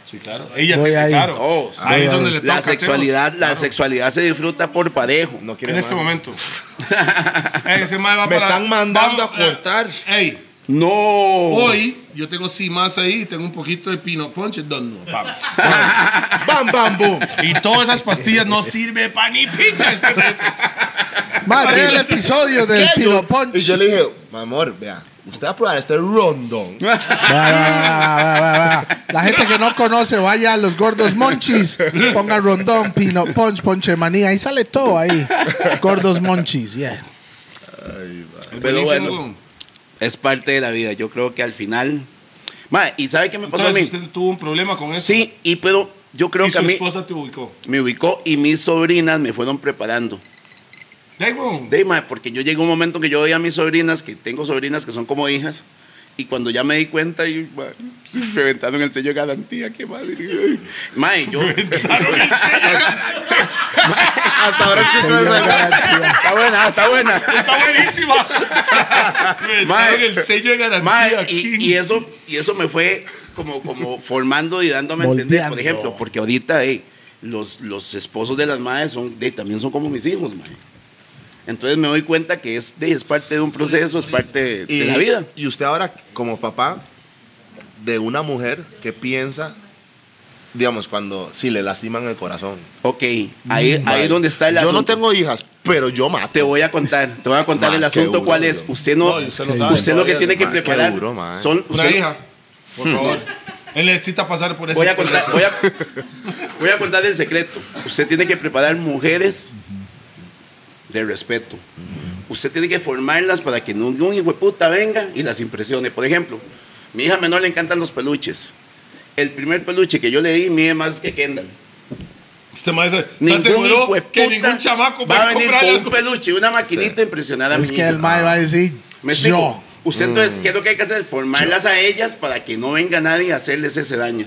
Speaker 2: sí, claro. Ella
Speaker 4: Voy
Speaker 2: te
Speaker 4: ahí.
Speaker 2: claro.
Speaker 5: Todos.
Speaker 2: ahí es
Speaker 4: Voy
Speaker 2: donde
Speaker 4: ahí.
Speaker 2: le toca.
Speaker 5: Oh, La sexualidad,
Speaker 2: Teos.
Speaker 5: la
Speaker 2: Claro.
Speaker 5: sexualidad se disfruta por parejo.
Speaker 3: No quiere
Speaker 2: En este
Speaker 3: más.
Speaker 2: momento. Ese mae va
Speaker 3: Me
Speaker 2: para-
Speaker 3: están mandando
Speaker 2: vamos,
Speaker 3: a cortar.
Speaker 2: eh, Ey,
Speaker 5: No.
Speaker 2: hoy yo tengo más ahí, tengo un poquito de pino ponche, don no, pa.
Speaker 3: ¡Bam, bam, boom!
Speaker 2: Y todas esas pastillas no sirven para ni pincha. después de eso.
Speaker 4: Mae, ve el episodio del
Speaker 3: ¿Qué? Yo-
Speaker 4: Pino Punch.
Speaker 3: Y yo le dije, mi amor, vea, usted va a probar este rondón.
Speaker 4: Va, va, va, va, va, va. La gente que no conoce, vaya a los gordos monchis. Ponga rondón, pino, punch, ponche manía. Ahí sale todo ahí. Gordos monchis, yeah.
Speaker 5: Pero
Speaker 2: Buenísimo,
Speaker 5: bueno,
Speaker 2: weón.
Speaker 5: es parte de la vida. Yo creo que al final. Mae, ¿y sabe qué me pasó
Speaker 2: Entonces
Speaker 5: a mí?
Speaker 2: usted tuvo un problema con eso.
Speaker 5: Sí, y pero yo creo
Speaker 2: y
Speaker 5: que
Speaker 2: su
Speaker 5: a mí
Speaker 2: esposa te ubicó.
Speaker 5: me ubicó y mis sobrinas me fueron preparando.
Speaker 2: Dai, weón.
Speaker 5: De, mae, porque yo llegué a un momento que yo veía a mis sobrinas, que tengo sobrinas que son como hijas, y cuando ya me di cuenta, y mae, reventaron el sello de garantía, qué madre. Mae, yo.
Speaker 3: Hasta ahora escucho
Speaker 4: Señor
Speaker 3: eso.
Speaker 4: garantía.
Speaker 5: está buena, está buena.
Speaker 2: Está buenísima. Me
Speaker 5: Mae,
Speaker 2: traen el sello de
Speaker 5: Mae,
Speaker 2: garantía. King.
Speaker 5: y, y eso, y eso me fue como, como formando y dándome a entender, por
Speaker 4: Moldeando.
Speaker 5: ejemplo, porque ahorita ey, los, los esposos de las madres son, de, también son como mis hijos, mae. Entonces me doy cuenta que es, de, es parte de un proceso, es parte de, de la vida.
Speaker 3: Y usted ahora, como papá de una mujer que piensa, digamos, cuando si le lastiman el corazón.
Speaker 5: Ok, ahí, ahí
Speaker 3: Mm, Vale.
Speaker 5: donde está el
Speaker 3: Yo
Speaker 5: asunto.
Speaker 3: no tengo hijas, pero yo mato.
Speaker 5: Te voy a contar, te voy a contar
Speaker 3: Mae,
Speaker 5: el
Speaker 3: qué
Speaker 5: asunto
Speaker 3: duro,
Speaker 5: cuál es.
Speaker 3: bro.
Speaker 5: Usted no,
Speaker 2: No, usted
Speaker 5: usted
Speaker 2: lo sabe
Speaker 5: lo que
Speaker 2: todavía,
Speaker 5: tiene que
Speaker 3: mae, qué
Speaker 5: preparar
Speaker 3: duro, mae.
Speaker 5: son
Speaker 2: Una
Speaker 5: usted-
Speaker 2: hija, por favor. Él necesita pasar por ese
Speaker 5: Hmm. Voy a contar,
Speaker 2: proceso.
Speaker 5: voy a, voy a contar el secreto. Usted tiene que preparar mujeres de respeto. Usted tiene que formarlas para que ningún hijo de puta venga y las impresione. Por ejemplo, mi hija menor le encantan los peluches. El primer peluche que yo le di mide más que Kendall.
Speaker 2: Este maestro se
Speaker 5: Ningún hijo de
Speaker 2: aseguró que
Speaker 5: puta
Speaker 2: ningún chamaco
Speaker 5: va a
Speaker 2: puede
Speaker 5: venir
Speaker 2: comprar
Speaker 5: con un
Speaker 2: algo.
Speaker 5: peluche y una maquinita
Speaker 3: Sí.
Speaker 5: impresionada. a
Speaker 4: Es
Speaker 5: mi
Speaker 4: que
Speaker 5: hija.
Speaker 4: el mae va a decir,
Speaker 5: ¿Me
Speaker 4: yo.
Speaker 5: explico? Usted entonces, ¿qué es lo que hay que hacer? Formarlas a ellas para que no venga nadie a hacerles ese daño.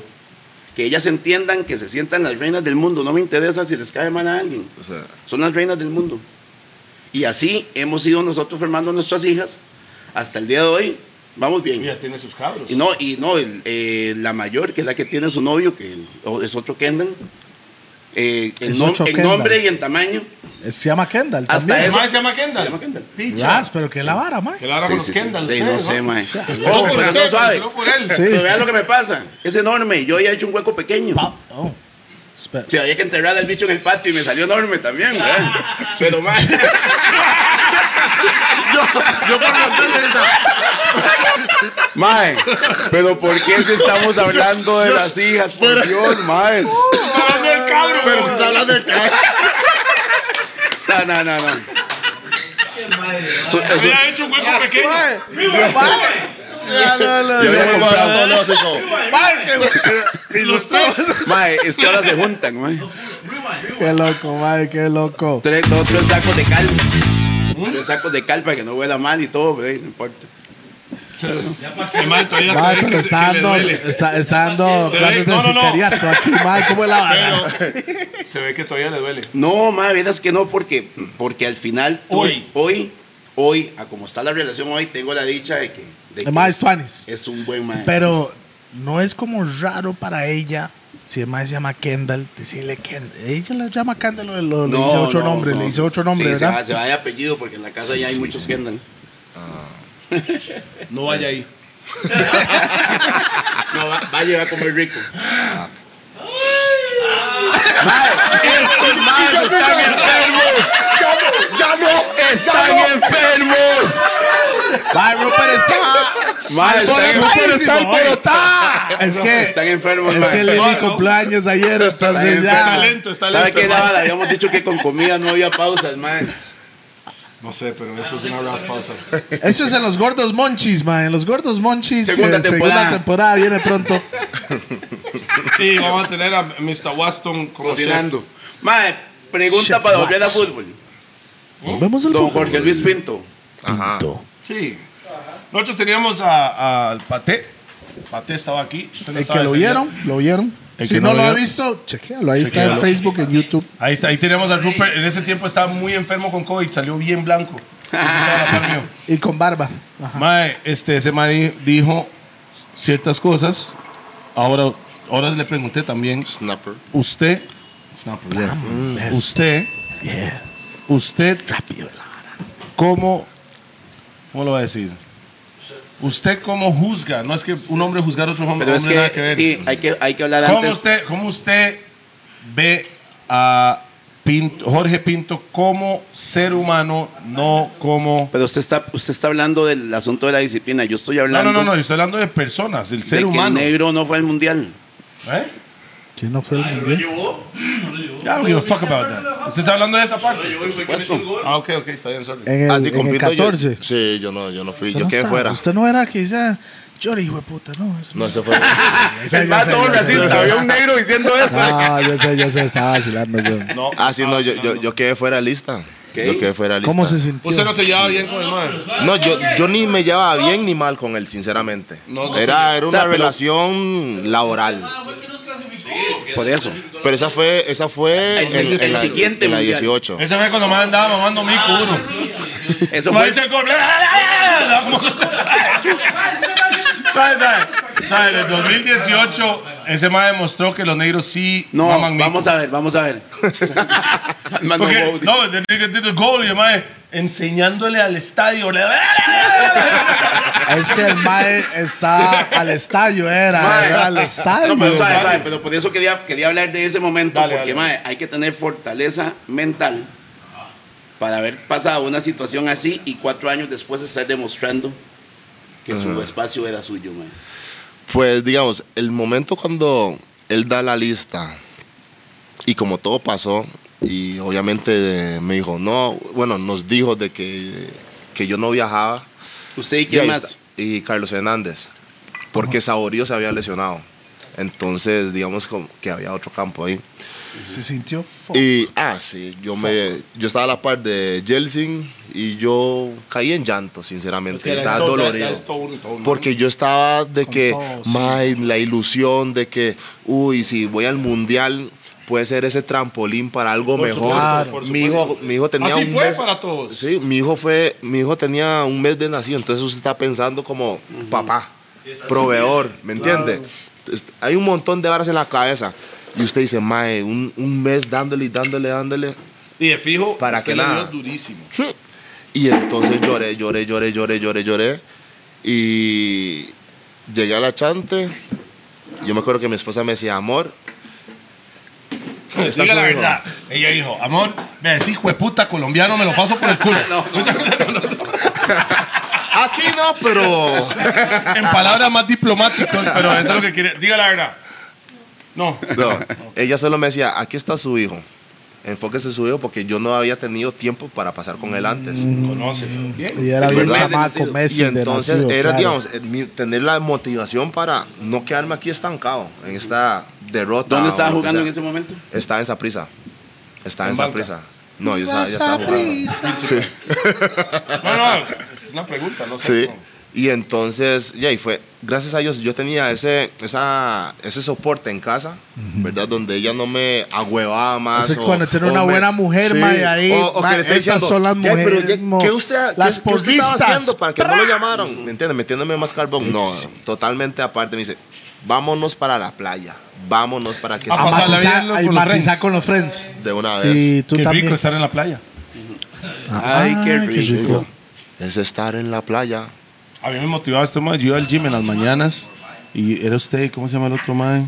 Speaker 5: Que ellas entiendan que se sientan las reinas del mundo. No me interesa si les cae mal a alguien.
Speaker 3: O sea,
Speaker 5: Son las reinas del mundo. Y así hemos ido nosotros formando a nuestras hijas. Hasta el día de hoy, vamos bien.
Speaker 2: Mira, tiene sus cabros.
Speaker 5: Y no, y no el, eh, la mayor, que es la que tiene su novio, que o- es otro Kendall. Eh, en,
Speaker 4: Es
Speaker 5: nom-
Speaker 4: otro
Speaker 5: en
Speaker 4: Kendall.
Speaker 5: nombre y en tamaño.
Speaker 4: Se llama Kendall
Speaker 5: Hasta
Speaker 4: también.
Speaker 2: El
Speaker 5: eso-
Speaker 2: mae se llama Kendall.
Speaker 5: Se llama Kendall.
Speaker 2: Picha.
Speaker 4: Ras, pero que la vara, mae.
Speaker 2: Que la haga
Speaker 5: Sí,
Speaker 2: con los ¿eh?
Speaker 5: sí, sí.
Speaker 2: Kendall.
Speaker 5: De- no
Speaker 2: ustedes,
Speaker 5: sé,
Speaker 2: ¿no?
Speaker 5: mae.
Speaker 2: No
Speaker 5: Ojo,
Speaker 2: por
Speaker 5: pero
Speaker 2: usted,
Speaker 5: no suave.
Speaker 2: sino por él.
Speaker 4: Sí.
Speaker 5: Pero vean lo que me pasa. Es enorme. Yo había hecho un hueco pequeño.
Speaker 4: Pa- oh, espera.
Speaker 5: Sí, había que enterrar al bicho en el patio y me salió enorme también, güey. Pero mal.
Speaker 3: yo, yo por las cosas esta-
Speaker 5: Mae, pero ¿por qué si estamos hablando de las hijas? Por Dios, mae.
Speaker 2: Está hablando del cabro.
Speaker 3: Pero se está hablando del cabrón.
Speaker 5: No, no, no, no. Eso- eso-
Speaker 2: Había hecho un hueco pequeño.
Speaker 3: Yo había comprado
Speaker 5: comprado.
Speaker 3: no, así como,
Speaker 2: Y los tres.
Speaker 5: Mae, es que ahora se juntan, mae.
Speaker 4: Qué loco, mae, qué loco.
Speaker 5: Tres, dos, tres sacos de cal. Tres sacos de cal para que no huela mal y todo, pero ey, no importa.
Speaker 2: El mae todavía
Speaker 4: Mae,
Speaker 2: se ve
Speaker 4: pero
Speaker 2: que, se-
Speaker 4: está,
Speaker 2: que le
Speaker 4: dando,
Speaker 2: duele.
Speaker 4: está, está dando
Speaker 2: Se ve-
Speaker 4: clases de
Speaker 2: no, no, no.
Speaker 4: sicariato aquí, mae. ¿Cómo es la vara?
Speaker 2: Pero se ve que todavía le duele.
Speaker 5: No, ma, verás que no, porque, porque al final, tú-
Speaker 2: Hoy.
Speaker 5: hoy, hoy, a como está la relación hoy, tengo la dicha de que, de que
Speaker 4: El mae es tuanis.
Speaker 5: es un buen man.
Speaker 4: Pero no es como raro para ella, si el mae se llama Kendall, decirle Kendall. Ella le llama Kendall, lo, lo- le dice ocho nombres, le dice ocho nombres,
Speaker 5: Se va,
Speaker 4: ¿verdad?
Speaker 5: se va de apellido porque en la casa ya hay muchos Kendall.
Speaker 2: No vaya ahí.
Speaker 5: No, va, va a llegar a comer rico.
Speaker 3: ¡Están enfermos! ¡Ya no! ¡Están enfermos!
Speaker 4: Mae, Rupert está.
Speaker 5: Ma, están,
Speaker 4: está en Bogotá. Es que,
Speaker 5: están enfermos,
Speaker 4: es
Speaker 5: ma.
Speaker 4: que le di cumpleaños ayer, entonces
Speaker 2: Está
Speaker 4: ya.
Speaker 2: lento, está
Speaker 5: ¿Sabe
Speaker 2: lento.
Speaker 5: qué
Speaker 2: hermano.
Speaker 5: nada? Habíamos dicho que con comida no había pausas, man.
Speaker 2: No sé, pero eso es una raspausa.
Speaker 4: Eso es en los gordos monchis, mae. En los gordos monchis.
Speaker 5: Segunda
Speaker 4: que
Speaker 5: temporada.
Speaker 4: Segunda temporada viene pronto.
Speaker 2: Y vamos a tener a Mr. Waston como
Speaker 5: Cocinando. Ma, pregunta
Speaker 4: Chef
Speaker 5: para volver a
Speaker 4: Watts.
Speaker 5: fútbol.
Speaker 4: Vemos el
Speaker 5: Don
Speaker 4: fútbol.
Speaker 5: Jorge Luis Pinto.
Speaker 2: chef. Sí. Nosotros teníamos a- al Paté. Paté estaba aquí. Usted no
Speaker 4: El
Speaker 2: estaba
Speaker 4: que lo
Speaker 2: ese día.
Speaker 4: vieron, lo vieron.
Speaker 2: El
Speaker 4: si
Speaker 2: que
Speaker 4: no,
Speaker 2: no
Speaker 4: lo ha
Speaker 2: vio.
Speaker 4: visto, chequéalo. Ahí está en
Speaker 2: Chequéalo.
Speaker 4: Facebook, en YouTube.
Speaker 2: Ahí, está, ahí teníamos a Rupert. En ese tiempo estaba muy enfermo con COVID. Salió bien blanco. Estaba la par mío.
Speaker 4: Y con barba. Ajá.
Speaker 2: Mae, este, ese mae di- dijo ciertas cosas. Ahora, ahora le pregunté también.
Speaker 3: Snapper.
Speaker 2: Usted. Usted.
Speaker 4: Yeah.
Speaker 2: Usted. Rápido, ¿Cómo? ¿Cómo lo va a decir? ¿Usted cómo juzga? No es que un hombre juzgar a otro hombre,
Speaker 5: Pero es
Speaker 2: hombre
Speaker 5: que,
Speaker 2: nada que ver.
Speaker 5: sí, hay que hay que hablar
Speaker 2: ¿Cómo,
Speaker 5: antes.
Speaker 2: usted, ¿Cómo usted ve a Pinto- Jorge Pinto como ser humano, no como...
Speaker 5: Pero usted está usted está hablando del asunto de la disciplina. Yo estoy
Speaker 2: No,
Speaker 5: hablando
Speaker 2: no, no, no, yo estoy hablando de personas, el
Speaker 5: de
Speaker 2: ser
Speaker 5: que el
Speaker 2: humano.
Speaker 5: negro no fue al mundial.
Speaker 2: ¿Eh?
Speaker 4: ¿Quién no fue el
Speaker 6: ¿Lo
Speaker 4: mundial?
Speaker 6: llevó? No lo llevó.
Speaker 2: I don't give a fuck about that. ¿Usted está hablando de esa parte?
Speaker 6: Lo llevó y fue que
Speaker 5: Puesto.
Speaker 6: metió el gol.
Speaker 2: Ah, ok, ok, está bien, sorry.
Speaker 5: Eh,
Speaker 4: En el,
Speaker 3: Así
Speaker 4: en el
Speaker 3: Ah, compito, yo-
Speaker 4: 14.
Speaker 3: sí, yo no, yo no fui.
Speaker 4: Usted
Speaker 3: Yo
Speaker 4: no
Speaker 3: quedé
Speaker 4: está-
Speaker 3: fuera.
Speaker 4: Usted no era que dice, yo le hijo de puta, no. Eso
Speaker 3: No, ese fue.
Speaker 4: Ese
Speaker 5: El
Speaker 4: ya
Speaker 5: más
Speaker 4: sé,
Speaker 5: todo
Speaker 4: ya sé, ya sé.
Speaker 5: racista, había un negro diciendo eso.
Speaker 4: No, yo sé, yo sé, estaba vacilando, yo.
Speaker 2: No,
Speaker 3: Ah, sí, no, yo, yo,
Speaker 2: vacilando.
Speaker 3: yo quedé fuera de lista.
Speaker 5: ¿Qué?
Speaker 3: Yo quedé fuera de lista.
Speaker 4: ¿Cómo se sintió?
Speaker 2: Usted no se llevaba bien con el man.
Speaker 3: No, yo, yo ni me llevaba bien ni mal con él, sinceramente.
Speaker 2: No, no,
Speaker 3: era, era
Speaker 5: O sea,
Speaker 3: una
Speaker 5: pero-
Speaker 3: relación laboral.
Speaker 6: Ah, fue que nos clasificó.
Speaker 5: Por eso.
Speaker 3: Pero esa fue, esa fue
Speaker 5: Ah, El-
Speaker 3: en,
Speaker 5: el
Speaker 3: en la,
Speaker 5: siguiente
Speaker 3: en la
Speaker 5: mundial.
Speaker 3: 18.
Speaker 2: Ese fue cuando más andaba mamando mico uno.
Speaker 5: Eso
Speaker 2: Como
Speaker 5: fue
Speaker 2: dice el gol. Andaba como- ¿Sabes? ¿Sabes? ¿Sabes? En el 2018, ese man demostró que los negros sí
Speaker 5: No,
Speaker 2: maman mico.
Speaker 5: vamos a ver, vamos a ver. Man, no,
Speaker 2: Porque,
Speaker 5: wow,
Speaker 2: no, the nigga did the goal y el man enseñándole al estadio.
Speaker 4: Es que el mae está al estadio, era.
Speaker 5: Mae.
Speaker 4: era al estadio.
Speaker 5: No, pero, sabe,
Speaker 4: mae.
Speaker 5: sabe, pero por eso quería, quería hablar de ese momento,
Speaker 2: Dale,
Speaker 5: porque
Speaker 2: dale.
Speaker 5: mae, hay que tener fortaleza mental para haber pasado una situación así y cuatro años después estar demostrando que su espacio era suyo. mae.
Speaker 3: Pues digamos, el momento cuando él da la lista y como todo pasó, y obviamente me dijo, no, bueno, nos dijo de que, que yo no viajaba.
Speaker 5: ¿Usted y
Speaker 3: Y,
Speaker 5: quién
Speaker 3: ahí
Speaker 5: más?
Speaker 3: está- y Carlos Hernández, porque Saborío se había lesionado. Entonces, digamos como que había otro campo ahí.
Speaker 4: Se sintió
Speaker 5: Oh.
Speaker 4: fo-
Speaker 3: Y, ah, sí, yo, me, yo estaba a la par de Jelsin y yo caí en llanto, sinceramente. estaba dolorido. Porque yo estaba de
Speaker 4: Con
Speaker 3: que,
Speaker 4: todo, sí.
Speaker 3: "Mae, la ilusión de que, uy, si voy al mundial, puede ser ese trampolín para algo
Speaker 2: Por
Speaker 3: mejor.
Speaker 2: supuesto, por
Speaker 3: mi, hijo,
Speaker 2: supuesto.
Speaker 3: mi hijo tenía
Speaker 2: Así
Speaker 3: un
Speaker 2: fue
Speaker 3: mes-
Speaker 2: para todos.
Speaker 3: Sí, mi hijo, fue, mi hijo tenía un mes de nacido, entonces usted está pensando como papá, proveedor, ¿me entiende? Entonces, Hay un montón de varas en la cabeza. Y usted dice, mae, un, un mes dándole y dándole, dándole.
Speaker 2: Y de fijo,
Speaker 3: Para
Speaker 2: usted
Speaker 3: que
Speaker 2: le dio
Speaker 3: nada.
Speaker 2: durísimo.
Speaker 3: Y entonces lloré, lloré, lloré, lloré, lloré, lloré. Y llegué a la chante. Yo me acuerdo que mi esposa me decía, amor. está
Speaker 2: Diga la
Speaker 3: su hijo".
Speaker 2: verdad. Ella dijo, amor, me decís jueputa colombiano, me lo paso por el culo.
Speaker 3: Así Ah, no, pero.
Speaker 2: en palabras más diplomáticas, pero eso es lo que quiere. Diga la verdad. No.
Speaker 3: No, ella solo me decía, aquí está su hijo. Enfóquese en su hijo porque yo no había tenido tiempo para pasar con él antes.
Speaker 2: Mm. Conoce.
Speaker 4: Y era bien
Speaker 3: ¿Verdad?
Speaker 4: chamaco, meses
Speaker 3: Y entonces
Speaker 4: de nacido,
Speaker 3: era,
Speaker 4: claro.
Speaker 3: digamos, el mi- tener la motivación para no quedarme aquí estancado en esta derrota.
Speaker 5: ¿Dónde
Speaker 3: o
Speaker 5: estaba
Speaker 3: lo que
Speaker 5: jugando en
Speaker 3: sea.
Speaker 5: ese momento?
Speaker 3: Estaba en Saprisa. Estaba
Speaker 2: En
Speaker 3: en
Speaker 2: banca.
Speaker 3: Saprisa. No, yo estaba, ya estaba jugando.
Speaker 4: Saprissa.
Speaker 2: No, no, es una pregunta, no sé.
Speaker 3: Sí.
Speaker 2: cómo.
Speaker 3: Y entonces, y ahí fue, gracias a Dios, yo tenía ese, esa, ese soporte en casa, ¿verdad? Donde ella no me agüevaba más.
Speaker 4: Así cuando tiene una buena mujer, ma, y ahí, ma, esas son las
Speaker 3: "Ya, pero ya,
Speaker 4: mujeres,
Speaker 3: ¿Qué usted, qué-
Speaker 4: las
Speaker 3: qué usted estaba
Speaker 4: porristas".
Speaker 3: haciendo para que no lo llamaron? ¿Me entiende? Metiéndome más carbón. No, totalmente aparte. Me dice, vámonos para la playa. Vámonos para que
Speaker 2: A
Speaker 3: se-
Speaker 2: pasar la vida
Speaker 4: Matizar-
Speaker 2: con los
Speaker 4: ahí matizar
Speaker 2: friends.
Speaker 4: con los friends.
Speaker 3: de una vez.
Speaker 4: Sí, tú
Speaker 2: Qué
Speaker 4: también.
Speaker 2: rico estar en la playa.
Speaker 3: Ah,
Speaker 5: Ay, qué rico.
Speaker 3: Es estar en la playa.
Speaker 2: A mí me motivaba este mae. Yo iba al gym en las mañanas y era usted, ¿cómo se llama el otro mae?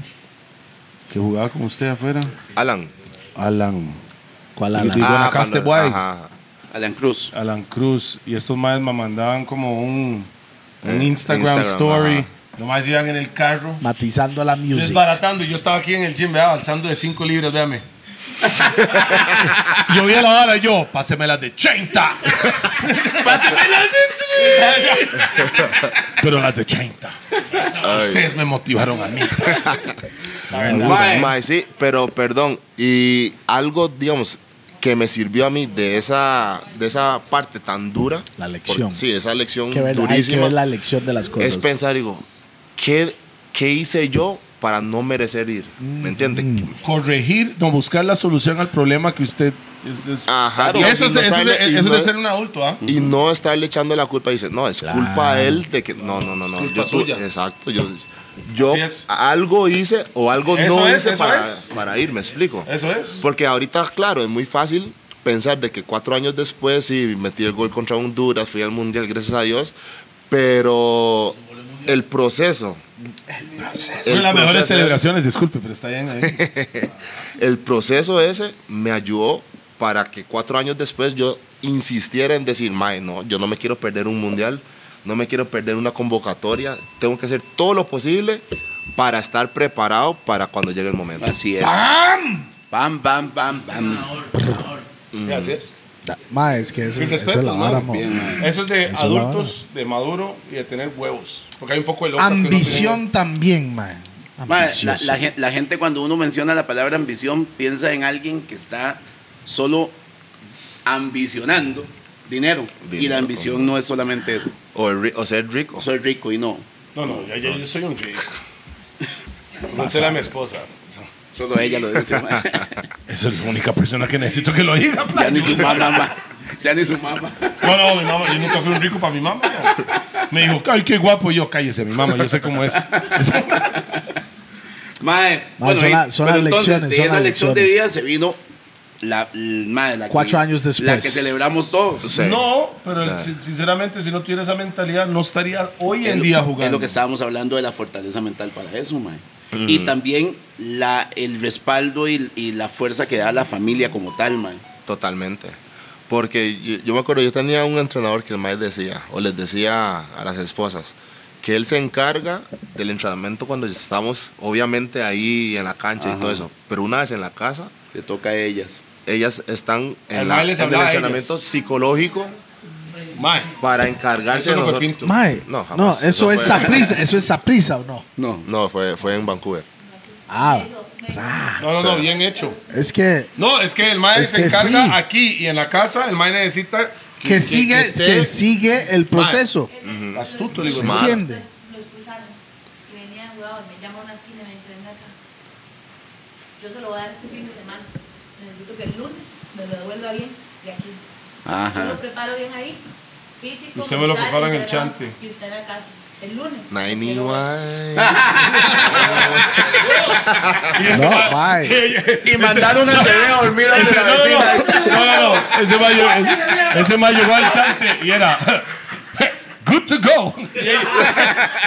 Speaker 2: Que jugaba con usted afuera.
Speaker 3: Alan.
Speaker 2: Alan.
Speaker 4: ¿Cuál
Speaker 2: Alan?
Speaker 4: Alan?
Speaker 2: bueno,
Speaker 3: Ah,
Speaker 2: acá este
Speaker 3: cuando-
Speaker 2: guay.
Speaker 3: ajá.
Speaker 5: Alan Cruz.
Speaker 2: Alan Cruz. Y estos maes me mandaban como un, un
Speaker 3: Eh,
Speaker 2: Instagram,
Speaker 3: Instagram,
Speaker 2: story.
Speaker 3: ajá.
Speaker 2: Nomás iban en el carro.
Speaker 4: Matizando la music.
Speaker 2: Desbaratando, y yo estaba aquí en el gym, vea, avanzando de 5 libras, véame. yo vi a la vara y yo, páseme las de 80. páseme las de 80. Pero las de 80. Ustedes me motivaron a mí. La verdad.
Speaker 5: Mae.
Speaker 3: Mae, sí, pero perdón. Y algo, digamos, que me sirvió a mí de esa, de esa parte tan dura.
Speaker 4: La lección.
Speaker 3: por- sí, esa lección
Speaker 4: Hay que ver- hay que
Speaker 3: durísima.
Speaker 4: ver la lección de las cosas.
Speaker 3: es pensar, digo, ¿qué, ¿qué hice yo para no merecer ir? ¿Me entiendes?
Speaker 4: Mm.
Speaker 2: Corregir, no buscar la solución al problema que usted. es- es-
Speaker 3: Ajá,
Speaker 2: Eso
Speaker 3: digamos,
Speaker 2: es-
Speaker 3: y
Speaker 2: eso
Speaker 3: no
Speaker 2: es de-
Speaker 3: estarle- y
Speaker 2: eso es
Speaker 3: no-
Speaker 2: de ser un adulto, ¿ah?
Speaker 3: Y no estarle echando la culpa y dice, no, es culpa a él de que. No, no, no, no.
Speaker 2: Culpa
Speaker 3: yo tu-
Speaker 2: suya.
Speaker 3: Exacto. Yo, yo
Speaker 2: Así es.
Speaker 3: algo hice o algo
Speaker 2: Eso
Speaker 3: no
Speaker 2: es,
Speaker 3: hice
Speaker 2: eso
Speaker 3: para,
Speaker 2: es.
Speaker 3: para ir, me explico.
Speaker 2: Eso es.
Speaker 3: Porque ahorita, claro, es muy fácil pensar de que cuatro años después sí metí el gol contra Honduras, fui al Mundial, gracias a Dios, pero el proceso,
Speaker 2: Son las mejores
Speaker 3: proceso-
Speaker 2: celebraciones, disculpe, pero está bien eh. ahí.
Speaker 3: el proceso ese me ayudó para que cuatro años después yo insistiera en decir, mae, no, yo no me quiero perder un Mundial, no me quiero perder una convocatoria, tengo que hacer todo lo posible para estar preparado para cuando llegue el momento.
Speaker 5: Así es. ¡Bam! Bam, bam, bam,
Speaker 2: Gracias.
Speaker 4: Ma, es que eso, es- eso es la vara, mo.
Speaker 2: Eso es de
Speaker 4: Eso es la
Speaker 2: adultos, de maduro y de tener huevos. Porque hay un poco de locos que no
Speaker 4: Ambición también, ma.
Speaker 5: Mae, la,
Speaker 4: Ambicioso.
Speaker 5: la gen- la gente cuando uno menciona la palabra ambición piensa en alguien que está solo ambicionando dinero. y
Speaker 3: Dinero,
Speaker 5: la ambición no es solamente eso.
Speaker 3: O, el ri- o ser rico.
Speaker 5: Soy rico y no.
Speaker 2: tienen- No, no, ya- ya yo, soy un rico. Pregúntele a mi esposa.
Speaker 5: Solo ella lo dice. mae.
Speaker 2: Esa es la única persona que necesito que lo diga.
Speaker 5: ya ni su mamá. mae. Ya ni su mamá.
Speaker 2: No, no, mi mamá, yo nunca fui un rico para mi mamá. no. Me dijo, ay, qué guapo. Y yo, cállese, mi mamá, yo sé cómo es.
Speaker 5: Mae,
Speaker 4: son
Speaker 5: y-
Speaker 4: la- son
Speaker 5: pero
Speaker 4: las
Speaker 5: entonces,
Speaker 4: lecciones,
Speaker 5: De
Speaker 4: son
Speaker 5: esa
Speaker 4: las
Speaker 5: lección de
Speaker 4: lecciones.
Speaker 5: vida se vino la, l- mae, la que-
Speaker 4: Cuatro años después.
Speaker 5: La que celebramos todos.
Speaker 3: Sí.
Speaker 2: No, pero si- sinceramente, si no tuviera esa mentalidad, no estaría hoy en
Speaker 5: Es lo-
Speaker 2: día jugando.
Speaker 5: Es lo que estábamos hablando de la fortaleza mental para eso, mae.
Speaker 2: Mm.
Speaker 5: Y también la, el respaldo y, y la fuerza que da la familia como tal, mae.
Speaker 3: Totalmente. Porque yo, yo me acuerdo, yo tenía un entrenador que el maestro decía, o les decía a las esposas, que él se encarga del entrenamiento cuando estamos, obviamente, ahí en la cancha y
Speaker 5: Ajá.
Speaker 3: todo eso. Pero una vez en la casa,
Speaker 5: Te toca a ellas.
Speaker 3: ellas están
Speaker 2: El
Speaker 3: en, la-
Speaker 2: mae les
Speaker 3: en el
Speaker 2: hablaba a
Speaker 3: entrenamiento
Speaker 2: ellos.
Speaker 3: psicológico
Speaker 2: Mae,
Speaker 3: para encargarse
Speaker 2: Eso no
Speaker 3: de
Speaker 2: fue
Speaker 3: nosotros.
Speaker 2: pinto.
Speaker 4: Ma,
Speaker 3: No,
Speaker 4: no,
Speaker 3: jamás.
Speaker 4: eso, es
Speaker 3: fue-
Speaker 4: saprisa, eso es saprisa o no.
Speaker 5: No.
Speaker 3: No, fue, fue en Vancouver.
Speaker 4: Ah,
Speaker 2: no, no, no, bien hecho.
Speaker 4: es que
Speaker 2: No, es que el mae
Speaker 4: Es
Speaker 2: se
Speaker 4: que
Speaker 2: encarga
Speaker 4: sí.
Speaker 2: aquí y en la casa, el mae necesita
Speaker 4: que sigue,
Speaker 2: esté
Speaker 4: que sigue el proceso.
Speaker 2: astuto, le digo.
Speaker 4: ¿Me
Speaker 3: Smart.
Speaker 4: entiende?
Speaker 7: Lo expulsaron. Y venía jugado y me llama a una esquina y me dice, venga acá. Yo se lo voy a dar este fin de semana. Necesito que el lunes me lo devuelva bien de aquí. Yo
Speaker 5: Ajá.
Speaker 7: lo preparo bien ahí. Físico.
Speaker 2: Usted me lo
Speaker 7: mental,
Speaker 2: prepara en el
Speaker 7: entregado,
Speaker 2: chante.
Speaker 7: Y usted en la casa. El lunes.
Speaker 3: Ninety
Speaker 7: Pero-
Speaker 2: Ah,
Speaker 3: One.
Speaker 2: Y ese
Speaker 4: No,
Speaker 2: mae-
Speaker 4: mae.
Speaker 5: Y mandaron el bebé a dormir a
Speaker 2: Ese,
Speaker 5: la vecina.
Speaker 2: no, no, no, no, no, ese mayo, ese, ese mae llegó al chante y era good to go. Y ella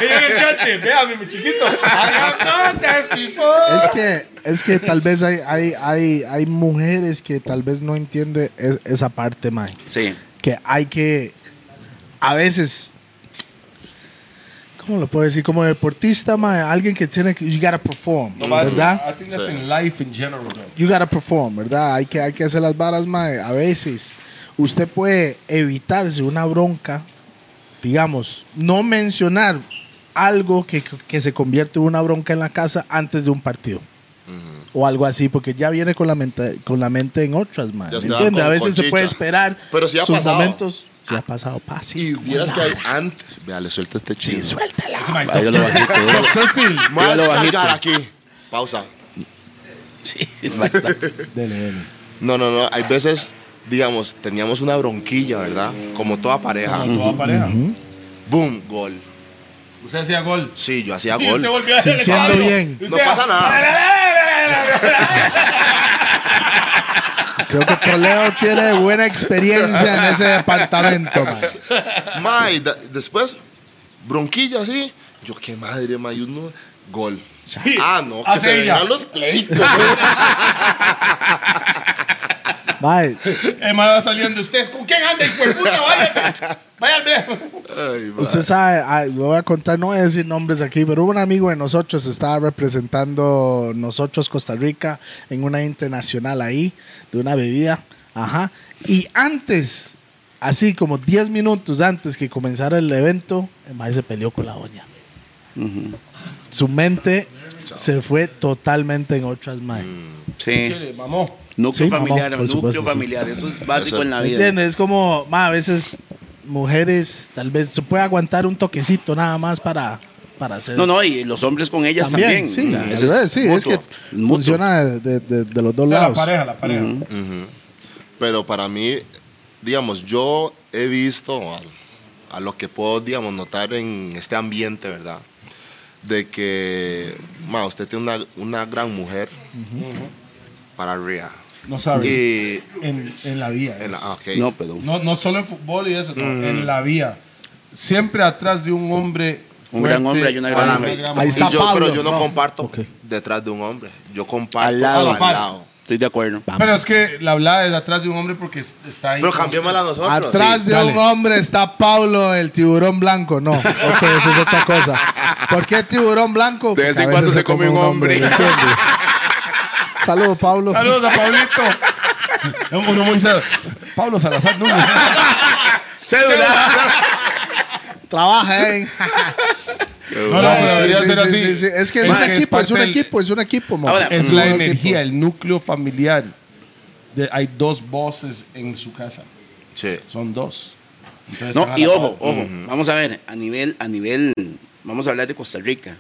Speaker 2: ella en el chante, véame, mi chiquito. I have done this before.
Speaker 4: Es que, es que tal vez hay, hay, hay, hay mujeres que tal vez no entienden es- esa parte, ma.
Speaker 5: Sí.
Speaker 4: que hay que a veces ¿Cómo lo puedo decir? Como deportista, mae, alguien que tiene que you gotta perform,
Speaker 2: I
Speaker 4: ¿verdad?
Speaker 2: think that's in life in general. though.
Speaker 4: You gotta perform, ¿verdad? Hay que hay que hacer las varas, mae. A veces usted puede evitarse una bronca, digamos, no mencionar algo que, que se convierte en una bronca en la casa antes de un partido. O algo así, porque ya viene con la mente, con la mente en otras, mae.
Speaker 3: Ya
Speaker 4: ¿Me
Speaker 3: estaba
Speaker 4: entiende?
Speaker 3: con-
Speaker 4: A veces
Speaker 3: con
Speaker 4: se puede
Speaker 3: chicha.
Speaker 4: esperar
Speaker 3: Pero sí ha
Speaker 4: sus
Speaker 3: pasado. Ah.
Speaker 4: momentos. Si ha pasado, pase.
Speaker 3: Y vieras que hay antes. Vea, le suelta este chino.
Speaker 4: Sí, suéltala.
Speaker 2: Ese Mike
Speaker 8: Ahí Ah, yo lo bajito. yo lo-
Speaker 2: Doctor Phil.
Speaker 3: Me voy a
Speaker 8: Ya lo
Speaker 3: descargar aquí. Pausa.
Speaker 8: Sí, sí, bastante.
Speaker 2: Dele, dele.
Speaker 3: No, no, no. Hay veces, digamos, teníamos una bronquilla, ¿verdad? Como toda pareja.
Speaker 2: Como toda pareja.
Speaker 3: Boom, gol.
Speaker 2: Usted hacía gol.
Speaker 3: Sí, yo hacía
Speaker 2: Y
Speaker 3: gol.
Speaker 2: usted volvió a hacer el
Speaker 4: Sintiendo
Speaker 2: cambio.
Speaker 4: bien.
Speaker 2: Y
Speaker 3: No
Speaker 2: usted-
Speaker 3: pasa nada.
Speaker 4: Creo que Toledo tiene buena experiencia en ese departamento, man.
Speaker 3: Ma, y da- después, bronquilla así. Yo, qué madre, ma, y uno, gol. Ah, no, que
Speaker 2: Hace
Speaker 3: se
Speaker 2: ella.
Speaker 3: vengan los pleitos.
Speaker 4: Mae,
Speaker 2: El mae va saliendo. ¿Usted con quién anda? Pues puta, váyase. Váyase.
Speaker 3: Ay, ma.
Speaker 4: usted sabe, ay, lo voy a contar, no voy a decir nombres aquí, pero un amigo de nosotros estaba representando nosotros Costa Rica en una internacional ahí, de una bebida. Ajá. Y antes, así como 10 minutos antes que comenzara el evento, el mae se peleó con la doña. Su mente se fue totalmente en otras, mae.
Speaker 5: Mm. Sí.
Speaker 2: Chile, mamó.
Speaker 5: Núcleo
Speaker 4: Sí, mamá,
Speaker 5: familiar,
Speaker 4: por
Speaker 5: núcleo
Speaker 4: supuesto, sí.
Speaker 5: familiar. Eso es básico
Speaker 3: Eso-
Speaker 5: en la
Speaker 4: ¿Me
Speaker 5: vida.
Speaker 4: entiendes? Es como, ma, a veces mujeres tal vez se puede aguantar un toquecito nada más para, para hacer.
Speaker 5: No, no, y los hombres con ellas también.
Speaker 4: sí,
Speaker 5: O sea,
Speaker 4: al
Speaker 5: ese es
Speaker 4: revés, sí, es que
Speaker 5: mutuo, mutuo.
Speaker 4: funciona de, de- de- de los dos
Speaker 2: O sea, la
Speaker 4: lados.
Speaker 2: pareja, la pareja.
Speaker 3: Pero para mí, digamos, yo he visto a, a lo que puedo, digamos, notar en este ambiente, ¿verdad? De que, ma, usted tiene una, una gran mujer para Ria.
Speaker 2: No sabe.
Speaker 3: Y,
Speaker 2: En, en la vía.
Speaker 3: en la-
Speaker 2: es.
Speaker 3: ah, ok.
Speaker 8: No, pero.
Speaker 2: no, no solo en fútbol y eso, no,
Speaker 5: Mm.
Speaker 2: en la vía. Siempre atrás de un hombre.
Speaker 5: Un gran
Speaker 2: fuerte, Ah,
Speaker 5: hombre hay una gran mujer.
Speaker 4: Ahí
Speaker 3: Y
Speaker 4: está
Speaker 3: yo,
Speaker 4: Pablo,
Speaker 3: pero yo no,
Speaker 4: no.
Speaker 3: comparto
Speaker 4: Ok.
Speaker 3: detrás de un hombre. Yo comparto
Speaker 5: Al
Speaker 3: al
Speaker 5: lado,
Speaker 3: lado.
Speaker 2: a la par.
Speaker 5: Estoy de acuerdo.
Speaker 2: Pero es que la hablada es atrás de un hombre porque es- está ahí.
Speaker 3: Pero cambiémosla a nosotros.
Speaker 4: Atrás
Speaker 2: Sí,
Speaker 4: de
Speaker 2: dale.
Speaker 4: un hombre está Pablo, el tiburón blanco. No, ok, eso es otra cosa. ¿Por qué tiburón blanco?
Speaker 5: De vez
Speaker 4: Porque
Speaker 5: en
Speaker 4: a
Speaker 5: cuando
Speaker 4: veces
Speaker 5: se come un hombre.
Speaker 4: ¿entiendes? Saludos, Pablo.
Speaker 2: Saludos a Pablito. Uno muy serio. Pablo Salazar Núñez. ¿eh?
Speaker 5: ¡Cédula!
Speaker 4: Trabaja, ¿eh?
Speaker 2: No, no, pero debería ser así.
Speaker 4: sí, sí. Es que es,
Speaker 2: Mae,
Speaker 4: un equipo, es un
Speaker 2: parte del-
Speaker 4: equipo, es un equipo. mo.
Speaker 5: Ahora,
Speaker 2: Es la
Speaker 4: Un equipo.
Speaker 2: energía, el núcleo familiar. De- hay dos voces en su casa.
Speaker 3: Sí.
Speaker 2: Son dos. Entonces,
Speaker 5: No,
Speaker 2: están a
Speaker 5: y
Speaker 2: la
Speaker 5: ojo,
Speaker 2: par.
Speaker 5: ojo. Vamos a ver, a nivel, a nivel, vamos a hablar de Costa Rica.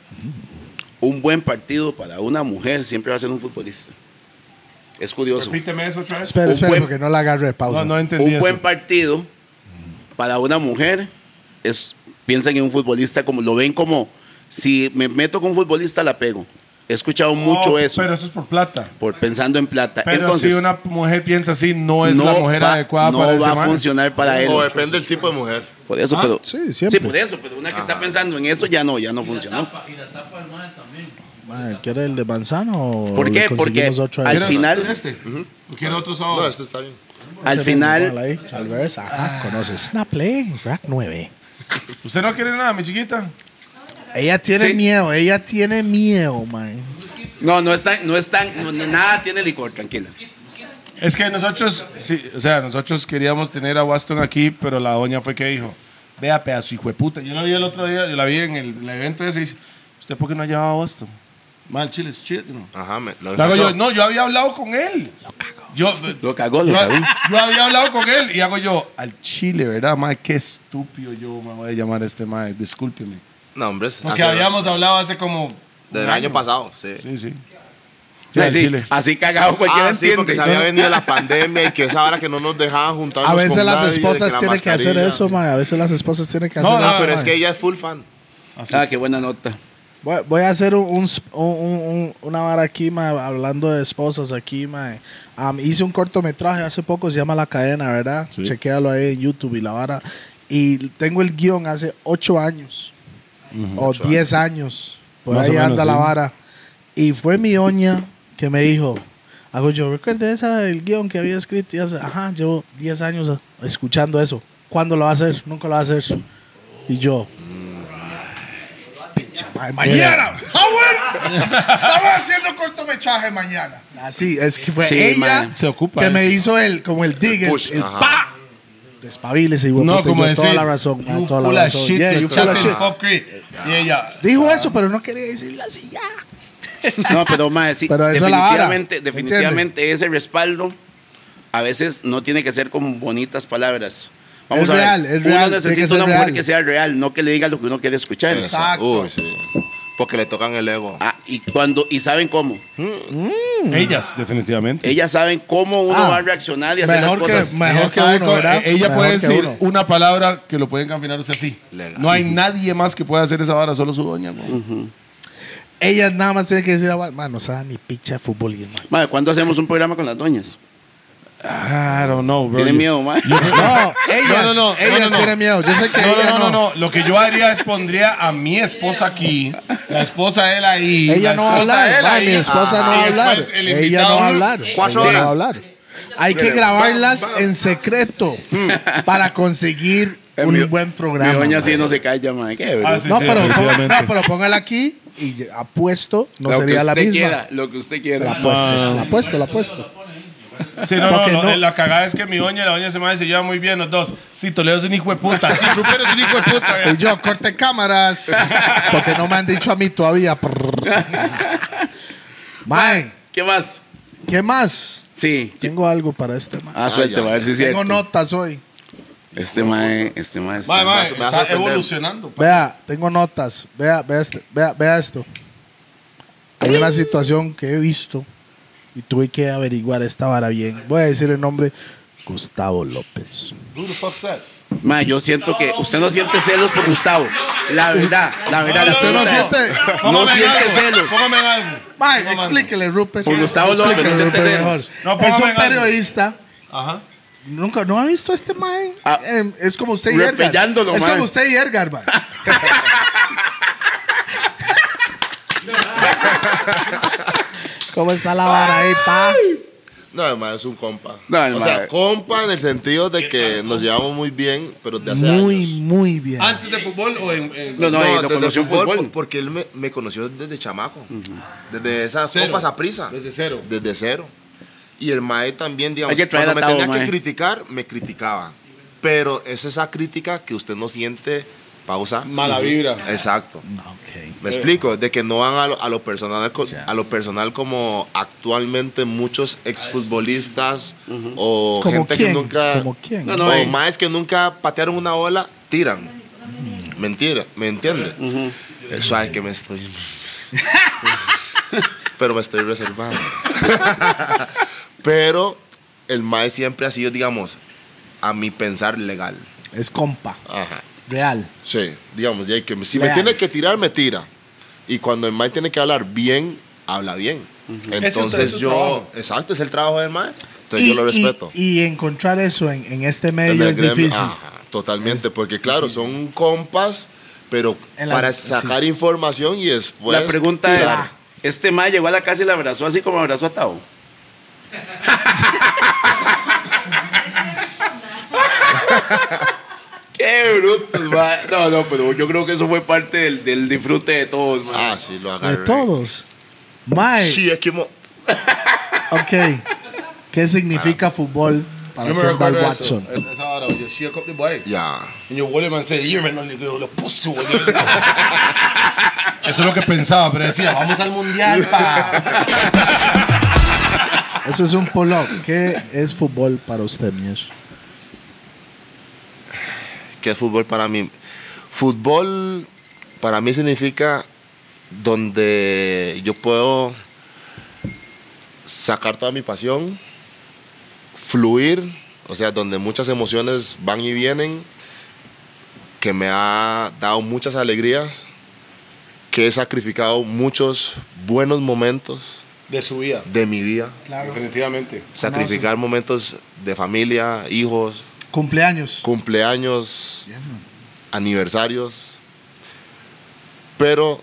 Speaker 5: Un buen partido para una mujer siempre va a ser un futbolista. Es curioso.
Speaker 2: Repíteme eso otra vez.
Speaker 4: Espera,
Speaker 5: Un
Speaker 4: espera,
Speaker 5: buen-
Speaker 4: porque no la agarre pausa.
Speaker 2: No, no entendí
Speaker 5: Un buen
Speaker 2: eso.
Speaker 5: partido para una mujer es piensan en un futbolista como lo ven como si me meto con un futbolista la pego. He escuchado mucho
Speaker 2: No,
Speaker 5: eso
Speaker 2: Pero eso es por plata.
Speaker 5: por pensando en plata.
Speaker 2: Pero
Speaker 5: Entonces,
Speaker 2: si una mujer piensa así, no es la mujer
Speaker 5: va-
Speaker 2: adecuada
Speaker 5: no
Speaker 2: para ese
Speaker 5: va a
Speaker 2: man.
Speaker 5: funcionar para él.
Speaker 3: O depende del tipo de mujer.
Speaker 5: Por eso,
Speaker 2: Ah,
Speaker 5: pero
Speaker 4: sí, siempre.
Speaker 5: por eso, pero una que está pensando en eso ya no, ya no funcionó.
Speaker 6: tapa, y la tapa al mae también.
Speaker 4: Mae, ¿Quiere el de manzano o
Speaker 5: ¿Por
Speaker 4: le
Speaker 5: qué? Porque
Speaker 4: conseguimos otro ahí?
Speaker 5: al
Speaker 2: ¿Quieres
Speaker 5: final-
Speaker 2: este? ¿O quieres otro sábado?
Speaker 3: No, este está bien.
Speaker 5: Al
Speaker 4: Ese fútbol
Speaker 5: final
Speaker 4: ahí, al revés, ajá, conoce Snaplay, Rack 9.
Speaker 2: ¿Usted no quiere nada, mi chiquita?
Speaker 4: Ella tiene
Speaker 5: Sí.
Speaker 4: miedo, ella tiene miedo, man.
Speaker 5: no no está no está nada tiene licor, tranquila.
Speaker 2: Es que nosotros, sí, o sea, nosotros queríamos tener a Waston aquí, pero la doña fue que dijo, vea pedazo hijo de puta. Yo la vi el otro día, yo la vi en el, el evento ese y dice, ¿usted por qué no ha llevado a Waston? Mal, chile, es chile, ¿no?
Speaker 3: Ajá, me, lo
Speaker 2: Luego yo,
Speaker 3: enganchó.
Speaker 2: no, yo había hablado con él. Yo,
Speaker 5: Lo cagó, lo
Speaker 2: yo,
Speaker 5: cagó.
Speaker 2: yo había hablado con él y hago yo, al chile, ¿verdad, mae? Qué estúpido yo me voy a llamar a este mae, discúlpeme.
Speaker 3: No, hombre.
Speaker 2: Porque
Speaker 3: hace-
Speaker 2: habíamos hablado hace como...
Speaker 3: Del
Speaker 2: un
Speaker 3: año pasado, sí.
Speaker 2: Sí, sí.
Speaker 5: Sí,
Speaker 2: al
Speaker 5: sí,
Speaker 2: chile.
Speaker 5: así cagado cualquiera
Speaker 3: Ah, sí, porque
Speaker 5: entiende.
Speaker 3: se había venido la pandemia y que esa hora que no nos dejaban juntarnos
Speaker 4: A veces
Speaker 3: con
Speaker 4: las
Speaker 3: nadie, de
Speaker 4: esposas
Speaker 3: la
Speaker 4: tienen que hacer
Speaker 3: mascarilla. Ah,
Speaker 4: eso, man. A veces las esposas tienen que
Speaker 2: No,
Speaker 4: hacer
Speaker 2: no,
Speaker 4: eso.
Speaker 3: Pero es
Speaker 4: mae.
Speaker 3: que ella es full fan.
Speaker 5: Ah, qué buena nota.
Speaker 4: Voy, voy a hacer un, un s- un- un- un- una vara aquí, mae, hablando de esposas aquí, mae. Am, hice un cortometraje hace poco, se llama La Cadena, ¿verdad? Chequéalo ahí en YouTube y la vara. Y tengo el guión hace ocho años, o diez años, por
Speaker 2: Más o
Speaker 4: ahí
Speaker 2: menos,
Speaker 4: anda la
Speaker 2: sí.
Speaker 4: vara. Y fue mi oña que me dijo, hago yo, recuerde esa, el guión que había escrito y hace, ajá, llevo diez años ah, escuchando eso. ¿Cuándo lo va a hacer? Nunca lo va a hacer. Y yo... "Picha, mae, mañana. Estamos haciendo cortometraje mañana. Así es que fue
Speaker 5: Sí,
Speaker 4: ella
Speaker 5: man,
Speaker 2: se ocupa
Speaker 4: que
Speaker 2: eh. de
Speaker 4: me hizo el como el dig, el,
Speaker 3: push,
Speaker 4: el
Speaker 3: ajá.
Speaker 4: pa. Despabilese, hijo de
Speaker 2: No,
Speaker 4: puta,
Speaker 2: como
Speaker 4: yo
Speaker 2: decir,
Speaker 4: toda la razón, man,
Speaker 2: you
Speaker 4: toda
Speaker 2: full
Speaker 4: la
Speaker 2: of
Speaker 4: razón.
Speaker 2: shit,
Speaker 4: Yeah,
Speaker 2: you're
Speaker 4: you full of
Speaker 2: chatting
Speaker 4: shit.
Speaker 2: fuck creep. Y ella,
Speaker 4: Dijo eso, pero no quería decirlo así ya.
Speaker 5: No, pero más sí,
Speaker 4: Pero eso es la vara,
Speaker 5: definitivamente, definitivamente ese respaldo a veces no tiene que ser con bonitas palabras. Vamos
Speaker 4: Es
Speaker 5: a ver.
Speaker 4: real, es real,
Speaker 5: Uno
Speaker 4: tiene que
Speaker 5: necesita
Speaker 4: ser
Speaker 5: una mujer
Speaker 4: real.
Speaker 5: que sea real, no que le diga lo que uno quiere escuchar.
Speaker 4: Exacto.
Speaker 3: Uy, sí. Porque le tocan el ego.
Speaker 5: Ah, y cuando y saben cómo.
Speaker 4: Mm.
Speaker 2: Ellas,
Speaker 3: Eh,
Speaker 2: definitivamente.
Speaker 5: Ellas saben cómo uno
Speaker 4: Ah,
Speaker 5: va a reaccionar y hacer las
Speaker 4: mejor que-
Speaker 5: cosas.
Speaker 4: mejor
Speaker 2: Ella
Speaker 4: que
Speaker 2: sabe
Speaker 4: uno,
Speaker 2: cómo-
Speaker 4: ¿verdad?
Speaker 2: eh, Ella
Speaker 4: Mejor
Speaker 2: puede
Speaker 4: que
Speaker 2: decir
Speaker 4: uno.
Speaker 2: una palabra que lo pueden caminar usted así.
Speaker 3: Legal. Mm.
Speaker 2: No hay nadie más que pueda hacer esa vara, solo su doña. güey.
Speaker 4: Ellas nada más tienen que decir, "Ah, man, no saben ni picha de fútbol. Y, man.
Speaker 5: Madre, ¿cuándo hacemos un programa con las doñas?
Speaker 2: I don't know, bro.
Speaker 5: Tienen miedo, madre.
Speaker 4: No, ellas,
Speaker 2: No, no, no,
Speaker 4: ellas
Speaker 2: no, no, no.
Speaker 4: tienen miedo. Yo sé que
Speaker 2: No,
Speaker 4: ella
Speaker 2: no, no, no, no. Lo que yo haría es pondría a mi esposa aquí, la esposa de él ahí.
Speaker 4: Ella
Speaker 2: la
Speaker 4: no va a
Speaker 2: esposa
Speaker 4: hablar,
Speaker 2: de él
Speaker 4: ma,
Speaker 2: ahí.
Speaker 4: mi esposa no va a
Speaker 2: Y después
Speaker 4: hablar.
Speaker 2: el
Speaker 4: Ella
Speaker 2: invitado,
Speaker 4: no va a hablar.
Speaker 3: Cuatro
Speaker 4: ella no va a
Speaker 3: horas.
Speaker 4: hablar. Hay que grabarlas en secreto
Speaker 2: Hmm.
Speaker 4: para conseguir
Speaker 2: Eh,
Speaker 4: un
Speaker 5: Mi-
Speaker 4: buen programa.
Speaker 5: Mi doña sí
Speaker 4: ma.
Speaker 5: no se calla, madre. Qué
Speaker 2: Ah,
Speaker 5: vergüenza.
Speaker 2: sí,
Speaker 4: no,
Speaker 2: sí,
Speaker 4: pero,
Speaker 2: definitivamente.
Speaker 4: no, pero póngala aquí y yo apuesto, no
Speaker 5: Lo que
Speaker 4: sería la
Speaker 5: usted
Speaker 4: misma.
Speaker 5: quiera, lo que usted quiera.
Speaker 4: La apuesto,
Speaker 2: Ah.
Speaker 4: la apuesto, la apuesto.
Speaker 2: Sí, no, no,
Speaker 4: Porque
Speaker 2: no,
Speaker 4: no.
Speaker 2: eh, La cagada es que mi doña y la doña se me se llevan muy bien los dos. Sí, Toledo es un hijo de puta. Sí, Rupero es un hijo de puta.
Speaker 4: Y yo, corte cámaras, porque no me han dicho a mí todavía. Mae,
Speaker 5: ¿Qué más?
Speaker 4: ¿qué más?
Speaker 5: Sí.
Speaker 4: Tengo algo para este, mae.
Speaker 5: Ah, suerte,
Speaker 3: ya,
Speaker 5: va a ver si es
Speaker 4: Tengo
Speaker 5: cierto.
Speaker 4: notas hoy.
Speaker 5: Este mae, este mae está.
Speaker 2: Mae, mae,
Speaker 3: me vas a
Speaker 2: está
Speaker 3: sorprender.
Speaker 2: evolucionando. pa.
Speaker 4: Vea, tengo notas. Vea, vea, este- vea, vea esto. Hay una situación que he visto y tuve que averiguar esta vara bien. Voy a decir el nombre Gustavo López.
Speaker 2: Who the fuck's that?
Speaker 5: Mae, yo siento que usted no siente celos por Gustavo. La verdad, la verdad.
Speaker 2: No,
Speaker 4: no,
Speaker 5: usted no
Speaker 4: no,
Speaker 5: siente,
Speaker 4: no.
Speaker 5: no
Speaker 2: Póngame en
Speaker 5: siente
Speaker 2: algo,
Speaker 5: celos.
Speaker 2: Póngame en algo.
Speaker 4: Mae,
Speaker 2: Póngame en algo.
Speaker 4: explíquele, Rupert.
Speaker 5: Por Gustavo López,
Speaker 4: Explíquele,
Speaker 5: no se
Speaker 4: Rupert,
Speaker 5: enteren.
Speaker 4: mejor.
Speaker 2: No,
Speaker 4: es
Speaker 2: póngame
Speaker 4: un
Speaker 2: en algo.
Speaker 4: periodista.
Speaker 2: Ajá.
Speaker 4: Nunca, ¿no ha visto este mae?
Speaker 5: Ah,
Speaker 4: Eh, es como usted y Edgar.
Speaker 5: repellándolo,
Speaker 4: Es
Speaker 5: mae.
Speaker 4: como usted y Edgar, mae. ¿Cómo está la vara ahí, pa?
Speaker 3: No, además es un compa.
Speaker 5: No, el
Speaker 3: o
Speaker 5: mae-
Speaker 3: sea, compa en el sentido de que nos llevamos muy bien, pero de hace
Speaker 4: Muy,
Speaker 3: años.
Speaker 4: muy bien.
Speaker 2: ¿Antes de fútbol o en.? en-
Speaker 5: No, no, eh, lo
Speaker 3: desde
Speaker 5: conoció en
Speaker 3: fútbol,
Speaker 5: fútbol.
Speaker 3: po- porque él me, me conoció desde chamaco. Desde esas
Speaker 2: Cero.
Speaker 3: copas a prisa.
Speaker 2: Desde cero.
Speaker 3: Desde cero. Y el mae también, digamos,
Speaker 5: Hay que traer
Speaker 3: cuando me
Speaker 5: a Tavo,
Speaker 3: tenía
Speaker 5: mae.
Speaker 3: que criticar, me criticaba. Pero es esa crítica que usted no siente, pausa.
Speaker 2: Mala vibra.
Speaker 3: Exacto.
Speaker 4: Ah, Ok.
Speaker 5: Eh.
Speaker 3: Me explico, de que no van a lo, a lo personal co- a lo personal como actualmente muchos exfutbolistas o
Speaker 4: ¿Como
Speaker 3: gente
Speaker 4: quién?
Speaker 3: que nunca
Speaker 4: ¿Como quién?
Speaker 5: Ah, No, no,
Speaker 3: o
Speaker 5: eh.
Speaker 3: más que nunca patearon una bola, tiran.
Speaker 4: Mm.
Speaker 3: Mentira, ¿me entiende? Eso es que me estoy pero me estoy reservando. pero el mae siempre ha sido, digamos, a mi pensar legal.
Speaker 4: Es compa.
Speaker 3: Ajá.
Speaker 4: Real.
Speaker 3: Sí, digamos, ya que si
Speaker 4: Leal.
Speaker 3: me tiene que tirar, me tira. Y cuando el mae tiene que hablar bien, habla bien.
Speaker 2: Ese es
Speaker 3: Entonces
Speaker 2: su
Speaker 3: yo,
Speaker 2: trabajo.
Speaker 3: exacto, es el trabajo del mae. Entonces yo lo respeto.
Speaker 4: Y, encontrar eso en, en este medio
Speaker 3: En el
Speaker 4: es
Speaker 3: gremio,
Speaker 4: difícil.
Speaker 5: ah,
Speaker 3: ajá, totalmente, porque claro, son compas, pero
Speaker 4: En la-
Speaker 3: para
Speaker 4: sí.
Speaker 3: sacar información y después.
Speaker 5: la pregunta es:
Speaker 3: tirar.
Speaker 5: ¿este mae llegó a la casa y la abrazó así como abrazó a Tao? Qué brutos, mae. No, no, pero yo creo que eso fue parte del, del disfrute de todos, mae.
Speaker 3: Ah, sí, lo
Speaker 4: De
Speaker 3: agarré.
Speaker 4: todos. Mae,
Speaker 3: Sí, es que. mo-
Speaker 4: ok. ¿Qué significa fútbol para
Speaker 2: Yo me
Speaker 4: Kendall
Speaker 2: recuerdo eso.
Speaker 4: Watson?
Speaker 2: Esa hora, yo she a cup the boy.
Speaker 3: Ya.
Speaker 2: Y yo vuelvo y me dice, "Irme, no le digo, lo puse, güey". Eso es lo que pensaba, pero decía, vamos al mundial, pa.
Speaker 4: Eso es un polo. ¿Qué es fútbol para usted, Mier?
Speaker 3: ¿Qué es fútbol para mí? Fútbol para mí significa donde yo puedo sacar toda mi pasión, fluir, o sea, donde muchas emociones van y vienen, que me ha dado muchas alegrías, que he sacrificado muchos buenos momentos
Speaker 2: De su vida.
Speaker 3: de mi vida,
Speaker 2: Definitivamente.
Speaker 3: sacrificar momentos de familia, hijos,
Speaker 4: Cumpleaños.
Speaker 3: cumpleaños, aniversarios, pero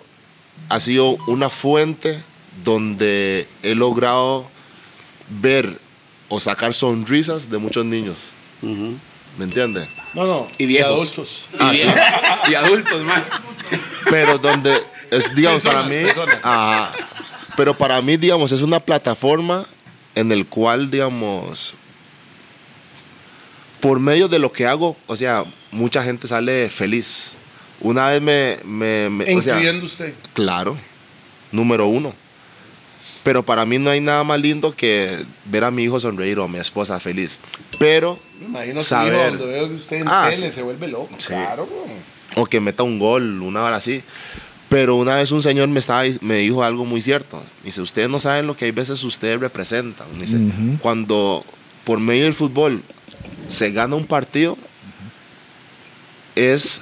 Speaker 3: ha sido una fuente donde he logrado ver o sacar sonrisas de muchos niños. ¿Me entiendes?
Speaker 2: No, no.
Speaker 5: Y viejos.
Speaker 2: de adultos.
Speaker 5: Y, y adultos, mae.
Speaker 3: Pero donde es, digamos,
Speaker 2: Personas,
Speaker 3: para mí.
Speaker 2: personas.
Speaker 3: Ajá. pero para mí, digamos, es una plataforma en el cual, digamos, por medio de lo que hago, o sea, mucha gente sale feliz. Una vez me. me- me- o sea,
Speaker 2: Incluyendo usted.
Speaker 3: Claro, número uno. Pero para mí no hay nada más lindo que ver a mi hijo sonreír o a mi esposa feliz. Pero
Speaker 2: Me imagino que
Speaker 3: Saber.
Speaker 2: cuando veo que usted en
Speaker 3: Ah.
Speaker 2: tele se vuelve loco.
Speaker 3: Sí.
Speaker 2: Claro, weón.
Speaker 3: o que meta un gol, una hora así. Pero una vez un señor me, estaba, me dijo algo muy cierto. Dice, ustedes no saben lo que hay veces ustedes representan. Dice, cuando por medio del fútbol se gana un partido, es,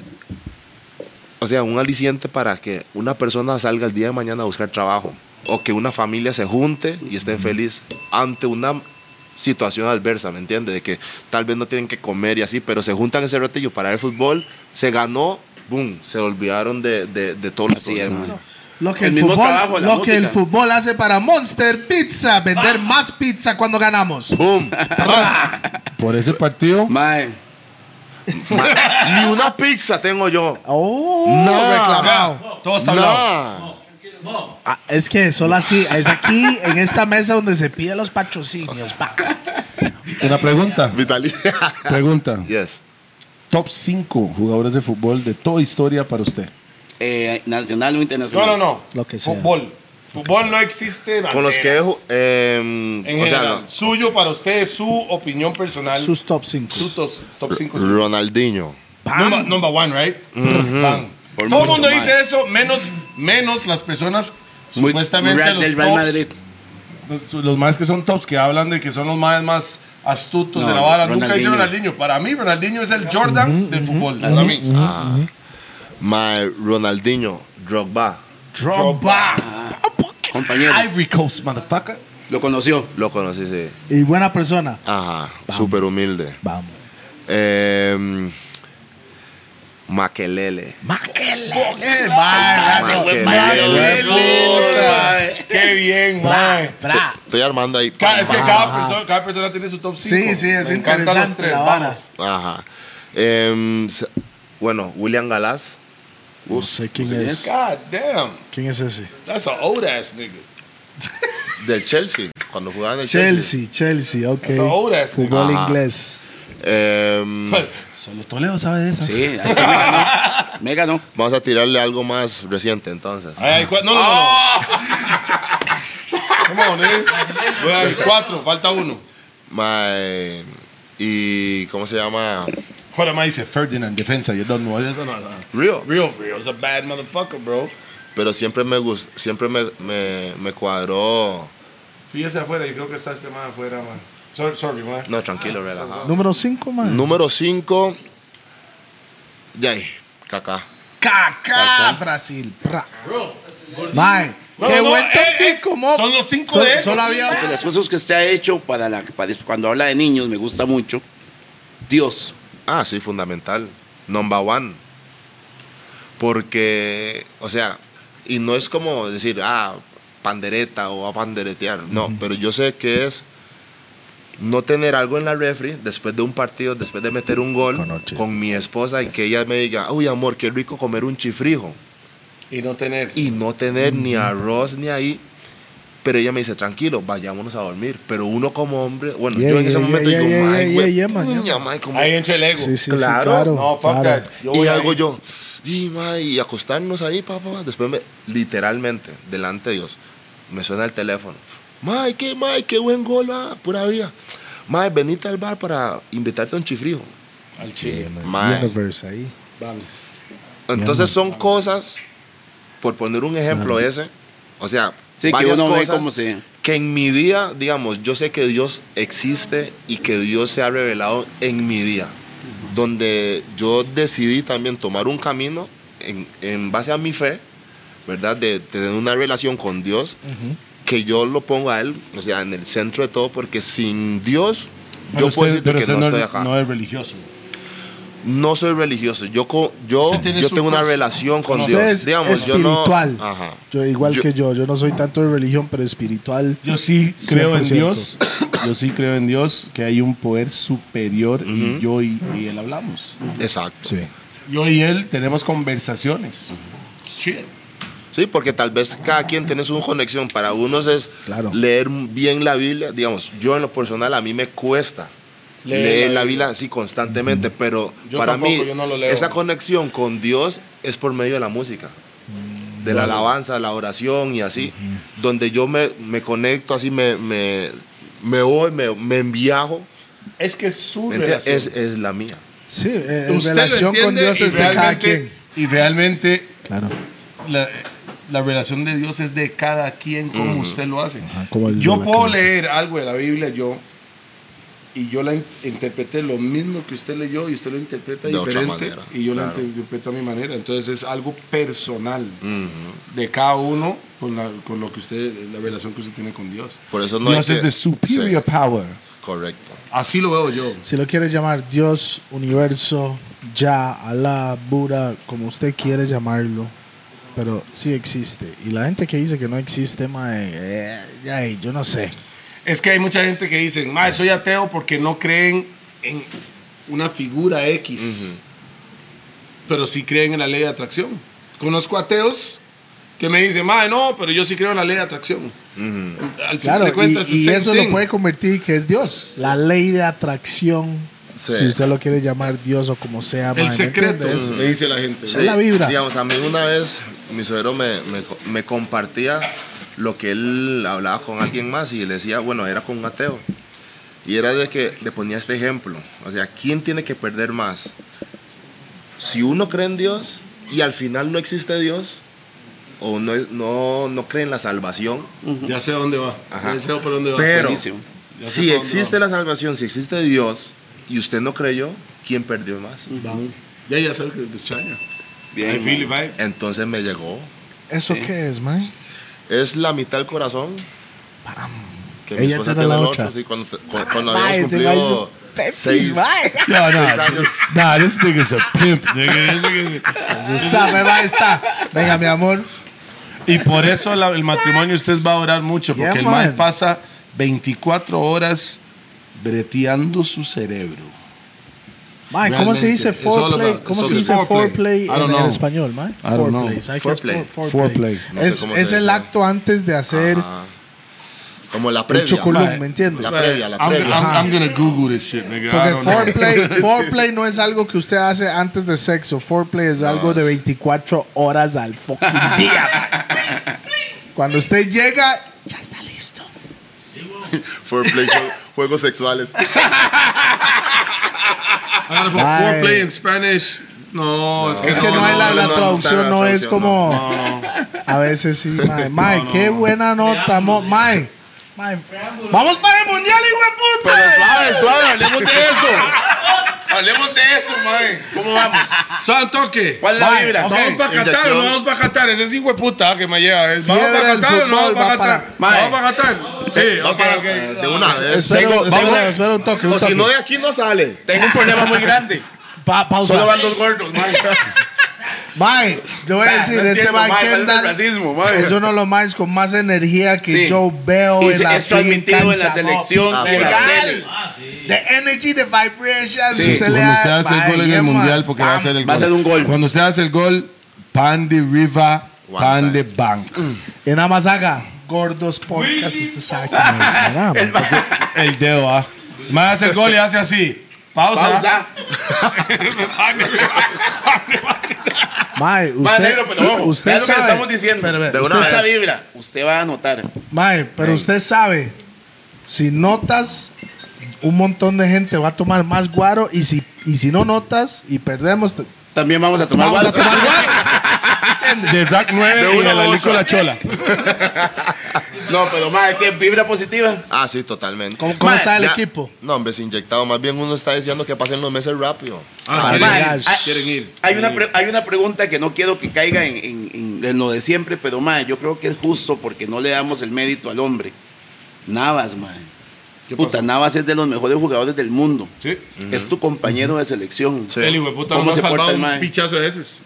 Speaker 3: o sea, un aliciente para que una persona salga el día de mañana a buscar trabajo. O que una familia se junte y esté feliz ante una situación adversa, ¿me entiendes? De que tal vez no tienen que comer y así, pero se juntan ese ratillo para ver fútbol, se ganó, boom, se olvidaron de, de, de todos los
Speaker 5: Así es,
Speaker 3: problemas.
Speaker 5: mano.
Speaker 4: Lo que
Speaker 5: El
Speaker 4: el,
Speaker 5: mismo
Speaker 4: fútbol,
Speaker 5: trabajo, la
Speaker 4: lo que el
Speaker 5: música.
Speaker 4: fútbol hace para Monster Pizza, vender más pizza cuando ganamos.
Speaker 3: ¡Boom!
Speaker 2: Por ese partido.
Speaker 5: Mae,
Speaker 3: Ma- Ni una pizza tengo yo.
Speaker 4: Oh,
Speaker 3: No.
Speaker 4: reclamado.
Speaker 2: Todo está hablado.
Speaker 3: No.
Speaker 4: Ah, es que solo así, es aquí en esta mesa donde se piden los patrocinios. pa.
Speaker 2: Una pregunta.
Speaker 3: Vitali.
Speaker 2: Pregunta.
Speaker 3: yes.
Speaker 2: Top 5 jugadores de fútbol de toda historia para usted.
Speaker 5: eh, nacional o
Speaker 2: No,
Speaker 5: internacional.
Speaker 2: no, no.
Speaker 4: Lo que sea.
Speaker 2: Fútbol. Fútbol no existe.
Speaker 3: Con los que...
Speaker 2: banderas.
Speaker 3: ju- em,
Speaker 2: En
Speaker 3: o sea,
Speaker 2: general,
Speaker 3: no.
Speaker 2: suyo para usted, su opinión personal.
Speaker 4: Sus top 5.
Speaker 2: su tos- top 5.
Speaker 3: Ronaldinho.
Speaker 2: Number, number one, right? Bam.
Speaker 5: Mm-hmm.
Speaker 2: Todo
Speaker 5: Por
Speaker 2: el
Speaker 5: mucho
Speaker 2: mundo
Speaker 5: más.
Speaker 2: dice eso, menos, menos las personas
Speaker 5: Muy-
Speaker 2: supuestamente
Speaker 5: Real-
Speaker 2: los
Speaker 5: del Real
Speaker 2: tops,
Speaker 5: Madrid.
Speaker 2: Los más que son tops, que hablan de que son los más, más astutos
Speaker 5: No,
Speaker 2: de la vara. Nunca dice
Speaker 5: Ronaldinho.
Speaker 2: Ronaldinho. Para mí, Ronaldinho es el Jordan del fútbol. Para mí.
Speaker 3: Ma, Ronaldinho. Drogba.
Speaker 2: Drogba.
Speaker 5: Compañero,
Speaker 2: Ah. Ivory Coast, motherfucker.
Speaker 5: lo conoció.
Speaker 3: Lo conocí, sí.
Speaker 4: Y buena persona.
Speaker 3: Ajá. Súper humilde.
Speaker 4: Vamos.
Speaker 3: Em, Maquelele.
Speaker 4: Eh, va,
Speaker 2: Ah,
Speaker 4: gracias.
Speaker 3: Maquelele.
Speaker 2: Qué bien, man.
Speaker 4: Bra.
Speaker 3: Estoy armando ahí.
Speaker 2: Ca- Es que cada persona, cada persona tiene su top 5.
Speaker 4: Sí, sí, es interesante la vara.
Speaker 2: varas.
Speaker 3: Ajá. Em, se- bueno, William Galás.
Speaker 4: No sé quién es.
Speaker 2: God damn.
Speaker 4: ¿Quién es ese?
Speaker 2: That's an old ass nigga.
Speaker 3: Del Chelsea. Cuando jugaba en el Chelsea.
Speaker 4: Chelsea, Chelsea, ok.
Speaker 2: That's an old ass nigga.
Speaker 4: Fútbol
Speaker 3: Ajá.
Speaker 4: inglés.
Speaker 3: Em,
Speaker 2: Solo Toledo sabe de esas.
Speaker 5: Sí, ahí sí me ganó. Me ganó.
Speaker 3: vamos a tirarle algo más reciente entonces.
Speaker 2: Ay, ay, cua- no, no, no. Ah. Come on, eh. Voy a- cuatro, falta uno.
Speaker 3: My- y ¿cómo se llama?
Speaker 2: What am I say? Ferdinand, defensa. You don't know. Eso no, no.
Speaker 3: Río.
Speaker 2: Real, real. It's a bad motherfucker, bro.
Speaker 3: Pero siempre me gust- siempre me, me- me cuadró.
Speaker 2: Fíjese afuera. Yo creo que está este man afuera, man. Sorry, sorry man.
Speaker 3: No, tranquilo, relajado.
Speaker 4: Número 5, man.
Speaker 3: Número 5. Yay, Kaká.
Speaker 4: Cacá, Brasil. Bra. Mae,
Speaker 2: No,
Speaker 4: qué
Speaker 2: no,
Speaker 4: buen top
Speaker 2: es- es-
Speaker 4: 5, mo.
Speaker 2: son los cinco
Speaker 4: Sol-
Speaker 2: de él.
Speaker 4: Solo
Speaker 5: Entre
Speaker 4: había.
Speaker 5: pues, las cosas que usted ha hecho para la, para- cuando habla de niños, me gusta mucho. Dios.
Speaker 3: Ah, sí, fundamental. Number one. Porque, o sea, y no es como decir, ah, pandereta o a panderetear. No, pero yo sé que es no tener algo en la refri después de un partido, después de meter un gol
Speaker 4: Anoche.
Speaker 3: con mi esposa y que ella me diga, uy, amor, qué rico comer un chifrijo.
Speaker 2: Y no tener.
Speaker 3: Y no tener ni arroz ni ahí. Pero ella me dice, tranquilo, vayámonos a dormir. Pero uno como hombre, bueno,
Speaker 4: Yeah,
Speaker 3: yo en
Speaker 4: yeah,
Speaker 3: ese
Speaker 4: yeah,
Speaker 3: momento
Speaker 4: yeah,
Speaker 3: digo,
Speaker 4: yeah,
Speaker 3: "Mae,
Speaker 4: yeah,
Speaker 3: güey,
Speaker 4: yeah, man, yeah,
Speaker 3: puña, mae, como-
Speaker 2: Ahí entra el ego.
Speaker 4: Sí, sí, sí,
Speaker 3: Claro.
Speaker 4: claro.
Speaker 2: No, fuck
Speaker 4: claro.
Speaker 2: that. Yo voy
Speaker 3: y
Speaker 2: ahí.
Speaker 3: algo yo, y, ma, y acostarnos ahí, papá. Después, me, literalmente, delante de Dios, me suena el teléfono. Mae, qué, mae, qué buen gol, ah, pura vida. Mae, venite al bar para invitarte a un chifrijo.
Speaker 2: Al chile.
Speaker 3: Mae.
Speaker 4: Universe ahí.
Speaker 2: Vamos.
Speaker 3: Entonces, son cosas, por poner un ejemplo ese, o sea,
Speaker 5: Sí, que
Speaker 3: varias
Speaker 5: uno ve
Speaker 3: cosas
Speaker 5: cómo se-
Speaker 3: que en mi vida, digamos, yo sé que Dios existe y que Dios se ha revelado en mi vida. Donde yo decidí también tomar un camino en, en base a mi fe, ¿verdad? De, tener una relación con Dios, que yo lo pongo a Él, o sea, en el centro de todo, porque sin Dios, yo puedo decirte que no, estoy acá.
Speaker 2: No es religioso.
Speaker 3: No soy religioso. Yo, co- yo,
Speaker 2: Usted tiene
Speaker 3: yo
Speaker 2: su
Speaker 3: tengo una
Speaker 2: cos-
Speaker 3: relación con
Speaker 4: Usted
Speaker 3: Dios.
Speaker 4: es
Speaker 3: Digamos,
Speaker 4: espiritual.
Speaker 3: yo no. Ajá.
Speaker 4: Yo, igual
Speaker 3: Yo-
Speaker 4: que yo, yo no soy tanto de religión, pero espiritual.
Speaker 2: Yo sí creo en
Speaker 4: 100%.
Speaker 2: Dios. Yo sí creo en Dios que hay un poder superior y yo y, y él hablamos.
Speaker 3: Exacto. Sí.
Speaker 4: Sí.
Speaker 2: Yo y él tenemos conversaciones. Shit.
Speaker 3: porque tal vez cada quien tiene su conexión. Para unos es
Speaker 4: Claro.
Speaker 3: leer bien la Biblia. Digamos, yo en lo personal a mí me cuesta
Speaker 2: Leer
Speaker 3: leer,
Speaker 2: la
Speaker 3: la, Biblia así constantemente, pero
Speaker 2: Yo
Speaker 3: para
Speaker 2: tampoco,
Speaker 3: mí
Speaker 2: yo no lo leo.
Speaker 3: esa conexión con Dios es por medio de la música. de la alabanza, de la oración y así, donde yo me, me conecto, así me, me, me voy, me, me enviajo.
Speaker 2: Es que su
Speaker 3: ¿me entiendes?
Speaker 2: relación.
Speaker 3: Es, es la mía.
Speaker 4: Sí, eh, en
Speaker 2: Usted lo
Speaker 4: relación con
Speaker 2: entiende
Speaker 4: Dios
Speaker 2: y
Speaker 4: es de cada
Speaker 2: realmente-
Speaker 4: quien.
Speaker 2: Y realmente
Speaker 4: Claro.
Speaker 2: la, la relación de Dios es de cada quien como usted lo hace.
Speaker 4: Ah, como el de
Speaker 2: yo
Speaker 4: la
Speaker 2: puedo
Speaker 4: cruz.
Speaker 2: leer algo de la Biblia yo y yo la in- interpreté lo mismo que usted leyó y usted lo interpreta
Speaker 3: De otra
Speaker 2: diferente
Speaker 3: manera,
Speaker 2: y yo la
Speaker 3: claro.
Speaker 2: interpreto a mi manera. Entonces es algo personal de cada uno con, la- con lo que usted la relación que usted tiene con Dios.
Speaker 3: Por eso no hay
Speaker 2: Dios es
Speaker 3: que-
Speaker 2: de superior power.
Speaker 3: Correcto.
Speaker 2: Así lo veo yo.
Speaker 4: Si lo quieres llamar Dios, universo, Ya, Alá, Buda, como usted quiere llamarlo. Pero sí existe. Y la gente que dice que no existe, mae, eh, ay, yo no sé.
Speaker 2: Es que hay mucha gente que dice, "Mae, soy ateo porque no creen en una figura X, pero sí creen en la ley de atracción. Conozco ateos que me dicen, "Mae, no, pero yo sí creo en la ley de atracción. Al final
Speaker 4: Claro,
Speaker 2: de cuentas,
Speaker 4: y, y
Speaker 2: es same
Speaker 4: eso
Speaker 2: thing.
Speaker 4: lo puede convertir que es Dios. La ley de atracción.
Speaker 3: Sí.
Speaker 4: Si usted lo quiere llamar Dios o como sea, mae,
Speaker 2: El
Speaker 4: ¿me
Speaker 2: secreto,
Speaker 4: entiende? Es-
Speaker 2: le dice la gente.
Speaker 4: Sí. la vibra.
Speaker 3: Digamos, a mí una vez mi suegro me, me, me compartía lo que él hablaba con alguien más y le decía, bueno, era con un ateo. Y era de que le ponía este ejemplo. O sea, ¿quién tiene que perder más? Si uno cree en Dios y al final no existe Dios, o no, no, no cree en la salvación,
Speaker 2: Ya sé a dónde va.
Speaker 3: Ajá.
Speaker 2: Ya sé por dónde va.
Speaker 3: pero
Speaker 5: buenísimo.
Speaker 2: Ya sé
Speaker 3: si
Speaker 2: por dónde
Speaker 3: existe
Speaker 2: va.
Speaker 3: la salvación, si existe Dios y usted no creyó, ¿quién perdió más?
Speaker 2: Vamos. Ya, ya sé que te extraña.
Speaker 5: Bien,
Speaker 2: I feel it,
Speaker 5: man.
Speaker 2: right?
Speaker 3: Entonces me llegó.
Speaker 4: ¿Eso qué es, mae?
Speaker 3: Es la mitad del corazón. Que mi
Speaker 4: Ella
Speaker 3: esposa
Speaker 4: tiene
Speaker 3: tiene
Speaker 4: la
Speaker 3: el
Speaker 4: otra.
Speaker 3: otro, sí, cuando, cu- cuando
Speaker 4: Mae,
Speaker 3: habíamos
Speaker 4: este mae es
Speaker 3: cumplido
Speaker 4: un pepis,
Speaker 3: seis,
Speaker 4: mae.
Speaker 2: No, no.
Speaker 3: seis años.
Speaker 2: Nah, this nigga's a pimp, nigga. This nigga's a-
Speaker 4: Yo sabe, mae, está. Venga, mi amor.
Speaker 2: Y por eso la- el matrimonio usted va a orar mucho, porque
Speaker 4: Yeah,
Speaker 2: el man
Speaker 4: man.
Speaker 2: pasa 24 horas breteando su cerebro.
Speaker 4: Mae, ¿cómo se
Speaker 2: Realmente,
Speaker 4: dice
Speaker 2: it's all
Speaker 4: foreplay?
Speaker 2: about-
Speaker 4: ¿Cómo
Speaker 2: it's
Speaker 4: se
Speaker 2: all
Speaker 4: dice
Speaker 2: about foreplay.
Speaker 4: foreplay
Speaker 2: I don't
Speaker 4: en
Speaker 2: know.
Speaker 4: el español, mae?
Speaker 2: I don't know.
Speaker 4: Foreplay. ¿sabes qué es
Speaker 3: Foreplay.
Speaker 4: fore-
Speaker 2: Foreplay.
Speaker 3: No sé
Speaker 4: Es,
Speaker 3: cómo se
Speaker 4: es el
Speaker 3: dice.
Speaker 4: acto antes de hacer
Speaker 3: Ajá. Como la
Speaker 4: el
Speaker 3: previa.
Speaker 4: chocolate, ¿me entiendes?
Speaker 3: La previa, la
Speaker 2: I'm,
Speaker 3: previa.
Speaker 2: I'm- I'm gonna Google this shit, nigga. I
Speaker 4: Porque
Speaker 2: don't know.
Speaker 4: foreplay, foreplay no es algo que usted hace antes de sexo. Foreplay es algo de 24 horas al fucking día. man. Cuando usted llega, ya está listo.
Speaker 3: Foreplay, jue- juegos sexuales.
Speaker 2: I gotta put
Speaker 4: Ay.
Speaker 2: foreplay in Spanish. No, es que,
Speaker 4: Es que no,
Speaker 2: no,
Speaker 4: hay la,
Speaker 3: no,
Speaker 4: la
Speaker 3: no, no,
Speaker 4: traducción,
Speaker 3: la
Speaker 4: no es
Speaker 3: traducción,
Speaker 4: como. A veces sí, mae. Mae, qué buena nota, mo- mae. Mae. Vamos para el mundial, hijo de puta.
Speaker 3: suave, suave, hablemos de eso.
Speaker 5: Hablemos de eso, mae. ¿Cómo vamos?
Speaker 2: Son toque.
Speaker 5: ¿Cuál es la
Speaker 4: Mae,
Speaker 5: vibra?
Speaker 4: ok.
Speaker 2: Vamos para Qatar,
Speaker 3: Inyección.
Speaker 2: no vamos para Qatar. Ese es hijo de puta que me lleva. Es, Vamos
Speaker 4: Fiebre
Speaker 2: para
Speaker 4: del
Speaker 2: Qatar, no vamos
Speaker 4: fútbol,
Speaker 2: para
Speaker 4: va para-
Speaker 2: Qatar. Vamos para Qatar. Sí,
Speaker 3: No,
Speaker 2: ok,
Speaker 3: para-
Speaker 2: ok.
Speaker 3: eh, De una vez.
Speaker 4: Espera,
Speaker 3: Tengo-
Speaker 4: espera,
Speaker 3: vamos-
Speaker 4: espera un toque, un
Speaker 3: O si
Speaker 4: toque.
Speaker 3: no de aquí no sale.
Speaker 5: Tengo un problema muy grande.
Speaker 4: Pa- pausa.
Speaker 5: Solo van dos gordos, mae.
Speaker 4: Mae, yo voy a decir,
Speaker 5: No
Speaker 4: este
Speaker 5: entiendo,
Speaker 4: mae
Speaker 5: mae, ¿cuál es el
Speaker 4: Kendall
Speaker 5: racismo, mae?
Speaker 4: es uno de los más con más energía que
Speaker 5: Sí.
Speaker 4: yo veo
Speaker 5: Y
Speaker 4: en
Speaker 5: se-
Speaker 4: la
Speaker 5: es
Speaker 4: fucking
Speaker 5: transmitido en la
Speaker 4: cancha,
Speaker 5: selección
Speaker 4: mo.
Speaker 5: de la
Speaker 4: Legal.
Speaker 5: sele.
Speaker 6: Ah, sí.
Speaker 4: The energy, the vibrations. Usted le
Speaker 2: Cuando
Speaker 4: da-
Speaker 2: usted hace el
Speaker 4: mae,
Speaker 2: gol en
Speaker 4: yeah,
Speaker 2: el mundial,
Speaker 4: man.
Speaker 2: porque va a ser el gol.
Speaker 5: Va a ser un gol.
Speaker 2: Cuando usted hace el gol, pan de river,
Speaker 3: One
Speaker 2: pan
Speaker 3: time.
Speaker 2: de bank.
Speaker 4: Y nada más haga gordos podcast. Usted sabe cómo es, ¿verdad, man?
Speaker 2: El dedo, ah. Más hace el gol y hace así. Pausa.
Speaker 5: Pausa.
Speaker 4: Mae,
Speaker 5: Mae,
Speaker 4: usted,
Speaker 5: negro, pero ojo,
Speaker 4: usted
Speaker 5: vea lo que le
Speaker 4: sabe-
Speaker 5: estamos diciendo.
Speaker 4: Pero, pero,
Speaker 3: De
Speaker 4: usted
Speaker 3: una
Speaker 5: esa
Speaker 4: sabe-
Speaker 3: vez.
Speaker 5: vibra, usted va a anotar.
Speaker 4: Mae, pero
Speaker 5: Ey.
Speaker 4: usted sabe, si notas, un montón de gente va a tomar más guaro y si, y si no notas y perdemos, te-
Speaker 5: También vamos a tomar
Speaker 4: vamos a
Speaker 5: guaro.
Speaker 4: tomar guaro.
Speaker 2: De Dark 9
Speaker 3: De
Speaker 2: y
Speaker 3: una
Speaker 2: de la
Speaker 3: a otra.
Speaker 2: Nicola Chola.
Speaker 5: No, pero mae, ¿qué vibra positiva?
Speaker 3: Ah, sí, totalmente.
Speaker 4: ¿Cómo, cómo
Speaker 5: Mae,
Speaker 4: está el
Speaker 3: Ya-
Speaker 4: equipo?
Speaker 3: No, hombre, es inyectado. Más bien uno está diciendo que pasen los meses rápido.
Speaker 2: Ah,
Speaker 4: quieren
Speaker 5: Mae,
Speaker 4: ir,
Speaker 5: hay-
Speaker 2: quieren ir.
Speaker 5: Hay una, pre- hay una pregunta que no quiero que caiga en, en- en- en lo de siempre, pero mae, yo creo que es justo porque no le damos el mérito al hombre. Navas, mae. Puta, Navas es de los mejores jugadores del mundo.
Speaker 2: Sí.
Speaker 5: Es tu compañero de selección.
Speaker 3: Sí.
Speaker 2: El hueputa
Speaker 5: ¿Cómo
Speaker 2: nos ha
Speaker 5: se porta
Speaker 2: salvado
Speaker 5: el
Speaker 2: un
Speaker 5: mae?
Speaker 2: pichazo de esos.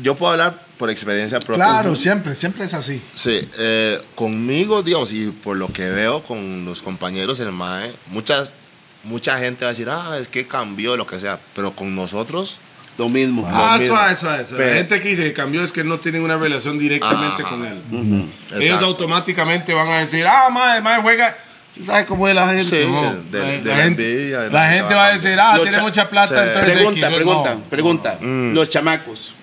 Speaker 3: Yo puedo hablar por experiencia propia.
Speaker 4: Claro, siempre, siempre es así.
Speaker 3: Sí, eh, conmigo, digamos, y por lo que veo con los compañeros en MAE, muchas, mucha gente va a decir, ah, es que cambió, lo que sea, pero con nosotros,
Speaker 5: Lo mismo.
Speaker 2: Ah,
Speaker 3: mismo.
Speaker 2: suave, suave, suave. La
Speaker 3: Pero-
Speaker 2: gente que dice que cambió es que no tienen una relación directamente
Speaker 3: Ajá.
Speaker 2: con él. Ellos
Speaker 3: Exacto.
Speaker 2: automáticamente van a decir, ah, madre, madre, juega. ¿Sí sabe cómo es la gente?
Speaker 3: Sí,
Speaker 2: No.
Speaker 3: de-
Speaker 2: la,
Speaker 3: de
Speaker 2: la
Speaker 3: la
Speaker 2: gente,
Speaker 3: envidia, de
Speaker 2: la
Speaker 3: la-
Speaker 2: gente va a decir, ah,
Speaker 5: Los
Speaker 2: tiene
Speaker 5: cha-
Speaker 2: mucha plata,
Speaker 3: sí.
Speaker 2: entonces...
Speaker 5: Eh, Pregunta,
Speaker 2: X". No.
Speaker 5: pregunta, pregunta. Los chamacos.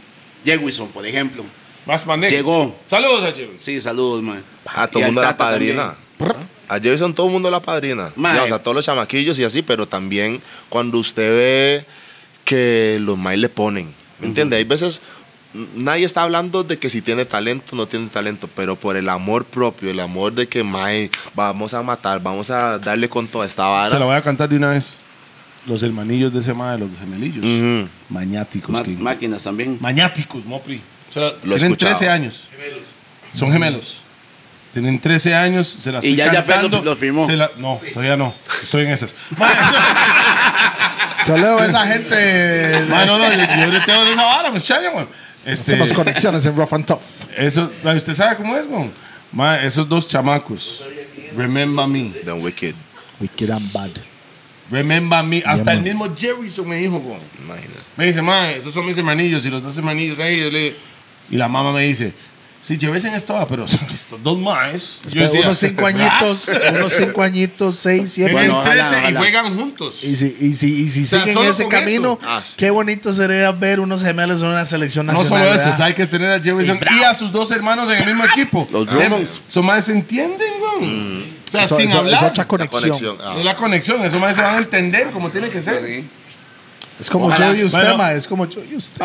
Speaker 5: Jewison, por ejemplo.
Speaker 2: Más mané.
Speaker 5: Llegó.
Speaker 2: Saludos a Jim.
Speaker 5: Sí, saludos, mae.
Speaker 3: A Ah, todo
Speaker 5: Y
Speaker 3: el
Speaker 5: al
Speaker 3: mundo la
Speaker 5: Tata
Speaker 3: padrina. A Jefferson todo el mundo la padrina.
Speaker 5: Mae.
Speaker 3: Ya, o sea, todos los chamaquillos y así, pero también cuando usted ve que los maíz le ponen. ¿Me entiende? Hay veces n- nadie está hablando de que si tiene talento no tiene talento, pero por el amor propio, el amor de que mae, vamos a matar, vamos a darle con toda esta
Speaker 2: Se la
Speaker 3: vara.
Speaker 2: voy a cantar de una vez. Los hermanillos de ese madre, los gemelillos.
Speaker 3: Ujú.
Speaker 2: Mañáticos.
Speaker 5: Ma-
Speaker 2: que-
Speaker 5: máquinas también.
Speaker 2: Mañáticos, Mopri. O sea,
Speaker 3: Lo he
Speaker 2: tienen
Speaker 3: escuchado.
Speaker 2: 13 años. Son gemelos. Tienen 13 años, se las
Speaker 5: Y
Speaker 2: estoy
Speaker 5: ya- ya Fer lo-
Speaker 2: cantando.
Speaker 5: lo firmó.
Speaker 2: Se la- no, todavía no. Estoy en esas. Mae,
Speaker 4: Saludos a esa gente.
Speaker 2: mae, no, no, yo, yo le tengo esa vara, me chaya, weón. Este,
Speaker 4: Hacemos conexiones en Rough and Tough.
Speaker 2: eso, mae, usted sabe cómo es, weón. Mae, esos dos chamacos. Remember me.
Speaker 3: Don Wicked,
Speaker 4: Wicked and bad.
Speaker 2: Remember me. Hasta el mismo Jerryson me dijo, weón.
Speaker 3: imagínate.
Speaker 2: Me dice, mae, esos son mis hermanillos y los dos hermanillos ahí. yo le- Y la mamá me dice, si llevesen esto, ah, pero estos dos más. Yo decía,
Speaker 4: unos cinco añitos, unos cinco añitos, seis, siete.
Speaker 2: Tienen
Speaker 5: Bueno, ojalá,
Speaker 2: 13 y
Speaker 5: ojalá.
Speaker 2: juegan juntos.
Speaker 4: Y si, y si, y si
Speaker 2: sea,
Speaker 4: siguen
Speaker 2: solo
Speaker 4: ese
Speaker 2: con
Speaker 4: camino,
Speaker 2: eso.
Speaker 3: Ah, sí.
Speaker 4: qué bonito sería ver unos gemelos en una selección
Speaker 2: No
Speaker 4: nacional.
Speaker 2: solo eso,
Speaker 4: ¿verdad?
Speaker 2: hay que tener a Jefferson y a sus dos hermanos en el mismo equipo.
Speaker 3: Los
Speaker 2: Dem-
Speaker 3: Romans.
Speaker 2: Esos más se entienden, weón. O sea,
Speaker 4: Eso-
Speaker 2: sin
Speaker 4: eso-
Speaker 2: hablar.
Speaker 4: es otra
Speaker 3: La
Speaker 4: conexión.
Speaker 3: conexión. ah.
Speaker 2: Es la conexión, esos más se van a entender como tiene que ser.
Speaker 4: Es como
Speaker 2: Ojalá.
Speaker 4: yo y usted,
Speaker 2: Bueno. Ah.
Speaker 4: ma, es como yo y usted.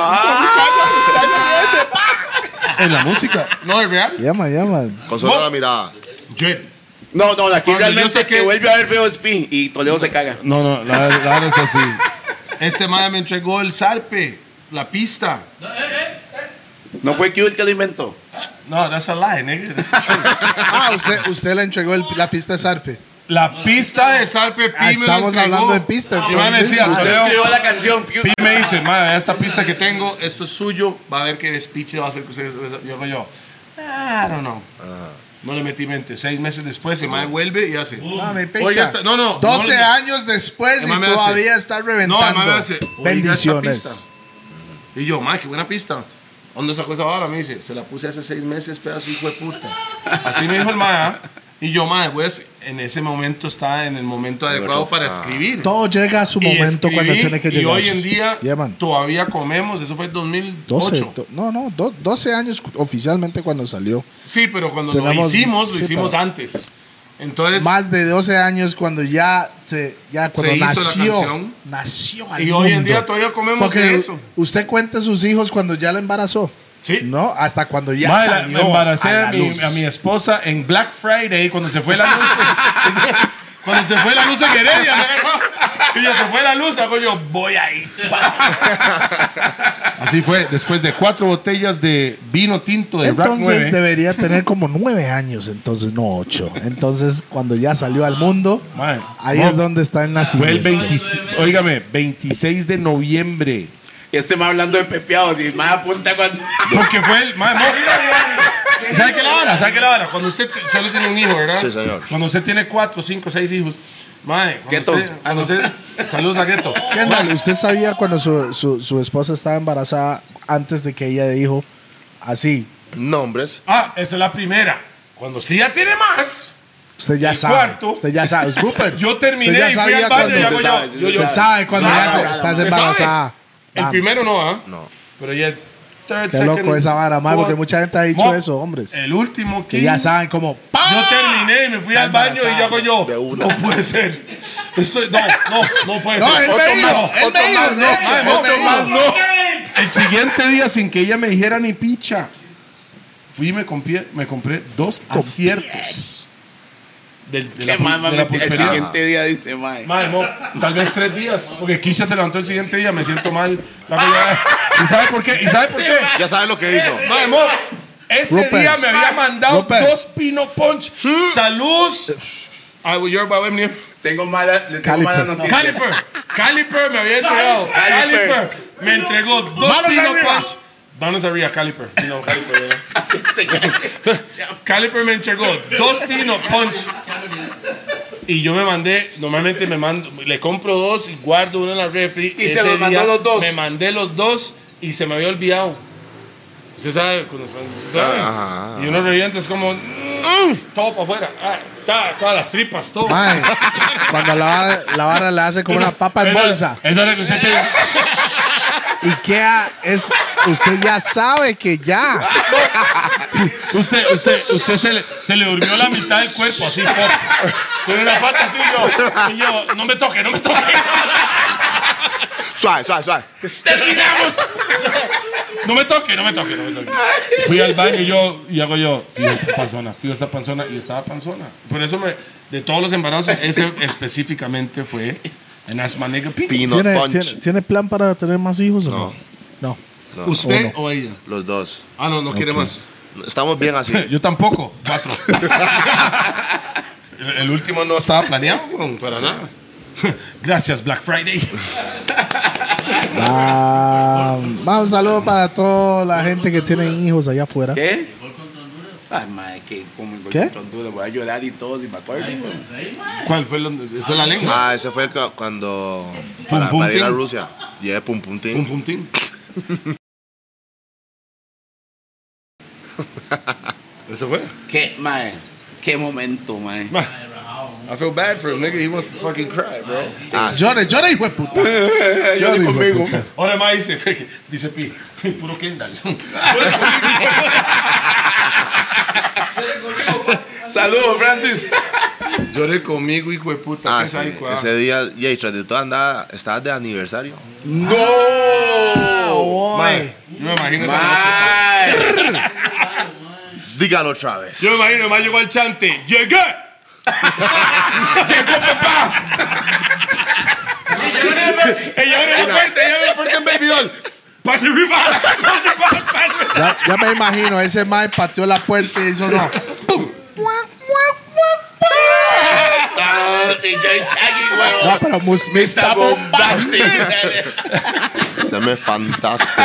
Speaker 2: En la música. No, es real.
Speaker 4: Llama, llama.
Speaker 3: Con solo
Speaker 2: Bo-
Speaker 3: la mirada.
Speaker 2: Yo-
Speaker 5: No, no, aquí
Speaker 2: Cuando yo
Speaker 5: realmente
Speaker 2: sé
Speaker 5: que...
Speaker 2: que-
Speaker 5: vuelve a haber feo spin y Toledo se caga.
Speaker 2: No, no, la la verdad es así. Este madre me entregó el zarpe, la pista.
Speaker 5: No fue Q el que lo inventó.
Speaker 2: No, that's a lie, nigga. That's the truth.
Speaker 4: Ah, usted, usted le entregó el- la pista de Sarpe.
Speaker 2: La pista de Sarpe Pi
Speaker 4: Ah,
Speaker 2: me
Speaker 4: estamos
Speaker 2: la entregó.
Speaker 4: hablando de pista,
Speaker 2: Y me
Speaker 4: entonces.
Speaker 2: decía,
Speaker 4: Ah,
Speaker 2: usted
Speaker 5: Usted escribió la canción. Q.
Speaker 2: Pi me dice, madre, esta pista que tengo, esto es suyo, va a ver qué despiche va a hacer que ustedes... Yo hago yo, ah, no, no. No le metí mente. Seis meses después, el madre vuelve y hace...
Speaker 4: Ah, me pecha.
Speaker 2: Oiga, esta- no, no.
Speaker 4: 12
Speaker 2: no le-
Speaker 4: años después
Speaker 2: El
Speaker 4: y
Speaker 2: man me
Speaker 4: todavía
Speaker 2: hace-
Speaker 4: está
Speaker 2: No, el
Speaker 4: reventando.
Speaker 2: man me hace, "Oiga,
Speaker 4: Bendiciones.
Speaker 2: esta pista". Y yo, madre, qué buena pista. ¿Dónde sacó esa vara? Me dice, se la puse hace seis meses, pedazo hijo de puta. Así me dijo el madre. ¿ah? Y yo, madre, pues, en ese momento está en el momento adecuado para escribir.
Speaker 4: Todo llega a su
Speaker 2: Y
Speaker 4: momento cuando
Speaker 2: escribí,
Speaker 4: tiene que llegar.
Speaker 2: Y hoy en día
Speaker 4: Yeah, man.
Speaker 2: todavía comemos, eso fue en 2008.
Speaker 4: 12, do- no, no, do- 12 años cu- oficialmente cuando salió.
Speaker 2: Sí, pero cuando lo
Speaker 4: Tenemos-
Speaker 2: hicimos, lo
Speaker 4: sí,
Speaker 2: hicimos
Speaker 4: pero-
Speaker 2: antes. Entonces,
Speaker 4: Más de 12 años cuando ya se ya cuando
Speaker 2: Se hizo la
Speaker 4: nació,
Speaker 2: canción.
Speaker 4: nació al
Speaker 2: Y hoy en
Speaker 4: mundo.
Speaker 2: día todavía comemos
Speaker 4: Porque
Speaker 2: de eso.
Speaker 4: Usted cuenta sus hijos cuando ya la embarazó.
Speaker 2: Sí.
Speaker 4: No, hasta cuando ya
Speaker 2: madre,
Speaker 4: salió.
Speaker 2: me embaracé
Speaker 4: a la
Speaker 2: a, mi,
Speaker 4: luz.
Speaker 2: a mi esposa en Black Friday cuando se fue la luz. eh, cuando se fue la luz en Heredia. ¿no? Y yo, se fue la luz, hago yo, voy ahí. pa". Así fue, después de cuatro botellas de vino tinto de
Speaker 4: Entonces
Speaker 2: Rack 9.
Speaker 4: debería tener como nueve años, entonces no ocho. Entonces cuando ya salió al mundo,
Speaker 2: Mae,
Speaker 4: ahí
Speaker 2: no.
Speaker 4: es donde está el
Speaker 2: Fue el
Speaker 4: nacimiento.
Speaker 2: 25, óigame, 26 de noviembre.
Speaker 5: Y este más hablando de pepeados y más apunta cuando.
Speaker 2: Porque fue el. Madre, no. ¿Sabe qué la vara? ¿Sabe qué la vara? Cuando usted t- solo tiene un hijo, ¿verdad?
Speaker 3: Sí, señor.
Speaker 2: Cuando usted tiene cuatro, cinco, seis hijos. Madre, cuando
Speaker 5: Gueto.
Speaker 2: usted, cuando usted- Saludos a Gueto.
Speaker 4: Kendall, ¿usted sabía cuando su, su- su esposa estaba embarazada antes de que ella dijo así?
Speaker 3: Nombres.
Speaker 2: Ah, esa es la primera. Cuando sí ya tiene más.
Speaker 4: Usted ya
Speaker 2: El
Speaker 4: sabe.
Speaker 2: cuarto.
Speaker 4: Usted ya sabe. Rupert,
Speaker 2: Yo terminé
Speaker 4: usted ya
Speaker 2: y fui
Speaker 4: sabía
Speaker 2: al baño y
Speaker 4: cuando-
Speaker 2: hago
Speaker 5: Se
Speaker 2: yo-
Speaker 5: sabe, se
Speaker 2: yo- yo-
Speaker 4: Se sabe cuando
Speaker 2: Claro,
Speaker 4: ya se- estás
Speaker 2: se sabe.
Speaker 4: embarazada.
Speaker 2: El
Speaker 4: Ah,
Speaker 2: primero no, ¿ah?
Speaker 3: No.
Speaker 2: Pero ya. el Third,
Speaker 4: Qué
Speaker 2: second,
Speaker 4: loco esa vara, madre, porque
Speaker 2: fourth,
Speaker 4: mucha gente ha dicho
Speaker 2: mo-
Speaker 4: eso, hombres.
Speaker 2: El último que.
Speaker 4: Que ya saben como
Speaker 2: Yo terminé y me fui
Speaker 4: Está
Speaker 2: al baño y
Speaker 4: embarazada.
Speaker 2: yo hago yo.
Speaker 3: De una.
Speaker 2: No puede ser. Estoy, no, no, no puede ser.
Speaker 4: él
Speaker 2: Otro
Speaker 4: me dijo,
Speaker 2: más,
Speaker 4: él
Speaker 2: otro
Speaker 4: me dijo,
Speaker 2: más,
Speaker 4: de
Speaker 2: no,
Speaker 4: hecho,
Speaker 2: ay,
Speaker 4: él
Speaker 2: otro
Speaker 4: me dijo.
Speaker 2: más, no. El siguiente día, sin que ella me dijera ni picha, fui y me compré, me compré dos aciertos. Del, de
Speaker 5: Qué mamá
Speaker 2: de
Speaker 5: me el
Speaker 2: pulpería.
Speaker 5: siguiente día dice, mae.
Speaker 2: Madre, mo, tal vez tres días, porque Kisha se levantó el siguiente día, me siento mal. La verdad. ¿Y sabe por qué? ¿Y sabe por qué?
Speaker 3: Ya sabes lo que hizo.
Speaker 2: Mae, mo, ese
Speaker 4: Rupert.
Speaker 2: día me había mandado
Speaker 4: Rupert.
Speaker 2: dos pino punch. Saludos. A Your Bohemia.
Speaker 5: Tengo mala, le tengo mala
Speaker 4: Caliper.
Speaker 5: noticia.
Speaker 2: Caliper. Caliper me había entregado.
Speaker 5: Caliper.
Speaker 2: Caliper. Me entregó dos
Speaker 4: Manos
Speaker 2: pino
Speaker 4: arriba.
Speaker 2: punch. Manos arriba, Caliper. No, Caliper. ¿verdad?
Speaker 5: Este caga.
Speaker 2: Caliper me entregó dos pino punch. Y yo me mandé, normalmente me mando, le compro dos y guardo uno en la refri.
Speaker 5: Y se los mandó
Speaker 2: día
Speaker 5: los dos.
Speaker 2: Me mandé los dos y se me había olvidado. Se sabe, cuando se se sabe.
Speaker 3: Ajá.
Speaker 5: Ah.
Speaker 2: Y uno revienta es como, mm, todo para afuera. Ah, ta- todas las tripas, todo.
Speaker 4: Mae, cuando la vara, la vara le hace como una papa en
Speaker 2: Esa-
Speaker 4: bolsa.
Speaker 2: Esa es la que usted tiene.
Speaker 4: IKEA es. Usted ya sabe que ya.
Speaker 2: Usted, usted, usted se le, se le durmió la mitad del cuerpo así, pop. Con una pata así yo. Y yo, no me toque, no me toque.
Speaker 3: Suave, suave, suave.
Speaker 2: No me toque, no me toque, no me toque. Fui al baño y yo, y hago yo, fío esta panzona, fío esta panzona, y estaba panzona. Por eso me, de todos los embarazos, ese específicamente fue en Asma Nigga Pink.
Speaker 3: Pino
Speaker 4: ¿Tiene,
Speaker 3: Punch.
Speaker 4: tiene, tiene plan para tener más hijos o no? No.
Speaker 2: ¿Usted o, ella?
Speaker 3: Los dos.
Speaker 2: Ah, no, no quiere más.
Speaker 3: Estamos bien así.
Speaker 2: Yo tampoco, cuatro. el, el último no estaba planeado, weón, para nada. Gracias, Black Friday.
Speaker 4: Ah, va, un saludo para toda la gente que tiene hijos allá afuera.
Speaker 5: ¿Qué? Ay, madre, que como el gol
Speaker 4: ¿Qué?
Speaker 5: contra Honduras, voy a llorar y todo, si me acuerdo.
Speaker 2: ¿Cuál fue? Lo, ¿Esa es la lengua?
Speaker 3: Ah, ese fue cu- cuando. Para,
Speaker 2: pum,
Speaker 3: para ir a
Speaker 2: ting.
Speaker 3: Rusia. Llevé pum pum ting.
Speaker 2: Un puntín. ¿Eso fue?
Speaker 5: ¿Qué, madre? ¿Qué momento, madre?
Speaker 2: I feel bad for him, nigga. He wants to fucking cry, bro.
Speaker 3: Ah, sí.
Speaker 4: Llore, llore, hijo de puta. Llore, hijo de puta.
Speaker 2: Ahora más dice, dice Pi, puro Kendall.
Speaker 5: Saludos, Francis.
Speaker 2: Lloré conmigo, hijo de puta.
Speaker 3: Ah,
Speaker 2: qué
Speaker 3: sí.
Speaker 2: psycho, ah.
Speaker 3: Ese día, y ahí, tras de todo, andaba, estaba de aniversario.
Speaker 5: ¡No!
Speaker 2: Mae, Yo me imagino esa noche.
Speaker 5: Ah, Mae.
Speaker 3: Dígalo otra vez.
Speaker 2: Yo me imagino, más llegó al chante. ¡Llegué! ¡Llegó papá! Ella abre la puerta, ella abre la puerta en Baby Doll. ¡Para arriba! ¡Para arriba! ¡Para arriba!
Speaker 4: Ya, ya me imagino, ese mae pateó la puerta y hizo no.
Speaker 5: Ah, DJ Chaggy, weón.
Speaker 4: No, Ah, pero mus-
Speaker 5: Está bombástico.
Speaker 3: Se me fantástico.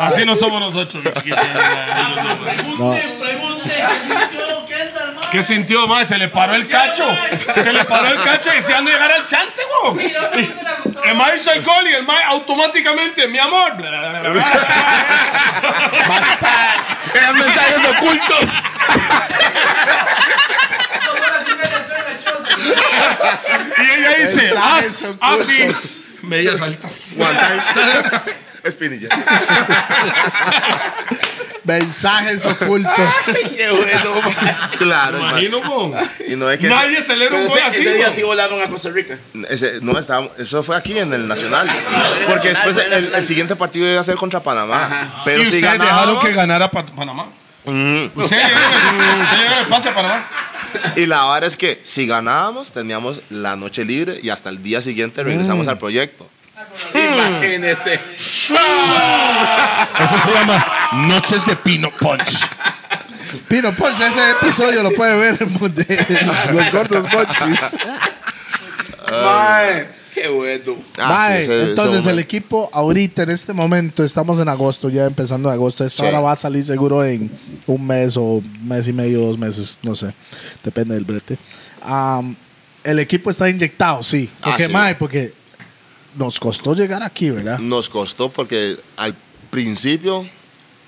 Speaker 2: Así no somos nosotros, los chiquitos.
Speaker 6: Pregunte, pregunte, ¿qué sintió Kendall, mae?
Speaker 2: ¿Qué sintió, madre? Se le paró el cacho. Se le paró el cacho deseando llegar al chante, güey. El mae hizo el gol y el mae automáticamente, mi amor. bla, bla, bla, bla, bla.
Speaker 3: Eran mensajes ocultos.
Speaker 2: Y ella dice,
Speaker 4: Mensajes
Speaker 2: "As-
Speaker 4: ocultos".
Speaker 2: así. Medias altas.
Speaker 3: Espinilla.
Speaker 4: mensajes ocultos.
Speaker 5: Qué bueno, mae.
Speaker 3: Claro, hermano.
Speaker 2: Imagino, güey.
Speaker 3: Y no es que.
Speaker 2: Nadie celebra un gol
Speaker 5: Ese,
Speaker 2: así,
Speaker 5: ese día
Speaker 2: güey.
Speaker 5: sí volaron a Costa Rica.
Speaker 3: Ese- no, estábamos- eso fue aquí en el Nacional.
Speaker 5: Ah, el
Speaker 3: Porque
Speaker 5: Nacional,
Speaker 3: después
Speaker 5: fue el
Speaker 3: el, el
Speaker 5: Nacional.
Speaker 3: siguiente partido iba a ser contra Panamá. Pero
Speaker 2: Y
Speaker 3: si
Speaker 2: ustedes dejaron
Speaker 3: ganábamos-
Speaker 2: que ganara Pa- Panamá. Ustedes llegaron el pase a Panamá.
Speaker 3: Y la vara es que si ganábamos, teníamos la noche libre y hasta el día siguiente
Speaker 4: Mm.
Speaker 3: regresamos al proyecto.
Speaker 5: Imagínese.
Speaker 2: Eso se llama Noches de Pino Punch.
Speaker 4: Pino Poncho, ese episodio lo puede ver en Munde- en Los Gordos Ponchis.
Speaker 5: Mae. Qué bueno.
Speaker 3: Ah, sí,
Speaker 4: Mae,
Speaker 3: ese- ese
Speaker 4: entonces el
Speaker 3: momento.
Speaker 4: equipo ahorita en este momento estamos en agosto, ya empezando agosto. Esta
Speaker 3: Sí.
Speaker 4: hora va a salir seguro en un mes o mes y medio, dos meses, no sé, depende del brete. Am, el equipo está inyectado, sí.
Speaker 3: Ah,
Speaker 4: Porque
Speaker 3: sí.
Speaker 4: mae, porque nos costó llegar aquí, ¿verdad?
Speaker 3: Nos costó porque al principio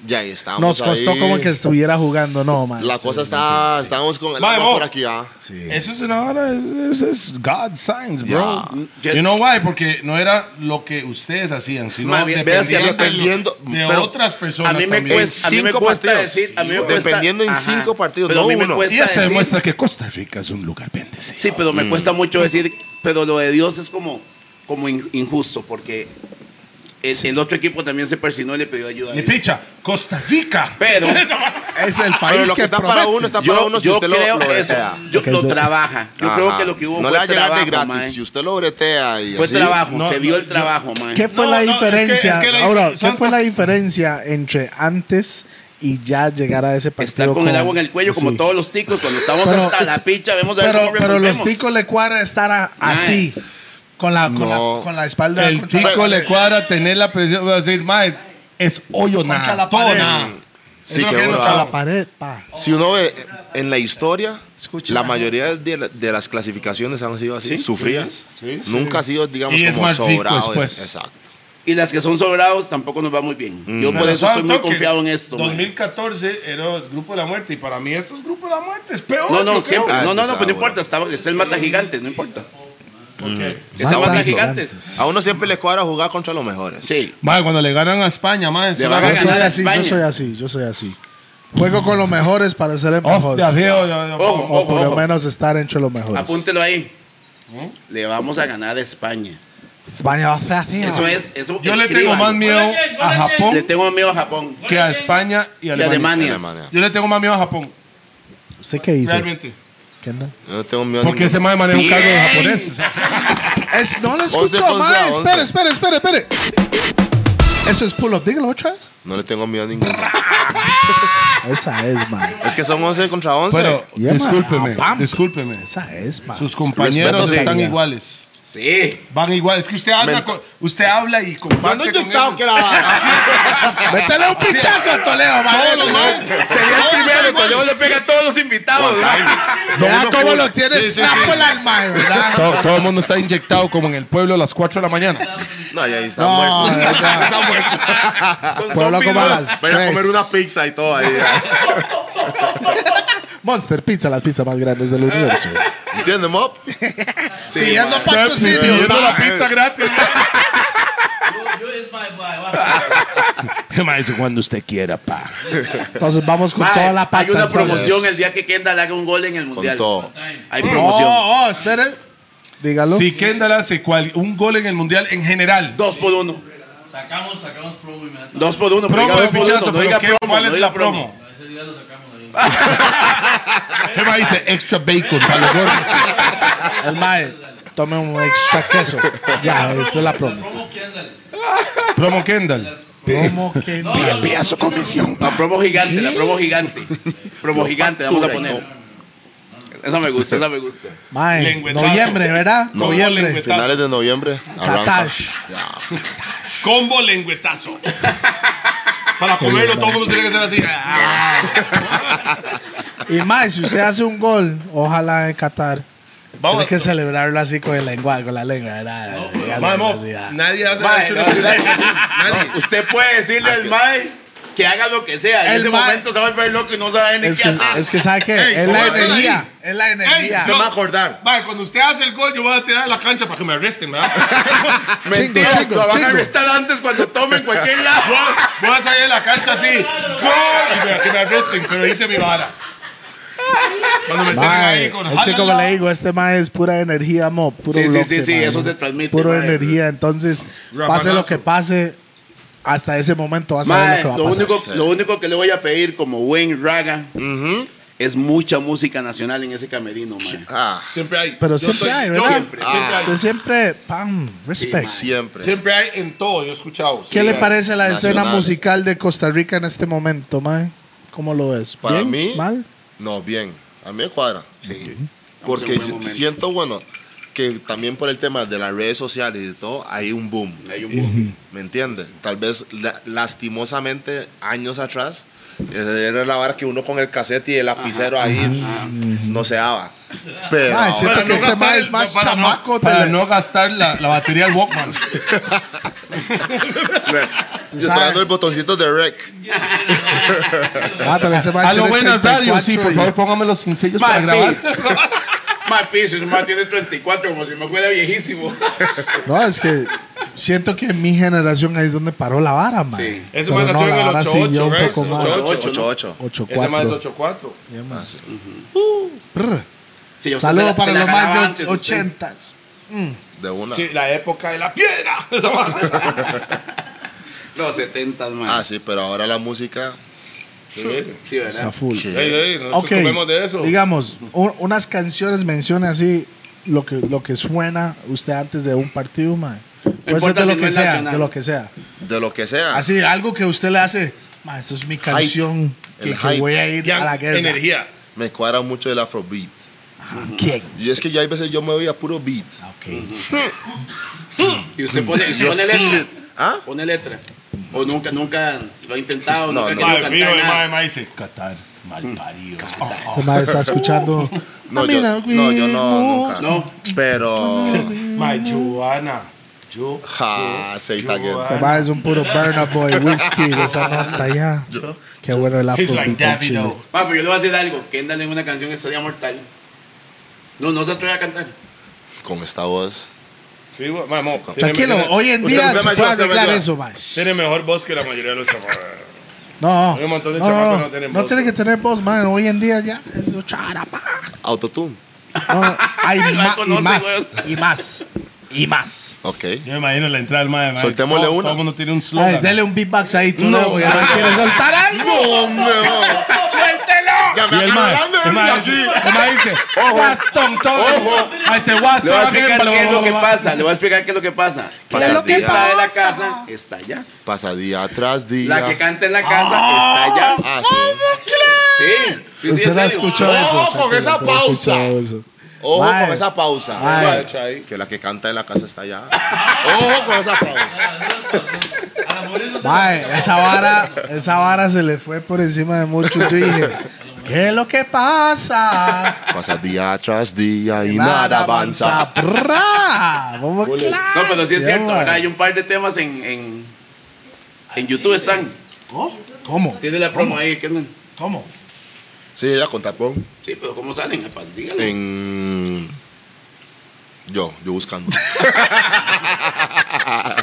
Speaker 3: ya ahí estábamos.
Speaker 4: Nos costó
Speaker 3: ahí.
Speaker 4: como que estuviera jugando, no, mae.
Speaker 3: La cosa está. Estábamos con el
Speaker 2: Mae,
Speaker 3: agua
Speaker 2: mo.
Speaker 3: por aquí, ah.
Speaker 4: Sí.
Speaker 2: Eso es una hora, es, es God signs, bro.
Speaker 5: Ya.
Speaker 2: You know why? Porque no era lo que ustedes hacían, sino
Speaker 3: Más bien, veas que
Speaker 2: dependiendo de,
Speaker 3: dependiendo,
Speaker 2: lo- de
Speaker 3: pero
Speaker 2: otras personas
Speaker 5: a mí me
Speaker 2: también.
Speaker 5: cuesta- A mí me
Speaker 3: Cinco
Speaker 5: cuesta
Speaker 3: partidos.
Speaker 5: decir- a mí me cuesta-
Speaker 3: Dependiendo en
Speaker 5: Ajá.
Speaker 3: cinco partidos,
Speaker 5: Pero a
Speaker 3: no
Speaker 5: mí me
Speaker 3: uno.
Speaker 5: cuesta-
Speaker 2: Y eso
Speaker 5: decir-
Speaker 2: demuestra que Costa Rica es un lugar bendecido.
Speaker 5: Sí, pero me
Speaker 3: Mm.
Speaker 5: cuesta mucho decir, pero lo de Dios es como, como in- injusto, porque el, el otro equipo también se persinó y le pidió ayuda. a
Speaker 2: Ni
Speaker 5: Dios.
Speaker 2: picha, Costa Rica.
Speaker 5: Pero-
Speaker 4: Es el país
Speaker 3: Pero lo
Speaker 4: que,
Speaker 3: que está
Speaker 4: promete.
Speaker 3: para uno está para
Speaker 5: Yo,
Speaker 3: uno si
Speaker 5: yo
Speaker 3: usted lo,
Speaker 5: creo
Speaker 3: lo
Speaker 5: eso.
Speaker 3: bretea.
Speaker 5: Yo
Speaker 4: Ok,
Speaker 5: lo
Speaker 4: yo-
Speaker 5: trabaja. Yo creo
Speaker 3: Ajá.
Speaker 5: que lo que hubo
Speaker 3: no le va a
Speaker 5: fue
Speaker 3: llegar de
Speaker 5: trabajo,
Speaker 3: gratis.
Speaker 5: mae.
Speaker 3: Si usted lo bretea y
Speaker 5: Fue
Speaker 3: así,
Speaker 5: trabajo,
Speaker 2: No,
Speaker 5: se
Speaker 2: no,
Speaker 5: vio el
Speaker 2: no.
Speaker 5: trabajo, mae.
Speaker 4: ¿Qué fue
Speaker 2: No,
Speaker 4: la
Speaker 2: no, es que-
Speaker 4: diferencia?
Speaker 2: es que la-
Speaker 4: Ahora, ¿qué
Speaker 2: son-
Speaker 4: fue la diferencia entre antes y ya llegar a ese partido?
Speaker 5: Estar con, el agua en el cuello como
Speaker 4: Sí.
Speaker 5: todos los ticos. Cuando estamos
Speaker 4: Pero-
Speaker 5: hasta la picha, vemos a ver
Speaker 4: Pero,
Speaker 5: cómo
Speaker 4: pero los
Speaker 5: revolvemos.
Speaker 4: ticos le cuadra estar a- así, con la, con,
Speaker 3: No.
Speaker 4: la, con la espalda
Speaker 2: El
Speaker 4: contra,
Speaker 2: tico
Speaker 4: la,
Speaker 2: le cuadra tener la presión. Va a decir, mae, es hoyo
Speaker 4: contra
Speaker 2: nada.
Speaker 4: la
Speaker 2: todo
Speaker 4: pared.
Speaker 2: nada.
Speaker 3: Sí,
Speaker 2: Eso
Speaker 3: qué
Speaker 2: que es lo
Speaker 3: bravo.
Speaker 4: Contra la pared, pa.
Speaker 3: Si uno ve en la historia,
Speaker 4: Escucha,
Speaker 3: la
Speaker 4: ¿no?
Speaker 3: mayoría de, la- de las clasificaciones han sido así,
Speaker 5: Sí,
Speaker 3: sufridas.
Speaker 2: sí, sí.
Speaker 3: Nunca ha sido, digamos,
Speaker 2: Y es
Speaker 3: como
Speaker 2: más rico
Speaker 3: sobrado.
Speaker 2: después.
Speaker 3: Exacto.
Speaker 5: Y las que son sobrados tampoco nos va muy bien.
Speaker 4: Mm.
Speaker 5: Yo por
Speaker 2: Pero
Speaker 5: eso estoy
Speaker 2: saben
Speaker 5: muy
Speaker 2: todo que
Speaker 5: confiado en esto. mae.
Speaker 2: 2014 era el Grupo de la Muerte y para mí esos Grupos de la Muerte es peor.
Speaker 5: No, no,
Speaker 2: yo creo.
Speaker 5: siempre.
Speaker 3: Ah,
Speaker 5: No,
Speaker 3: esto
Speaker 5: no, no,
Speaker 3: está
Speaker 5: pues no
Speaker 3: bueno.
Speaker 5: importa. Está, es el mata gigante, no importa. Esa
Speaker 4: Mata
Speaker 5: banda
Speaker 4: a
Speaker 5: gigantes.
Speaker 3: A uno siempre le cuadra jugar contra los mejores.
Speaker 5: Sí.
Speaker 2: Mae, cuando le ganan a España, mae.
Speaker 5: Le
Speaker 2: solo
Speaker 5: van a
Speaker 4: Yo
Speaker 2: ganan-
Speaker 4: soy
Speaker 5: ganar a
Speaker 4: así, yo
Speaker 5: España.
Speaker 4: soy así, yo soy así. Juego con los mejores para ser el mejor.
Speaker 2: Hostia, tío, yo- yo-
Speaker 5: Ojo,
Speaker 4: o
Speaker 5: ojo,
Speaker 4: por lo
Speaker 5: ojo.
Speaker 4: menos estar entre los mejores.
Speaker 5: Apúntelo ahí. Le vamos a ganar a España.
Speaker 4: España va a ser así. ah.
Speaker 5: Eso es. Eso
Speaker 2: Yo le tengo
Speaker 5: escríbanlo.
Speaker 2: más miedo a Japón
Speaker 5: Le tengo miedo a Japón.
Speaker 2: que a España y a
Speaker 5: Y a
Speaker 2: Alemania.
Speaker 5: Alemania.
Speaker 3: Alemania.
Speaker 2: Yo le tengo más miedo a Japón,
Speaker 4: ¿Usted qué dice?
Speaker 2: realmente.
Speaker 4: Kendall?
Speaker 3: Yo no tengo miedo a
Speaker 2: Porque
Speaker 3: ningún-
Speaker 2: ese mae maneja un cargo de
Speaker 5: Bien.
Speaker 2: japonés.
Speaker 4: Es, no lo
Speaker 3: Once
Speaker 4: escucho,
Speaker 3: contra
Speaker 4: mae.
Speaker 3: once.
Speaker 4: Espere, espere, espere, espere. Eso es pull-up. Dígalo otra vez.
Speaker 3: No le tengo miedo a ninguno.
Speaker 4: Esa es, mae.
Speaker 3: es que son 11 contra 11.
Speaker 2: Pero,
Speaker 4: Yeah, man.
Speaker 2: discúlpeme,
Speaker 4: Ah, pam.
Speaker 2: discúlpeme.
Speaker 4: Esa es, mae.
Speaker 2: Sus compañeros
Speaker 3: Respeto, sí.
Speaker 2: están iguales.
Speaker 5: Sí.
Speaker 2: Van igual. Es que usted habla,
Speaker 3: Men-
Speaker 2: con- usted habla y comparte con ellos.
Speaker 4: Métele un pichazo a Toledo, mae.
Speaker 2: Todos los maes.
Speaker 5: Sería el primero.
Speaker 2: pues,
Speaker 5: Toledo le pega a todos los invitados.
Speaker 4: Vea cómo lo tiene
Speaker 2: Sí, sí, sí.
Speaker 4: Snapolan, mae, ¿verdad?
Speaker 2: Todo, todo el mundo está inyectado como en el pueblo a las 4 de la mañana.
Speaker 3: No, ya ahí está
Speaker 4: No,
Speaker 3: muerto.
Speaker 4: o sea,
Speaker 5: Son
Speaker 4: Pueblo
Speaker 5: zombies,
Speaker 4: como a
Speaker 5: ¿no?
Speaker 4: las
Speaker 3: Voy a comer
Speaker 4: tres.
Speaker 3: una pizza y todo ahí. ya.
Speaker 4: Monster Pizza, las pizzas más grandes del universo.
Speaker 3: ¿Entiendes, Mop?
Speaker 5: Sí,
Speaker 4: Pidiendo
Speaker 5: mae.
Speaker 2: pues,
Speaker 4: patrocinio.
Speaker 2: Pidiendo
Speaker 4: mae.
Speaker 2: la pizza gratis.
Speaker 6: Yo, yo es my boy.
Speaker 2: Maestro, cuando usted quiera, pa.
Speaker 4: Entonces vamos con
Speaker 5: Mae,
Speaker 4: toda la pata.
Speaker 5: Hay una
Speaker 4: entonces.
Speaker 5: promoción el día que Kendall haga un gol en el
Speaker 3: Con
Speaker 5: mundial.
Speaker 3: todo.
Speaker 5: Hay
Speaker 4: Oh,
Speaker 5: promoción.
Speaker 4: oh, espere. Dígalo.
Speaker 2: Si Kendall hace cual- un gol en el mundial en general.
Speaker 5: Dos por uno.
Speaker 6: Sacamos, sacamos promo inmediatamente.
Speaker 5: Dos por uno. pero
Speaker 2: Promo
Speaker 5: diga
Speaker 2: de
Speaker 5: dos por uno,
Speaker 2: fichazo,
Speaker 5: no
Speaker 2: pero
Speaker 5: diga
Speaker 2: ¿qué-
Speaker 5: promo,
Speaker 2: ¿cuál
Speaker 5: no
Speaker 2: es
Speaker 5: diga
Speaker 2: la promo?
Speaker 6: Ese día lo sacamos ahí.
Speaker 2: Gemma dice extra bacon para los gordos.
Speaker 4: El mae. Tome un extra queso. ya, esta es la promo.
Speaker 6: ¿Cómo Kendall?
Speaker 2: Promo Kendall.
Speaker 4: Promo que
Speaker 6: Envía su comisión.
Speaker 5: La promo gigante, la promo gigante. promo gigante, vamos a poner. Esa me gusta, esa me gusta.
Speaker 4: Mae.
Speaker 2: Lengüetazo.
Speaker 4: Noviembre, ¿verdad?
Speaker 2: No,
Speaker 4: noviembre.
Speaker 2: lengüetazo.
Speaker 3: Finales de noviembre. Arranca.
Speaker 4: Catash.
Speaker 2: Combo lengüetazo. Para comerlo todo el mundo tiene que ser así.
Speaker 4: Y mae, si usted hace un gol, ojalá en Qatar.
Speaker 2: Vamos.
Speaker 4: Tiene que celebrarlo así con el lengua, con la lengua, ¿verdad?
Speaker 2: Vamos,
Speaker 4: Así, ah.
Speaker 2: nadie hace
Speaker 5: Mae,
Speaker 2: hecho
Speaker 5: no,
Speaker 2: eso.
Speaker 5: no,
Speaker 2: Nadie.
Speaker 5: Usted puede decirle al Mae que haga lo que sea. En
Speaker 4: El
Speaker 5: ese
Speaker 4: mae-
Speaker 5: momento se va a volver loco y no sabe ni
Speaker 4: Es
Speaker 5: qué
Speaker 4: que,
Speaker 5: hacer.
Speaker 4: es que, ¿sabe qué?
Speaker 2: Ey,
Speaker 4: es la
Speaker 2: ¿cómo están
Speaker 4: energía.
Speaker 2: ahí?
Speaker 4: Es la energía.
Speaker 2: no.
Speaker 5: me va a acordar.
Speaker 2: Mae, cuando usted hace el gol, yo voy a tirar a la cancha para que me arresten, ¿verdad?
Speaker 5: Mentira,
Speaker 4: Chingo, chingo,
Speaker 5: lo van a
Speaker 4: chingo.
Speaker 5: arrestar antes cuando tomen cualquier lado.
Speaker 2: Voy a salir de la cancha así. ¡Gol! Y me, que me arresten, pero hice mi vara. Cuando me tienen
Speaker 4: Mae,
Speaker 2: ahí Este con
Speaker 4: es que como
Speaker 2: "Jálala".
Speaker 4: le digo, este mae es pura energía, mo, puro
Speaker 5: Sí, sí,
Speaker 4: bloque,
Speaker 5: sí, sí,
Speaker 4: mae.
Speaker 5: eso se transmite,
Speaker 4: Puro
Speaker 5: mae.
Speaker 4: energía, entonces,
Speaker 2: Rafagazo.
Speaker 4: pase lo que pase, hasta ese momento va a saber lo
Speaker 5: Mae,
Speaker 4: que va
Speaker 5: lo
Speaker 4: a pasar.
Speaker 5: único, lo único que le voy a pedir como buen raga es mucha música nacional en ese camerino, mae.
Speaker 3: Ah,
Speaker 2: Siempre hay.
Speaker 4: Pero
Speaker 2: Yo
Speaker 4: siempre
Speaker 2: soy-
Speaker 4: hay,
Speaker 2: yo
Speaker 4: ¿verdad?
Speaker 2: Siempre, siempre hay.
Speaker 4: Usted siempre, pam, respect.
Speaker 3: siempre.
Speaker 2: Siempre hay en todo, yo he escuchado.
Speaker 4: ¿Qué le parece la escena
Speaker 3: Nacional.
Speaker 4: musical de Costa Rica en este momento, mae? ¿Cómo lo ves?
Speaker 3: Para
Speaker 4: ¿Bien?
Speaker 3: mí.
Speaker 4: ¿Mal?
Speaker 3: No, bien. A mí me cuadra.
Speaker 5: Estamos en
Speaker 3: Porque
Speaker 5: buen momento.
Speaker 3: siento, bueno, que también por el tema de las redes sociales y todo, hay un boom.
Speaker 5: Hay un boom.
Speaker 3: ¿Me entiendes? Tal vez la- lastimosamente años atrás esa era la vara que uno con el cassette y el lapicero ahí no se daba. Pero
Speaker 4: Mae,
Speaker 3: ahora-
Speaker 4: siento que este
Speaker 2: gastar
Speaker 4: mae
Speaker 2: el-
Speaker 4: es más
Speaker 2: para no-
Speaker 4: chamaco. de
Speaker 2: para
Speaker 4: la-
Speaker 2: no gastar la, la batería del Walkman.
Speaker 3: yo estoy dando el botoncito de rec.
Speaker 4: Ah, pero este mae
Speaker 2: A lo
Speaker 4: tiene
Speaker 2: buenas
Speaker 4: 34
Speaker 2: radios, sí, por
Speaker 4: y-
Speaker 2: favor, póngame los cincellos para
Speaker 5: Mae,
Speaker 2: grabar.
Speaker 5: pi- Mae, piso, ese mae tiene 34, como si me fuera viejísimo.
Speaker 4: No, es que siento que en mi generación ahí es donde paró la vara, man.
Speaker 5: Sí.
Speaker 2: Ese
Speaker 4: Pero
Speaker 2: man nació en el
Speaker 4: la vara
Speaker 2: 88,
Speaker 4: siguió un
Speaker 2: ¿ves?
Speaker 4: poco más.
Speaker 5: 88.
Speaker 3: 8-8.
Speaker 4: 8-4.
Speaker 2: 8-4.
Speaker 3: Ah,
Speaker 4: Brr.
Speaker 5: Sí, yo se
Speaker 4: Saludos
Speaker 5: la-
Speaker 4: para
Speaker 5: se la
Speaker 4: los
Speaker 5: ganaba
Speaker 4: más de
Speaker 5: antes, usted.
Speaker 4: 80.
Speaker 3: De una.
Speaker 2: Sí, la época de la piedra. Esa madre.
Speaker 5: Los 70, mae.
Speaker 3: Ah, sí, pero ahora la música.
Speaker 2: Sí.
Speaker 5: Sí, ¿verdad?
Speaker 4: Está full.
Speaker 3: que-
Speaker 2: Ey, ey, nosotros
Speaker 4: Ok,
Speaker 2: comemos de eso.
Speaker 4: digamos, un- unas canciones mencione así lo que, lo que suena usted antes de un partido, man. Puede ser
Speaker 5: importa
Speaker 4: de lo
Speaker 5: si no
Speaker 4: que
Speaker 5: es
Speaker 4: sea,
Speaker 5: nacional.
Speaker 4: de lo que sea.
Speaker 3: de lo que sea.
Speaker 4: Así, algo que usted le hace, man, esa es mi canción
Speaker 3: El
Speaker 4: que, que
Speaker 3: hype.
Speaker 4: voy a ir a la guerra.
Speaker 2: Energía.
Speaker 3: Me cuadra mucho el afrobeat.
Speaker 4: ¿Quién?
Speaker 3: Y es que ya hay veces yo me voy a puro beat.
Speaker 4: Ah, Ok.
Speaker 5: Y usted pone, y pone letra.
Speaker 3: ¿Ah?
Speaker 5: Pone letra. O nunca, nunca lo ha intentado,
Speaker 3: No,
Speaker 5: nunca
Speaker 3: no.
Speaker 5: ha querido
Speaker 2: Mae, fijo,
Speaker 5: cantar
Speaker 2: el mae,
Speaker 5: nada.
Speaker 2: mae dice, Qatar, mal parido. Ah,
Speaker 4: Este mae está escuchando.
Speaker 3: No, yo,
Speaker 4: Amina,
Speaker 3: no, yo no, nunca.
Speaker 5: No.
Speaker 3: Pero.
Speaker 2: Mae, Joana. Yo.
Speaker 3: Ja, aceita que-
Speaker 4: Se
Speaker 2: Joana.
Speaker 4: va, Este es un puro Burna Boy whisky de esa nota ya. Qué bueno el
Speaker 2: He's like
Speaker 4: afrobeat en Chile.
Speaker 2: Davido.
Speaker 5: Mae, pero yo le voy a decir algo. Kendall en una canción estaría mortal. No, no se atreve a cantar.
Speaker 3: con esta voz.
Speaker 2: Sí, güey, mae, mo, tiene
Speaker 4: Tranquilo,
Speaker 2: mejor-
Speaker 4: hoy en
Speaker 3: Usted
Speaker 4: día
Speaker 3: me
Speaker 4: se
Speaker 3: ayuda,
Speaker 4: puede
Speaker 3: usted me
Speaker 4: arreglar
Speaker 3: ayuda.
Speaker 4: eso, mae.
Speaker 2: Tiene mejor voz que la mayoría de los chamacos.
Speaker 4: No,
Speaker 2: Hay un montón de
Speaker 4: no,
Speaker 2: chamacos
Speaker 4: no,
Speaker 2: que
Speaker 4: no,
Speaker 2: no tienen
Speaker 4: no
Speaker 2: voz,
Speaker 4: tiene
Speaker 2: güey.
Speaker 4: que tener voz, man. Hoy en día ya es charapa.
Speaker 3: Autotune.
Speaker 4: No, hay
Speaker 5: Lo
Speaker 4: ma- y
Speaker 5: conoce,
Speaker 4: más, y más, y más.
Speaker 3: Ok.
Speaker 2: Yo me imagino la entrada del mae, mae.
Speaker 3: Soltémosle
Speaker 2: Todo-
Speaker 3: una.
Speaker 2: Todo el mundo tiene un
Speaker 4: Ay,
Speaker 2: slogan.
Speaker 4: dele un beatbox ahí, tú
Speaker 3: No.
Speaker 4: no, porque no quiere soltar algo.
Speaker 3: Ya
Speaker 2: Y el mae, el mae dice, el mae dice, Waston, todo. Mae, este Waston,
Speaker 5: Le voy a
Speaker 2: again,
Speaker 5: explicar
Speaker 2: bla,
Speaker 5: qué es
Speaker 2: bla,
Speaker 5: lo que
Speaker 2: bla,
Speaker 5: pasa. Le voy a explicar qué es lo que pasa.
Speaker 3: es
Speaker 5: La
Speaker 3: lo que
Speaker 5: artista de la
Speaker 4: pasa?
Speaker 5: casa está allá.
Speaker 3: Pasa día tras día.
Speaker 5: La Ah. que canta en la casa está allá.
Speaker 3: Ah, sí.
Speaker 5: Sí. sí, sí,
Speaker 4: Usted
Speaker 5: en
Speaker 4: no
Speaker 5: serio.
Speaker 4: escuchó
Speaker 3: Ojo
Speaker 4: eso.
Speaker 3: con
Speaker 4: usted no
Speaker 3: esa
Speaker 4: ha
Speaker 3: pausa.
Speaker 4: escuchado eso.
Speaker 3: Ojo
Speaker 4: Mae.
Speaker 3: con esa pausa.
Speaker 4: Mae.
Speaker 2: bla. Hecho ahí.
Speaker 3: Que la que canta en la casa está allá. Ojo con esa pausa.
Speaker 6: A las mujeres no se
Speaker 4: Mae, esa vara, esa vara se le fue por encima de muchos. Yo dije, ¿qué es lo que pasa?
Speaker 3: Pasa día tras día y nada,
Speaker 4: Nada
Speaker 3: avanza.
Speaker 4: avanza. Prá. Vamos claro.
Speaker 5: No, pero sí es
Speaker 4: Ya,
Speaker 5: cierto.
Speaker 4: mae.
Speaker 5: ¿verdad? Hay un par de temas en, en, en YouTube están.
Speaker 4: ¿Cómo?
Speaker 5: Tiene la promo ahí, Kendall.
Speaker 4: ¿Cómo?
Speaker 3: Sí, ella con tapón.
Speaker 5: Sí, pero ¿cómo salen? Apa? Dígalo.
Speaker 3: En. Yo, yo buscando. Ah,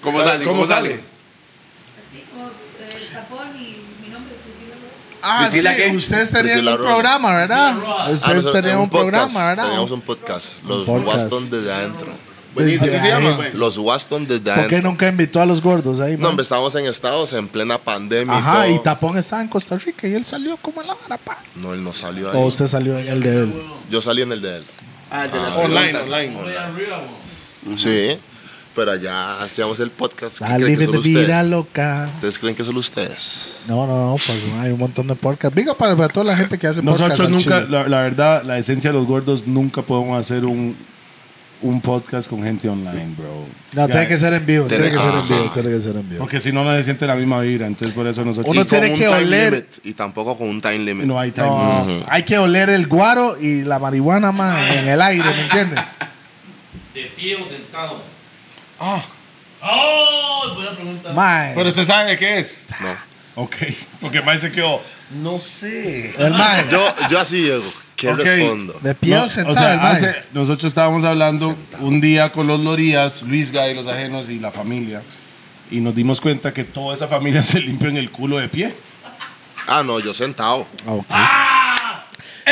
Speaker 5: ¿Cómo salen? ¿Cómo, salen?
Speaker 7: Así como eh, el tapón y mi nombre, pues, Priscila Roa.
Speaker 4: Ah,
Speaker 5: Priscila,
Speaker 4: sí,
Speaker 5: ¿qué?
Speaker 4: ustedes tenían
Speaker 3: Priscila
Speaker 4: un
Speaker 3: Roa.
Speaker 4: programa, ¿verdad?
Speaker 6: Roa.
Speaker 3: Ah,
Speaker 4: Ustedes
Speaker 3: nosotros
Speaker 4: tenían
Speaker 3: tenemos
Speaker 4: un programa,
Speaker 3: podcast,
Speaker 4: ¿verdad?
Speaker 3: Teníamos un podcast. Los
Speaker 4: podcast.
Speaker 3: Waston desde adentro.
Speaker 5: Buenísimo.
Speaker 4: Desde
Speaker 5: Así se
Speaker 4: ahí.
Speaker 5: llama. güey.
Speaker 3: Los Waston desde
Speaker 4: ¿Por qué
Speaker 3: adentro.
Speaker 4: nunca invitó a los gordos ahí,
Speaker 3: No,
Speaker 4: man?
Speaker 3: hombre, estábamos en Estados en plena pandemia.
Speaker 4: Ajá, y
Speaker 3: todo.
Speaker 4: Tapón estaba en Costa Rica y él salió como en la vara, pa.
Speaker 3: No, él no salió ahí.
Speaker 4: O usted salió en el de él.
Speaker 3: Yo salí en el de él.
Speaker 5: Ah, el de las
Speaker 2: Online,
Speaker 5: preguntas.
Speaker 2: online.
Speaker 6: Allá arriba, güey.
Speaker 3: Sí. Pero allá hacíamos el podcast. ¿Qué
Speaker 4: Está
Speaker 3: creen que
Speaker 4: living
Speaker 3: son
Speaker 4: the vida
Speaker 3: ustedes?
Speaker 4: loca.
Speaker 3: ¿Ustedes creen que son ustedes?
Speaker 4: No, no, no, pues no, hay un montón de podcasts. Digo para, para toda la gente que hace podcasts.
Speaker 2: Nosotros
Speaker 4: al
Speaker 2: nunca,
Speaker 4: Este chile.
Speaker 2: la, la verdad, la esencia de los gordos, nunca podemos hacer un, un podcast con gente online, bro.
Speaker 4: No,
Speaker 2: Ya,
Speaker 4: tiene que ser en vivo, tiene que ser en vivo,
Speaker 3: Ajá.
Speaker 4: tiene que ser en vivo.
Speaker 2: Porque si no, no se siente la misma vibra. Entonces, por eso nosotros
Speaker 4: Uno
Speaker 3: Y con
Speaker 4: tiene
Speaker 3: un
Speaker 4: que
Speaker 3: time
Speaker 4: oler.
Speaker 3: limit, y tampoco con un time limit.
Speaker 2: no hay time.
Speaker 4: No, hay que oler el guaro y la marihuana más en el aire, ¿me entiendes?
Speaker 6: De pie o sentado. Ah. Oh, buena pregunta.
Speaker 4: Mae,
Speaker 2: Pero se sabe qué es.
Speaker 3: No.
Speaker 2: Ok. Porque Mike se quedó. No sé.
Speaker 4: el mae,
Speaker 3: Yo, yo así llego. ¿Qué
Speaker 2: Ok.
Speaker 3: respondo?
Speaker 4: de pie
Speaker 2: No,
Speaker 4: o sentado,
Speaker 2: o sea,
Speaker 4: el mae.
Speaker 2: hace- nosotros estábamos hablando un día con los Lorías, Luis Gay, los ajenos y la familia. Y nos dimos cuenta que toda esa familia se limpia en el culo de pie.
Speaker 3: Ah, no, yo sentado.
Speaker 4: Ah,
Speaker 2: ¡Ah!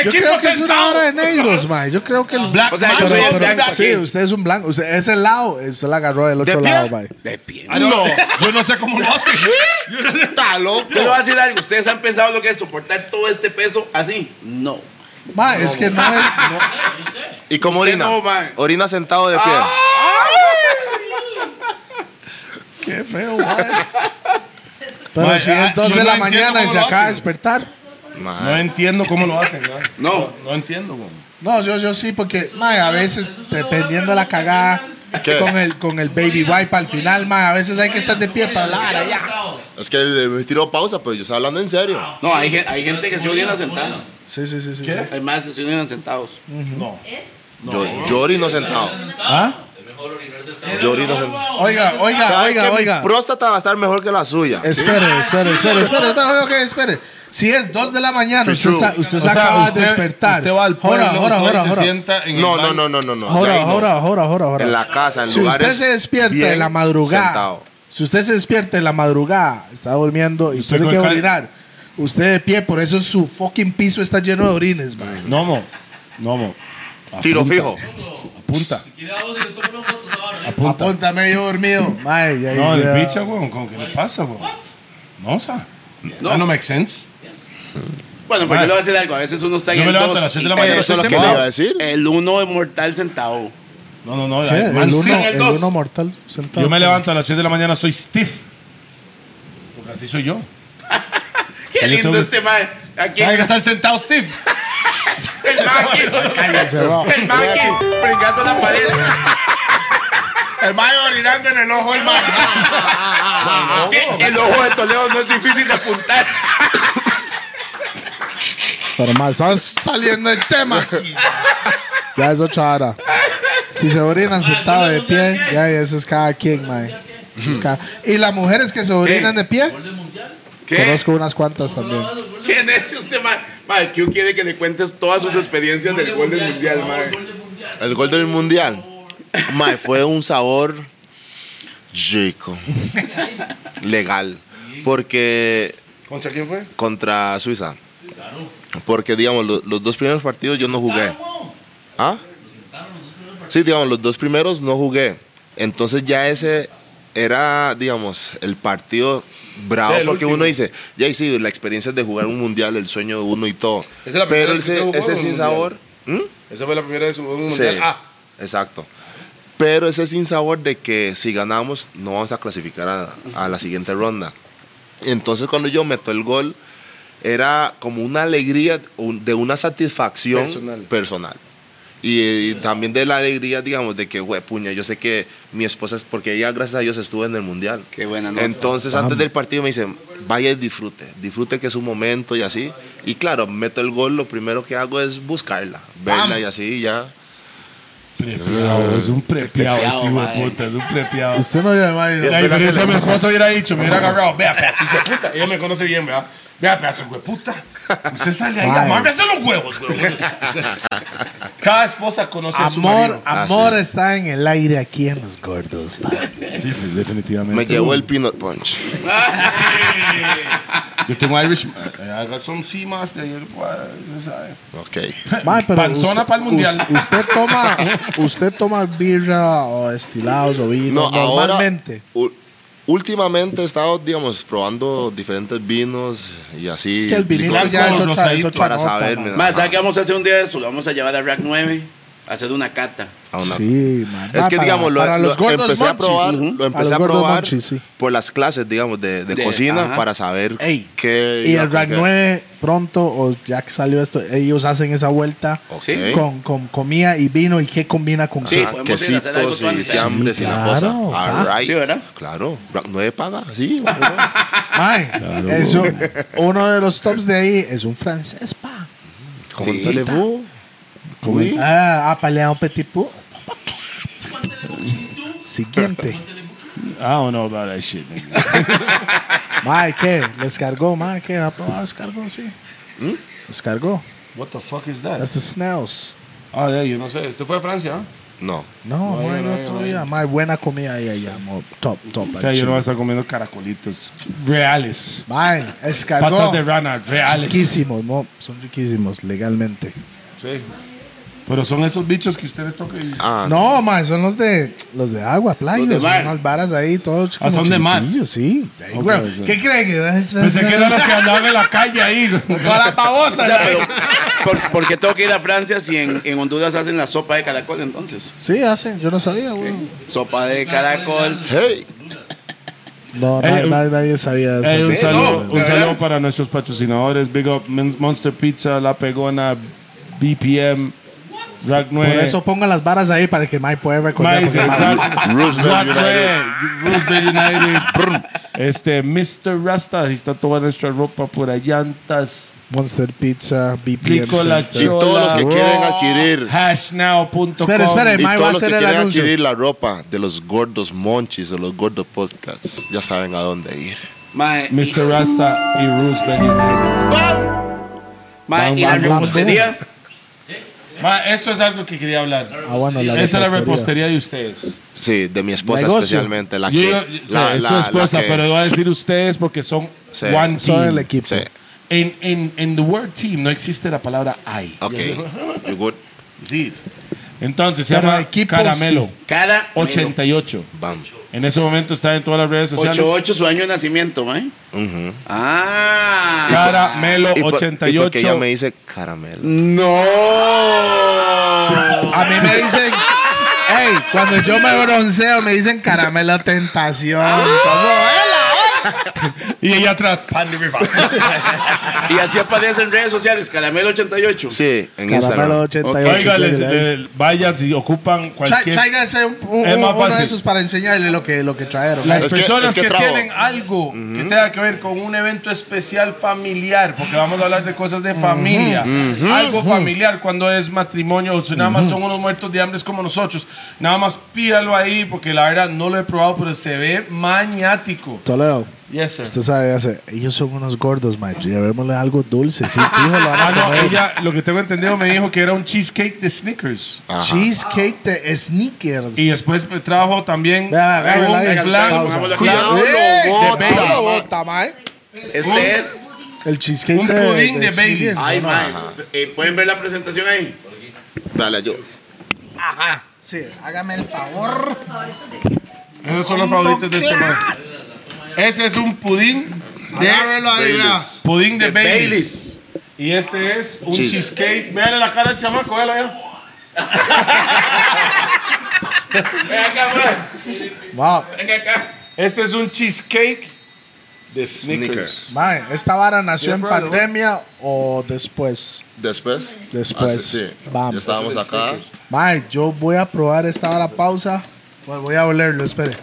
Speaker 4: Yo creo que es una hora de negros, mae. Yo creo que el
Speaker 2: Black
Speaker 5: O sea, yo
Speaker 2: man,
Speaker 5: soy
Speaker 4: Pero-
Speaker 5: el
Speaker 2: black
Speaker 4: pero-
Speaker 5: blanco,
Speaker 4: sí,
Speaker 5: sí.
Speaker 4: usted es un blanco. Usted, ese lado, usted la agarró del otro
Speaker 3: pie?
Speaker 4: lado, mae.
Speaker 5: De pie.
Speaker 2: Ah, no, Yo no sé cómo lo hace.
Speaker 3: ¡Está loco!
Speaker 5: Yo le voy a decir algo. ¿Ustedes han pensado lo que es soportar todo este peso así? No.
Speaker 4: Mae, es que no es. no-
Speaker 3: ¿Y cómo
Speaker 5: Usted
Speaker 3: orina?
Speaker 5: no, man.
Speaker 3: orina sentado de pie.
Speaker 4: Ah.
Speaker 2: Qué feo, mae.
Speaker 4: pero
Speaker 2: Mae,
Speaker 4: si
Speaker 2: ah,
Speaker 4: es 2
Speaker 2: yo
Speaker 4: de
Speaker 2: no
Speaker 4: la
Speaker 2: entiendo
Speaker 4: mañana y
Speaker 2: cómo
Speaker 4: se
Speaker 2: lo
Speaker 4: acaba de
Speaker 2: hacen.
Speaker 4: despertar.
Speaker 3: Man,
Speaker 2: No entiendo cómo lo hacen, mae.
Speaker 5: No.
Speaker 2: No entiendo, güey.
Speaker 4: No, yo, yo sí, porque mae, a veces,
Speaker 6: Eso es una
Speaker 4: dependiendo de
Speaker 6: buena
Speaker 4: la cagada,
Speaker 3: ¿Qué?
Speaker 4: con el, con el baby wipe al final, mae, a veces hay que estar de pie para la vara, ya.
Speaker 6: Sentados.
Speaker 3: Es que le- me tiró pausa, pero yo estaba hablando en serio.
Speaker 5: No, hay, gen- hay gente que se orina sentada.
Speaker 4: Sí, sí, sí, sí. sí.
Speaker 5: Hay más que se orinan sentados.
Speaker 2: No.
Speaker 3: yo, yo orino sentado.
Speaker 2: ¿Ah?
Speaker 3: Yo orino sentado.
Speaker 4: Oiga, oiga,
Speaker 3: ¿Sabe que
Speaker 4: oiga,
Speaker 3: mi
Speaker 4: oiga.
Speaker 3: próstata va a estar mejor que la suya.
Speaker 2: Ah,
Speaker 4: Espere, espere, espere, espere, espere, ok, espere. Si es 2 de la mañana, usted,
Speaker 3: true.
Speaker 4: sa- usted
Speaker 2: O
Speaker 4: se
Speaker 2: sea,
Speaker 4: acaba
Speaker 2: usted-
Speaker 4: de despertar.
Speaker 2: Usted va al
Speaker 4: Ahora,
Speaker 2: pueblo,
Speaker 4: ahora,
Speaker 2: usted
Speaker 4: ahora,
Speaker 2: se
Speaker 4: ahora.
Speaker 2: sienta en el
Speaker 3: No, no,
Speaker 2: banco.
Speaker 3: no, no, no, no.
Speaker 4: Ahora,
Speaker 3: Ya ahí no.
Speaker 4: ahora, ahora, ahora, ahora.
Speaker 3: En la casa, en
Speaker 4: si
Speaker 3: lugares.
Speaker 4: usted se despierta
Speaker 3: bien
Speaker 4: en la madrugada,
Speaker 3: sentado.
Speaker 4: si usted se despierta en la madrugada, está durmiendo y
Speaker 2: Usted
Speaker 4: tiene que
Speaker 2: con cal-
Speaker 4: orinar, usted de pie, por eso su fucking piso está lleno de orines, man.
Speaker 2: No, mo. No, mo.
Speaker 3: Tiro fijo.
Speaker 2: Apunta.
Speaker 6: Quiere a vos y le tomo una foto ahora. ¿eh?
Speaker 2: Apunta.
Speaker 4: Apúntame yo dormido. Mae, ya,
Speaker 2: No,
Speaker 4: ya.
Speaker 2: el bicho, güey. ¿Con qué le pasa, güey? No, sa. No, no makes sense.
Speaker 5: Bueno, pero yo le voy a decir algo. A veces uno está
Speaker 2: Yo
Speaker 5: en
Speaker 2: me
Speaker 5: el
Speaker 2: levanto a las
Speaker 5: 2.
Speaker 2: siete de la
Speaker 5: y-
Speaker 2: mañana. este
Speaker 3: Eso es lo
Speaker 2: estoy
Speaker 3: que le iba a
Speaker 2: temblando.
Speaker 3: decir.
Speaker 5: El uno es mortal sentado.
Speaker 2: No, no, no.
Speaker 4: ¿Qué?
Speaker 2: ay, man,
Speaker 4: El
Speaker 2: sí.
Speaker 4: uno,
Speaker 5: el
Speaker 4: el
Speaker 5: dos.
Speaker 4: uno mortal sentado.
Speaker 2: Yo me levanto a las 6 de la mañana, soy stiff. Porque así soy yo.
Speaker 5: Qué
Speaker 2: Yo
Speaker 5: lindo
Speaker 2: tengo-
Speaker 5: este man. Aquí
Speaker 2: Hay que
Speaker 5: el
Speaker 2: estar sentado, stiff.
Speaker 5: man aquí.
Speaker 4: Cállese, va.
Speaker 5: El man aquí brincando la pared.
Speaker 4: El mae orinando en el ojo, el mae.
Speaker 5: Que El ojo de Toledo no es difícil de apuntar.
Speaker 4: Pero mae, estamos saliendo del tema aquí. ya es otra hora. Si se orinan sentados de pie, ya eso es cada quien, mae. Eso es cada- Y las mujeres que se orinan de pie,
Speaker 5: ¿Qué?
Speaker 4: Conozco unas cuantas también.
Speaker 5: ¿Qué necio este man? Madre, ¿qué quiere que le cuentes todas sus experiencias del gol del mundial, madre?
Speaker 3: El gol del mundial. Mae, fue un sabor rico. Legal. Porque
Speaker 2: ¿Contra quién fue?
Speaker 3: contra Suiza. Porque, digamos, lo- los dos primeros partidos yo no jugué. ¿Ah? Sí, digamos, los dos primeros no jugué. Entonces ya ese era, digamos, el partido bravo.
Speaker 2: Sí, el
Speaker 3: porque
Speaker 2: último.
Speaker 3: uno dice, ya y sí, la experiencia de jugar un mundial, el sueño de uno y todo.
Speaker 2: Esa es la primera
Speaker 3: Pero
Speaker 2: vez que usted
Speaker 3: ese,
Speaker 2: jugó
Speaker 3: ese
Speaker 2: un
Speaker 3: sin
Speaker 2: mundial.
Speaker 3: sabor. ¿Mm?
Speaker 2: Esa fue la primera vez que jugó en un
Speaker 3: Sí,
Speaker 2: mundial. Ah,
Speaker 3: exacto. Pero ese sin sabor de que si ganamos no vamos a clasificar a, a la siguiente ronda. Entonces cuando yo meto el gol era como una alegría un- de una satisfacción
Speaker 2: Personal.
Speaker 3: personal. Y, y también de la alegría, digamos, de que, güey, puña, yo sé que mi esposa es porque ella, gracias a Dios, estuvo en el mundial.
Speaker 5: Qué buena nota.
Speaker 3: Entonces, antes del partido me dicen, vaya y disfrute, disfrute que es un momento y así. Y claro, meto el gol, lo primero que hago es buscarla, verla y así, y ya.
Speaker 2: Prepiado, es un prepiado,
Speaker 5: Prepiado,
Speaker 2: este hijo de
Speaker 5: madre.
Speaker 2: puta, es un prepiado.
Speaker 4: Usted no lleva mae.
Speaker 3: Ya
Speaker 2: La
Speaker 3: espera que
Speaker 2: diferencia
Speaker 3: le-
Speaker 2: mi esposo hubiera dicho, me hubiera agarrado, vea pedazo hijo de puta, ella me conoce bien, vea, vea pedazo hijo de puta. Usted sale ahí,
Speaker 4: Ay.
Speaker 2: amárrese los huevos, huevón. Cada esposa conoce a su
Speaker 4: Amor,
Speaker 2: marido.
Speaker 4: amor está en el aire aquí en los gordos, mae.
Speaker 2: Sí, definitivamente.
Speaker 3: Me llevó el peanut punch.
Speaker 2: Yo tengo Irish, eh, I got some sea master, you know, pues, ¿sabe?
Speaker 3: Ok.
Speaker 4: Mae, pero
Speaker 2: Panzona
Speaker 4: usted-
Speaker 2: pa'l mundial.
Speaker 4: us- Usted toma, usted toma birra o destilados o vino
Speaker 3: No, ahora,
Speaker 4: normalmente.
Speaker 3: u- últimamente he estado, digamos, probando diferentes vinos y así.
Speaker 4: Es que el vinito
Speaker 2: Igual
Speaker 4: ya es
Speaker 2: con los
Speaker 4: otra, es
Speaker 2: rosaditos.
Speaker 4: otra
Speaker 3: Para
Speaker 4: nota,
Speaker 3: saber,
Speaker 4: mae.
Speaker 3: mira.
Speaker 5: Más, ¿sabes qué vamos a hacer un día de esto? Lo vamos a llevar a Rack 9 a hacer una cata.
Speaker 3: A una-
Speaker 4: Sí, mae.
Speaker 3: Ah, Es que,
Speaker 4: Para-
Speaker 3: digamos, lo,
Speaker 4: para
Speaker 3: lo
Speaker 4: los gordos
Speaker 3: empecé a
Speaker 4: monchis.
Speaker 3: probar,
Speaker 4: Ujú.
Speaker 3: lo
Speaker 4: Para los
Speaker 3: empecé a
Speaker 4: gordos
Speaker 3: probar
Speaker 4: monchis, sí.
Speaker 3: por las clases, digamos, de, de
Speaker 5: De-
Speaker 3: cocina
Speaker 5: ajá.
Speaker 3: para saber
Speaker 4: Ey,
Speaker 3: qué.
Speaker 4: y
Speaker 3: iba
Speaker 4: el
Speaker 3: con
Speaker 4: Rack
Speaker 3: qué.
Speaker 4: 9 pronto, o ya que salió esto, ellos hacen esa vuelta
Speaker 3: Ok.
Speaker 5: Sí.
Speaker 4: con, con comida y vino y qué combina con
Speaker 5: Sí,
Speaker 4: qué.
Speaker 5: podemos ir a hacer algo
Speaker 3: Quesitos
Speaker 5: tú
Speaker 3: y
Speaker 5: antes.
Speaker 3: fiambres y la
Speaker 4: claro,
Speaker 3: cosa.
Speaker 4: ah.
Speaker 3: All right.
Speaker 5: Sí, ¿verdad?
Speaker 3: Claro. Rack 9 paga, sí. ¿cómo no?
Speaker 4: Mae, eso, uno de los tops de ahí es un francés, pa.
Speaker 3: Como un telebú. Uy.
Speaker 4: Ah, ah, palea un petit pou. Siguiente.
Speaker 2: I don't know about that shit, nigga.
Speaker 4: Mae, ¿qué? ¿Les cargó? Mae, ¿qué? ¿Ha probado descargó? Sí.
Speaker 3: ¿Mm?
Speaker 4: ¿Descargó?
Speaker 2: What the fuck is that?
Speaker 4: That's the snails.
Speaker 2: Ah, yeah, yo no sé, este fue a Francia, ¿ah?
Speaker 3: No.
Speaker 4: No,
Speaker 2: No,
Speaker 4: mae,
Speaker 2: no,
Speaker 4: no,
Speaker 2: no,
Speaker 4: todavía. Mae, buena comida ahí, allá. mo- Top, top.
Speaker 2: O sea,
Speaker 4: al
Speaker 2: yo no voy
Speaker 4: chile.
Speaker 2: a estar comiendo caracolitos reales.
Speaker 4: Mae,
Speaker 2: Patas
Speaker 4: escargó.
Speaker 2: de rana reales.
Speaker 4: Riquísimos, mo, son riquísimos legalmente.
Speaker 2: Sí. Pero son esos bichos que usted le toca y...
Speaker 3: Ah,
Speaker 4: No, mae, son los de los de agua, playa,
Speaker 5: Los de
Speaker 4: son
Speaker 5: mar.
Speaker 4: unas varas ahí, todos
Speaker 2: Ah, son de mar.
Speaker 4: chiquitillos, Sí. Ay,
Speaker 2: Ok,
Speaker 4: güey,
Speaker 2: sí.
Speaker 4: ¿Qué creen que es?
Speaker 2: Pensé que eran los que andaban en la calle ahí.
Speaker 4: Toda la
Speaker 5: O
Speaker 4: babosa.
Speaker 5: sea, pero, ¿por, por qué tengo que ir a Francia si en, en Honduras hacen la sopa de caracol entonces?
Speaker 4: Sí, hacen, yo no sabía, güey.
Speaker 5: Sopa de caracol.
Speaker 3: Hey.
Speaker 4: No, na-
Speaker 2: Eh,
Speaker 4: na- nadie sabía eso.
Speaker 2: Eh, un
Speaker 4: Sí,
Speaker 2: saludo,
Speaker 4: no.
Speaker 2: un
Speaker 5: ¿verdad?
Speaker 2: saludo para nuestros patrocinadores. Big Up, Mon- Monster Pizza, La Pegona, BPM, Rack 9.
Speaker 4: Por eso pongo las varas ahí para que Mike pueda recordar.
Speaker 2: Mice,
Speaker 4: porque Mike-
Speaker 2: Rack-
Speaker 3: Roosevelt
Speaker 2: Rack
Speaker 3: United.
Speaker 2: 9, Roosevelt United. Este, Mr. Rasta, ahí está toda nuestra ropa por allantas.
Speaker 4: Monster Pizza, BPM.
Speaker 2: Ricola
Speaker 4: Center.
Speaker 3: Y todos los que
Speaker 2: Hola.
Speaker 3: quieren adquirir.
Speaker 2: Hashnow.com.
Speaker 4: Espere, espere.
Speaker 3: Y
Speaker 4: Mae, va a
Speaker 3: todos los que
Speaker 4: hacer el
Speaker 3: quieren
Speaker 4: anuncio.
Speaker 3: adquirir la ropa de los gordos monchis o los gordos podcasts, ya saben a dónde ir.
Speaker 5: Mae, y-
Speaker 2: Mr. Rasta y Roosevelt United.
Speaker 5: mae,
Speaker 4: Bam,
Speaker 5: y la
Speaker 4: bam, bam.
Speaker 5: repostería.
Speaker 2: Ma, esto es algo que quería hablar.
Speaker 4: Ah, bueno, la
Speaker 2: Esa es la
Speaker 4: repostería.
Speaker 2: repostería de ustedes.
Speaker 3: Sí, de mi esposa
Speaker 4: Negocio.
Speaker 3: especialmente, la
Speaker 2: Yo,
Speaker 3: que...
Speaker 2: yo-
Speaker 3: la-
Speaker 2: sí, Eh, es
Speaker 3: la-
Speaker 2: su
Speaker 3: la
Speaker 2: esposa,
Speaker 3: que-
Speaker 2: pero voy a decir ustedes porque son
Speaker 3: Sí.
Speaker 2: one
Speaker 4: Son
Speaker 2: team.
Speaker 4: el equipo.
Speaker 3: Sí,
Speaker 2: En, en, en the word team no existe la palabra I.
Speaker 3: ok. You good?
Speaker 2: Is it? Entonces se
Speaker 4: Pero
Speaker 2: llama
Speaker 4: equipo
Speaker 2: Caramelo
Speaker 4: sí.
Speaker 5: Cara.
Speaker 2: 88.
Speaker 3: Bam.
Speaker 2: En ese momento está en todas las redes sociales.
Speaker 5: 88, su año de nacimiento, mae. Ah.
Speaker 2: Caramelo
Speaker 3: Y por- Y porque ella
Speaker 2: 88.
Speaker 3: me dice caramelo.
Speaker 5: No.
Speaker 4: A mí me dicen, hey, cuando yo me bronceo, me dicen caramelo tentación.
Speaker 3: Ah,
Speaker 2: Y ella atrás, pan de rifa.
Speaker 5: Y así aparece en redes sociales, Caramelo 88.
Speaker 3: Sí, en
Speaker 4: Caramelo
Speaker 3: Instagram.
Speaker 4: 88.
Speaker 2: Oigan, les-
Speaker 4: síguele ahí.
Speaker 2: le- Eh, vayan si ocupan
Speaker 4: Tra-
Speaker 2: cualquier...
Speaker 4: Tráiganse un- un-
Speaker 2: Es más
Speaker 4: uno
Speaker 2: fácil.
Speaker 4: de esos para enseñarle lo que, lo que trajeron.
Speaker 2: Las
Speaker 3: Es que-
Speaker 2: personas
Speaker 3: es
Speaker 2: que,
Speaker 3: que trabajo.
Speaker 2: tienen algo que tenga que ver con un evento especial familiar, porque vamos a hablar de cosas de familia, algo familiar cuando es matrimonio, o si nada más son unos muertos de hambre como nosotros, nada más pídalo ahí, porque la verdad no lo he probado, pero se ve maniático.
Speaker 4: Toledo,
Speaker 2: Yes, sir.
Speaker 4: Usted sabe, hace, ellos son unos gordos, mae. Llevémosle algo dulce. Sí, fijo, lo van a
Speaker 2: Ah, no,
Speaker 4: comer.
Speaker 2: ella, lo que tengo entendido, me dijo que era un cheesecake de Snickers.
Speaker 4: Cheesecake de sneakers.
Speaker 2: Y después me trajo también
Speaker 4: Vea, agarre la
Speaker 2: un
Speaker 4: de-
Speaker 2: flan,
Speaker 4: pausa.
Speaker 2: flan,
Speaker 5: Cuidado,
Speaker 4: ¡Eh!
Speaker 5: lo bota,
Speaker 4: ¿Cómo lo
Speaker 5: mae.
Speaker 4: bota, mae?
Speaker 5: Este es.
Speaker 4: El cheesecake
Speaker 2: Un
Speaker 4: de,
Speaker 2: pudín de Baileys.
Speaker 4: sneakers.
Speaker 5: Ay, mae.
Speaker 3: Ajá.
Speaker 5: Eh, ¿Pueden ver la presentación ahí?
Speaker 3: Dale, yo.
Speaker 4: Sí, hágame el favor.
Speaker 2: Esos son los favoritos de este man. Ese es un pudín de Baileys. Pudín de,
Speaker 5: De
Speaker 2: Baileys.
Speaker 5: Baileys.
Speaker 2: Y este es un
Speaker 3: Cheese.
Speaker 2: cheesecake. Véanle la cara al chamaco, véanla ya.
Speaker 5: Venga acá, mae.
Speaker 4: Wow.
Speaker 5: Venga acá.
Speaker 2: Este es un cheesecake de Snickers.
Speaker 3: Snickers.
Speaker 4: Mae, ¿esta vara nació
Speaker 2: Yeah,
Speaker 4: en
Speaker 2: brother.
Speaker 4: pandemia o después?
Speaker 3: Después.
Speaker 4: Después.
Speaker 3: Ah, sí, sí.
Speaker 4: pues, Vamos.
Speaker 3: Ya estábamos acá.
Speaker 4: Mae, yo voy a probar esta vara pausa. Pues voy a olerlo, espere.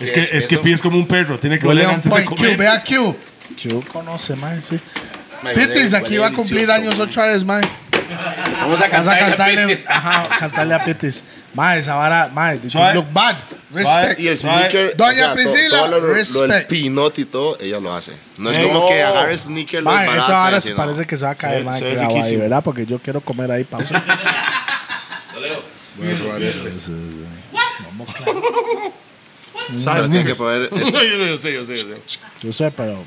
Speaker 2: Es que, es que Pi es como un perro, tiene que
Speaker 4: Huele
Speaker 2: oler
Speaker 4: a un
Speaker 2: antes de
Speaker 4: point Q,
Speaker 2: comer.
Speaker 4: vea Q. Q conoce, mae, sí. Pitis, aquí va a cumplir años otra vez, mae.
Speaker 5: Vamos a
Speaker 4: Vas a
Speaker 5: cantar.
Speaker 4: cantarle, ajá, cantarle a Pitis. Mae, esa vara, mae, did you
Speaker 2: Suave.
Speaker 4: look bad.
Speaker 2: Suave.
Speaker 3: Y
Speaker 4: Respect.
Speaker 3: el
Speaker 2: Suave.
Speaker 3: sneaker.
Speaker 4: Doña
Speaker 3: to-
Speaker 4: Priscila,
Speaker 3: todo lo- lo- lo, el
Speaker 4: respect.
Speaker 3: pinot y todo, ella lo hace. No es
Speaker 2: Sí.
Speaker 3: como que
Speaker 5: Oh.
Speaker 3: agarre sneaker, lo
Speaker 4: Mae, esa
Speaker 3: desbarata.
Speaker 4: vara
Speaker 3: y
Speaker 4: se
Speaker 3: no.
Speaker 4: parece que se va a caer,
Speaker 2: ve-
Speaker 4: mae,
Speaker 2: se ve
Speaker 4: cuidado ahí,
Speaker 2: riquísimo.
Speaker 4: ¿verdad? Porque yo quiero comer ahí, pausa.
Speaker 3: Pero tiene que poder.
Speaker 5: Eh,
Speaker 3: es-
Speaker 2: No, yo, yo sé, yo sé, yo sé.
Speaker 4: Yo sé, pero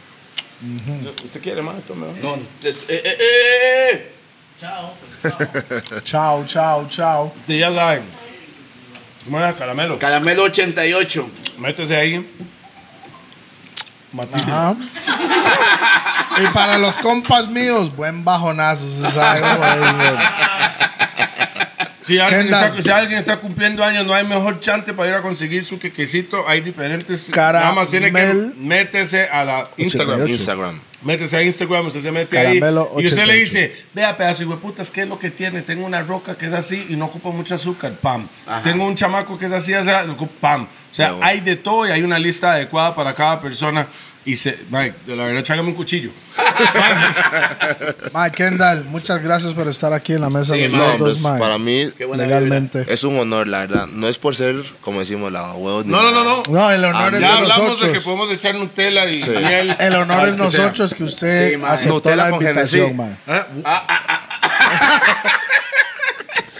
Speaker 2: ¿Usted quiere más? Tómelo.
Speaker 5: No, eh, eh, eh, eh.
Speaker 6: Chao, pues, chao.
Speaker 4: chao, chao, chao.
Speaker 2: Ustedes ya saben. Bueno, caramelo.
Speaker 5: Caramelo 88.
Speaker 2: Métese ahí. Matite.
Speaker 4: Ajá. Y para los compas míos, buen bajonazo, se sabe. cómo es, güey.
Speaker 2: Si alguien,
Speaker 4: Kendall.
Speaker 2: está, si alguien está cumpliendo años, no hay mejor chante para ir a conseguir su quequecito. Hay diferentes.
Speaker 4: Cara-
Speaker 2: Nada más tiene
Speaker 4: mel-
Speaker 2: que métese a la Instagram.
Speaker 4: 88.
Speaker 3: Instagram.
Speaker 2: Métese a Instagram, usted se mete
Speaker 4: Caramelo
Speaker 2: ahí. Y usted
Speaker 4: 88.
Speaker 2: le dice, vea pedazo de putas, ¿qué es lo que tiene? Tengo una roca que es así y no ocupa mucho azúcar, pam. Tengo un chamaco que es así, o sea, no ocupa- pam. O sea,
Speaker 3: Ya, bueno.
Speaker 2: hay de todo y hay una lista adecuada para cada persona. Y se, Mike, de la verdad, chágame un cuchillo.
Speaker 4: Mike Kendall, muchas gracias por estar aquí en la mesa de los
Speaker 3: No,
Speaker 4: gordos,
Speaker 3: pues,
Speaker 4: Mike.
Speaker 3: para mí
Speaker 5: buena
Speaker 4: legalmente.
Speaker 3: es un honor, la verdad. No es por ser, como decimos, la huevo.
Speaker 2: No, no, no, no.
Speaker 4: No, el honor es
Speaker 2: Ya
Speaker 4: de
Speaker 2: hablamos de que
Speaker 4: nosotros.
Speaker 2: podemos echar Nutella y
Speaker 3: Sí.
Speaker 2: miel.
Speaker 4: El honor
Speaker 2: al
Speaker 4: es
Speaker 2: que sea.
Speaker 4: nosotros que usted
Speaker 5: Sí, mae.
Speaker 4: aceptó
Speaker 3: Nutella
Speaker 4: la
Speaker 3: con
Speaker 4: invitación,
Speaker 3: Genesí.
Speaker 4: Mike.
Speaker 2: ¿Eh?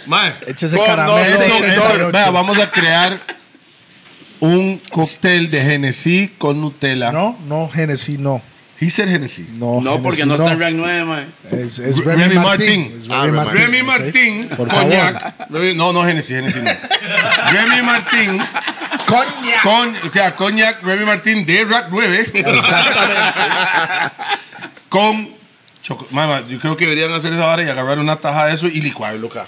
Speaker 2: Mae,
Speaker 4: Échese
Speaker 5: Con
Speaker 4: caramelo.
Speaker 5: nosotros.
Speaker 4: échese
Speaker 2: Entonces, vea,
Speaker 4: 88.
Speaker 2: vamos a crear un cóctel de Genesí con Nutella.
Speaker 4: No, no, Genesí, no.
Speaker 2: He said Genesí.
Speaker 4: No,
Speaker 5: No, porque
Speaker 4: Genesí,
Speaker 5: no está en rank 9, mae.
Speaker 4: Es, es
Speaker 2: Re-
Speaker 4: Remy
Speaker 2: Remy
Speaker 4: Martín.
Speaker 2: Martin.
Speaker 4: Es
Speaker 3: Ah, Remy
Speaker 2: Remy
Speaker 4: ok.
Speaker 2: Martín,
Speaker 4: Por favor.
Speaker 2: coñac. Remy- No, no, Genesí, Genesí no. Remy Martín,
Speaker 4: Coñac.
Speaker 2: con, o sea, coñac, Remy Martín de Rack 9. con choco- Mamá, yo creo que deberían hacer esa vara y agarrar una taja de eso y licuarlo acá.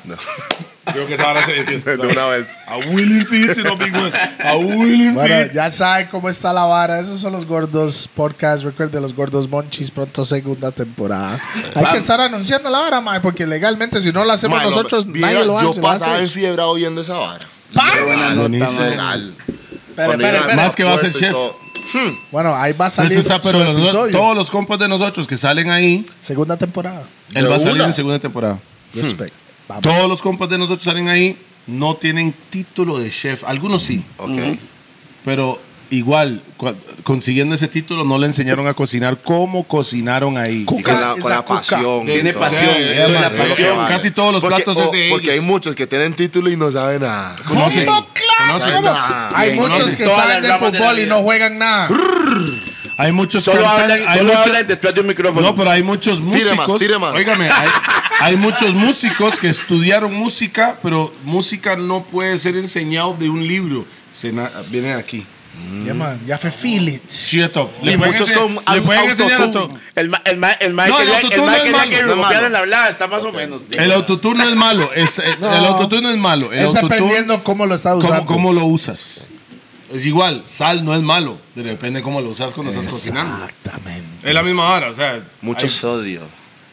Speaker 2: Creo que esa vara se... que-
Speaker 3: De una vez.
Speaker 2: A Willing Feet, no Big Man. A Willing
Speaker 4: Bueno,
Speaker 2: Feet.
Speaker 4: ya saben cómo está la vara. Esos son los gordos podcast. Recuerden los gordos monchis. Pronto segunda temporada. Hay que estar anunciando la vara, mae, porque legalmente si no lo hacemos
Speaker 3: Mano,
Speaker 4: nosotros,
Speaker 3: viera,
Speaker 4: nadie lo hace.
Speaker 3: Yo
Speaker 4: lo hace.
Speaker 3: pasaba enfiebrado viendo esa vara.
Speaker 5: Qué buena nota,
Speaker 2: Buenísimo.
Speaker 5: mae.
Speaker 3: Legal.
Speaker 4: Espere, espere, espere.
Speaker 2: Más que va a ser chef.
Speaker 4: Bueno, ahí va a
Speaker 2: Eso
Speaker 4: salir
Speaker 2: está,
Speaker 4: su
Speaker 2: pero los-
Speaker 4: episodio.
Speaker 2: todos los compas de nosotros que salen ahí,
Speaker 4: Segunda temporada.
Speaker 2: él
Speaker 3: De
Speaker 2: va a salir
Speaker 3: una.
Speaker 2: en segunda temporada.
Speaker 4: Respect. Vamos.
Speaker 2: Todos los compas de nosotros salen ahí, no tienen título de chef. Algunos sí,
Speaker 3: Ok.
Speaker 2: pero igual, cua- consiguiendo ese título, no le enseñaron a cocinar como cocinaron ahí.
Speaker 3: Y con la,
Speaker 4: Cuca,
Speaker 3: con la
Speaker 4: esa cuca.
Speaker 3: pasión.
Speaker 5: Tiene
Speaker 3: y todo.
Speaker 5: pasión,
Speaker 2: Sí,
Speaker 5: eso es la
Speaker 2: sí,
Speaker 5: pasión.
Speaker 2: sí. Casi todos los platos es de
Speaker 3: Porque hay
Speaker 2: ellos.
Speaker 3: muchos que tienen título y no saben nada.
Speaker 2: Conocen.
Speaker 4: ¿Cómo clase?
Speaker 2: Conocen.
Speaker 4: ¿Cómo?
Speaker 3: Ah,
Speaker 4: Hay
Speaker 2: bien,
Speaker 4: muchos
Speaker 2: conocen
Speaker 4: que
Speaker 5: todas
Speaker 4: saben
Speaker 5: las
Speaker 4: de
Speaker 5: ramas de la
Speaker 4: fútbol y
Speaker 5: vida.
Speaker 4: no juegan nada.
Speaker 2: Hay muchos
Speaker 5: Solo
Speaker 2: cantantes-
Speaker 5: hablan,
Speaker 2: hay
Speaker 5: solo
Speaker 2: muchos-
Speaker 5: hablan detrás de un micrófono.
Speaker 2: No, pero hay muchos músicos.
Speaker 3: Tire más, tire más.
Speaker 2: Óigame, hay, hay muchos músicos que estudiaron música, pero música no puede ser enseñado de un libro. Se na- viene aquí.
Speaker 4: Yeah, man, ya fue feel it.
Speaker 2: Cierto.
Speaker 3: Y muchos con
Speaker 2: le
Speaker 3: au-
Speaker 2: pueden enseñar a
Speaker 3: autotune.
Speaker 2: to-
Speaker 5: El, ma- el, ma- el mae
Speaker 2: No, el
Speaker 5: quería,
Speaker 2: autotune
Speaker 5: el
Speaker 2: no
Speaker 5: mae
Speaker 2: es
Speaker 5: quería
Speaker 2: malo,
Speaker 5: que
Speaker 2: no es
Speaker 5: rompieran
Speaker 2: malo.
Speaker 5: la hablada, está más o menos. tío.
Speaker 2: El autotune no es malo. Es, el-
Speaker 4: No.
Speaker 2: El autotune no es malo. El
Speaker 4: Es
Speaker 2: autotune-
Speaker 4: dependiendo cómo lo está usando.
Speaker 2: cómo, cómo lo usas. Es igual, sal no es malo. pero Depende cómo lo usas cuando estás cocinando.
Speaker 4: Exactamente.
Speaker 2: Es la misma hora, o sea.
Speaker 3: Mucho sodio.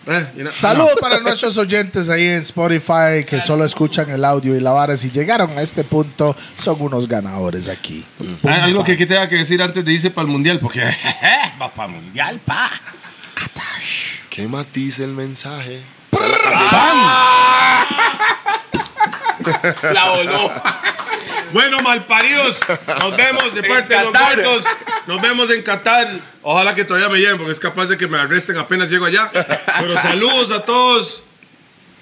Speaker 2: hay- eh, mira,
Speaker 4: Saludos para nuestros oyentes ahí en Spotify que solo escuchan el audio y la vara. Si llegaron a este punto, son unos ganadores aquí.
Speaker 2: no. Hay algo que, que tenga que decir antes de irse para el mundial, porque va para el mundial, pa.
Speaker 3: ¿Qué matiza el mensaje?
Speaker 5: La voló.
Speaker 2: Bueno, malparidos, nos vemos de parte de los
Speaker 5: Qatar.
Speaker 2: gordos Nos vemos en Qatar. Ojalá que todavía me lleven, porque es capaz de que me arresten apenas llego allá. Pero saludos a todos.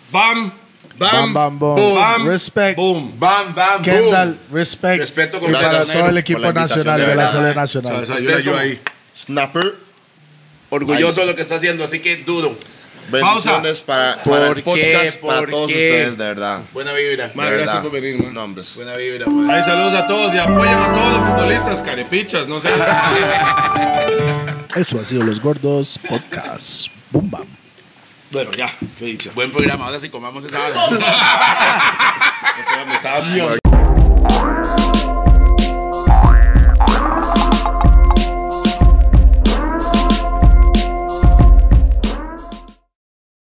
Speaker 2: Bam, bam,
Speaker 4: Bam, bam, boom. Respect.
Speaker 2: boom.
Speaker 8: Bam, bam,
Speaker 4: Kendall, respect.
Speaker 5: Respeto con
Speaker 4: y
Speaker 5: Gracias,
Speaker 4: para
Speaker 5: Nero,
Speaker 4: todo el
Speaker 3: por Uh. la
Speaker 4: equipo
Speaker 3: invitación,
Speaker 4: nacional
Speaker 3: de
Speaker 4: de la
Speaker 3: verdad.
Speaker 4: Selección
Speaker 2: O sea,
Speaker 4: Nacional.
Speaker 2: yo- yo ahí.
Speaker 3: Snapper.
Speaker 5: Orgulloso de lo que está haciendo, así que dudo.
Speaker 3: Bendiciones para, para el
Speaker 5: ¿Por
Speaker 3: podcast,
Speaker 5: qué?
Speaker 3: para
Speaker 5: ¿Por
Speaker 3: todos
Speaker 5: qué?
Speaker 3: ustedes, de verdad.
Speaker 5: Buena vibra.
Speaker 2: Madre,
Speaker 3: de
Speaker 2: gracias
Speaker 3: verdad.
Speaker 2: por venir, man.
Speaker 3: Nombres.
Speaker 5: Buena vibra, madre.
Speaker 2: Ahí saludos a todos y apoyan a todos los futbolistas, carepichas, no sé.
Speaker 4: Eso ha sido Los Gordos Podcast. Boom, bam.
Speaker 2: bueno, ya, qué dicha.
Speaker 5: Buen programa, ahora sí comamos esa hora.
Speaker 2: Me estaba miedo.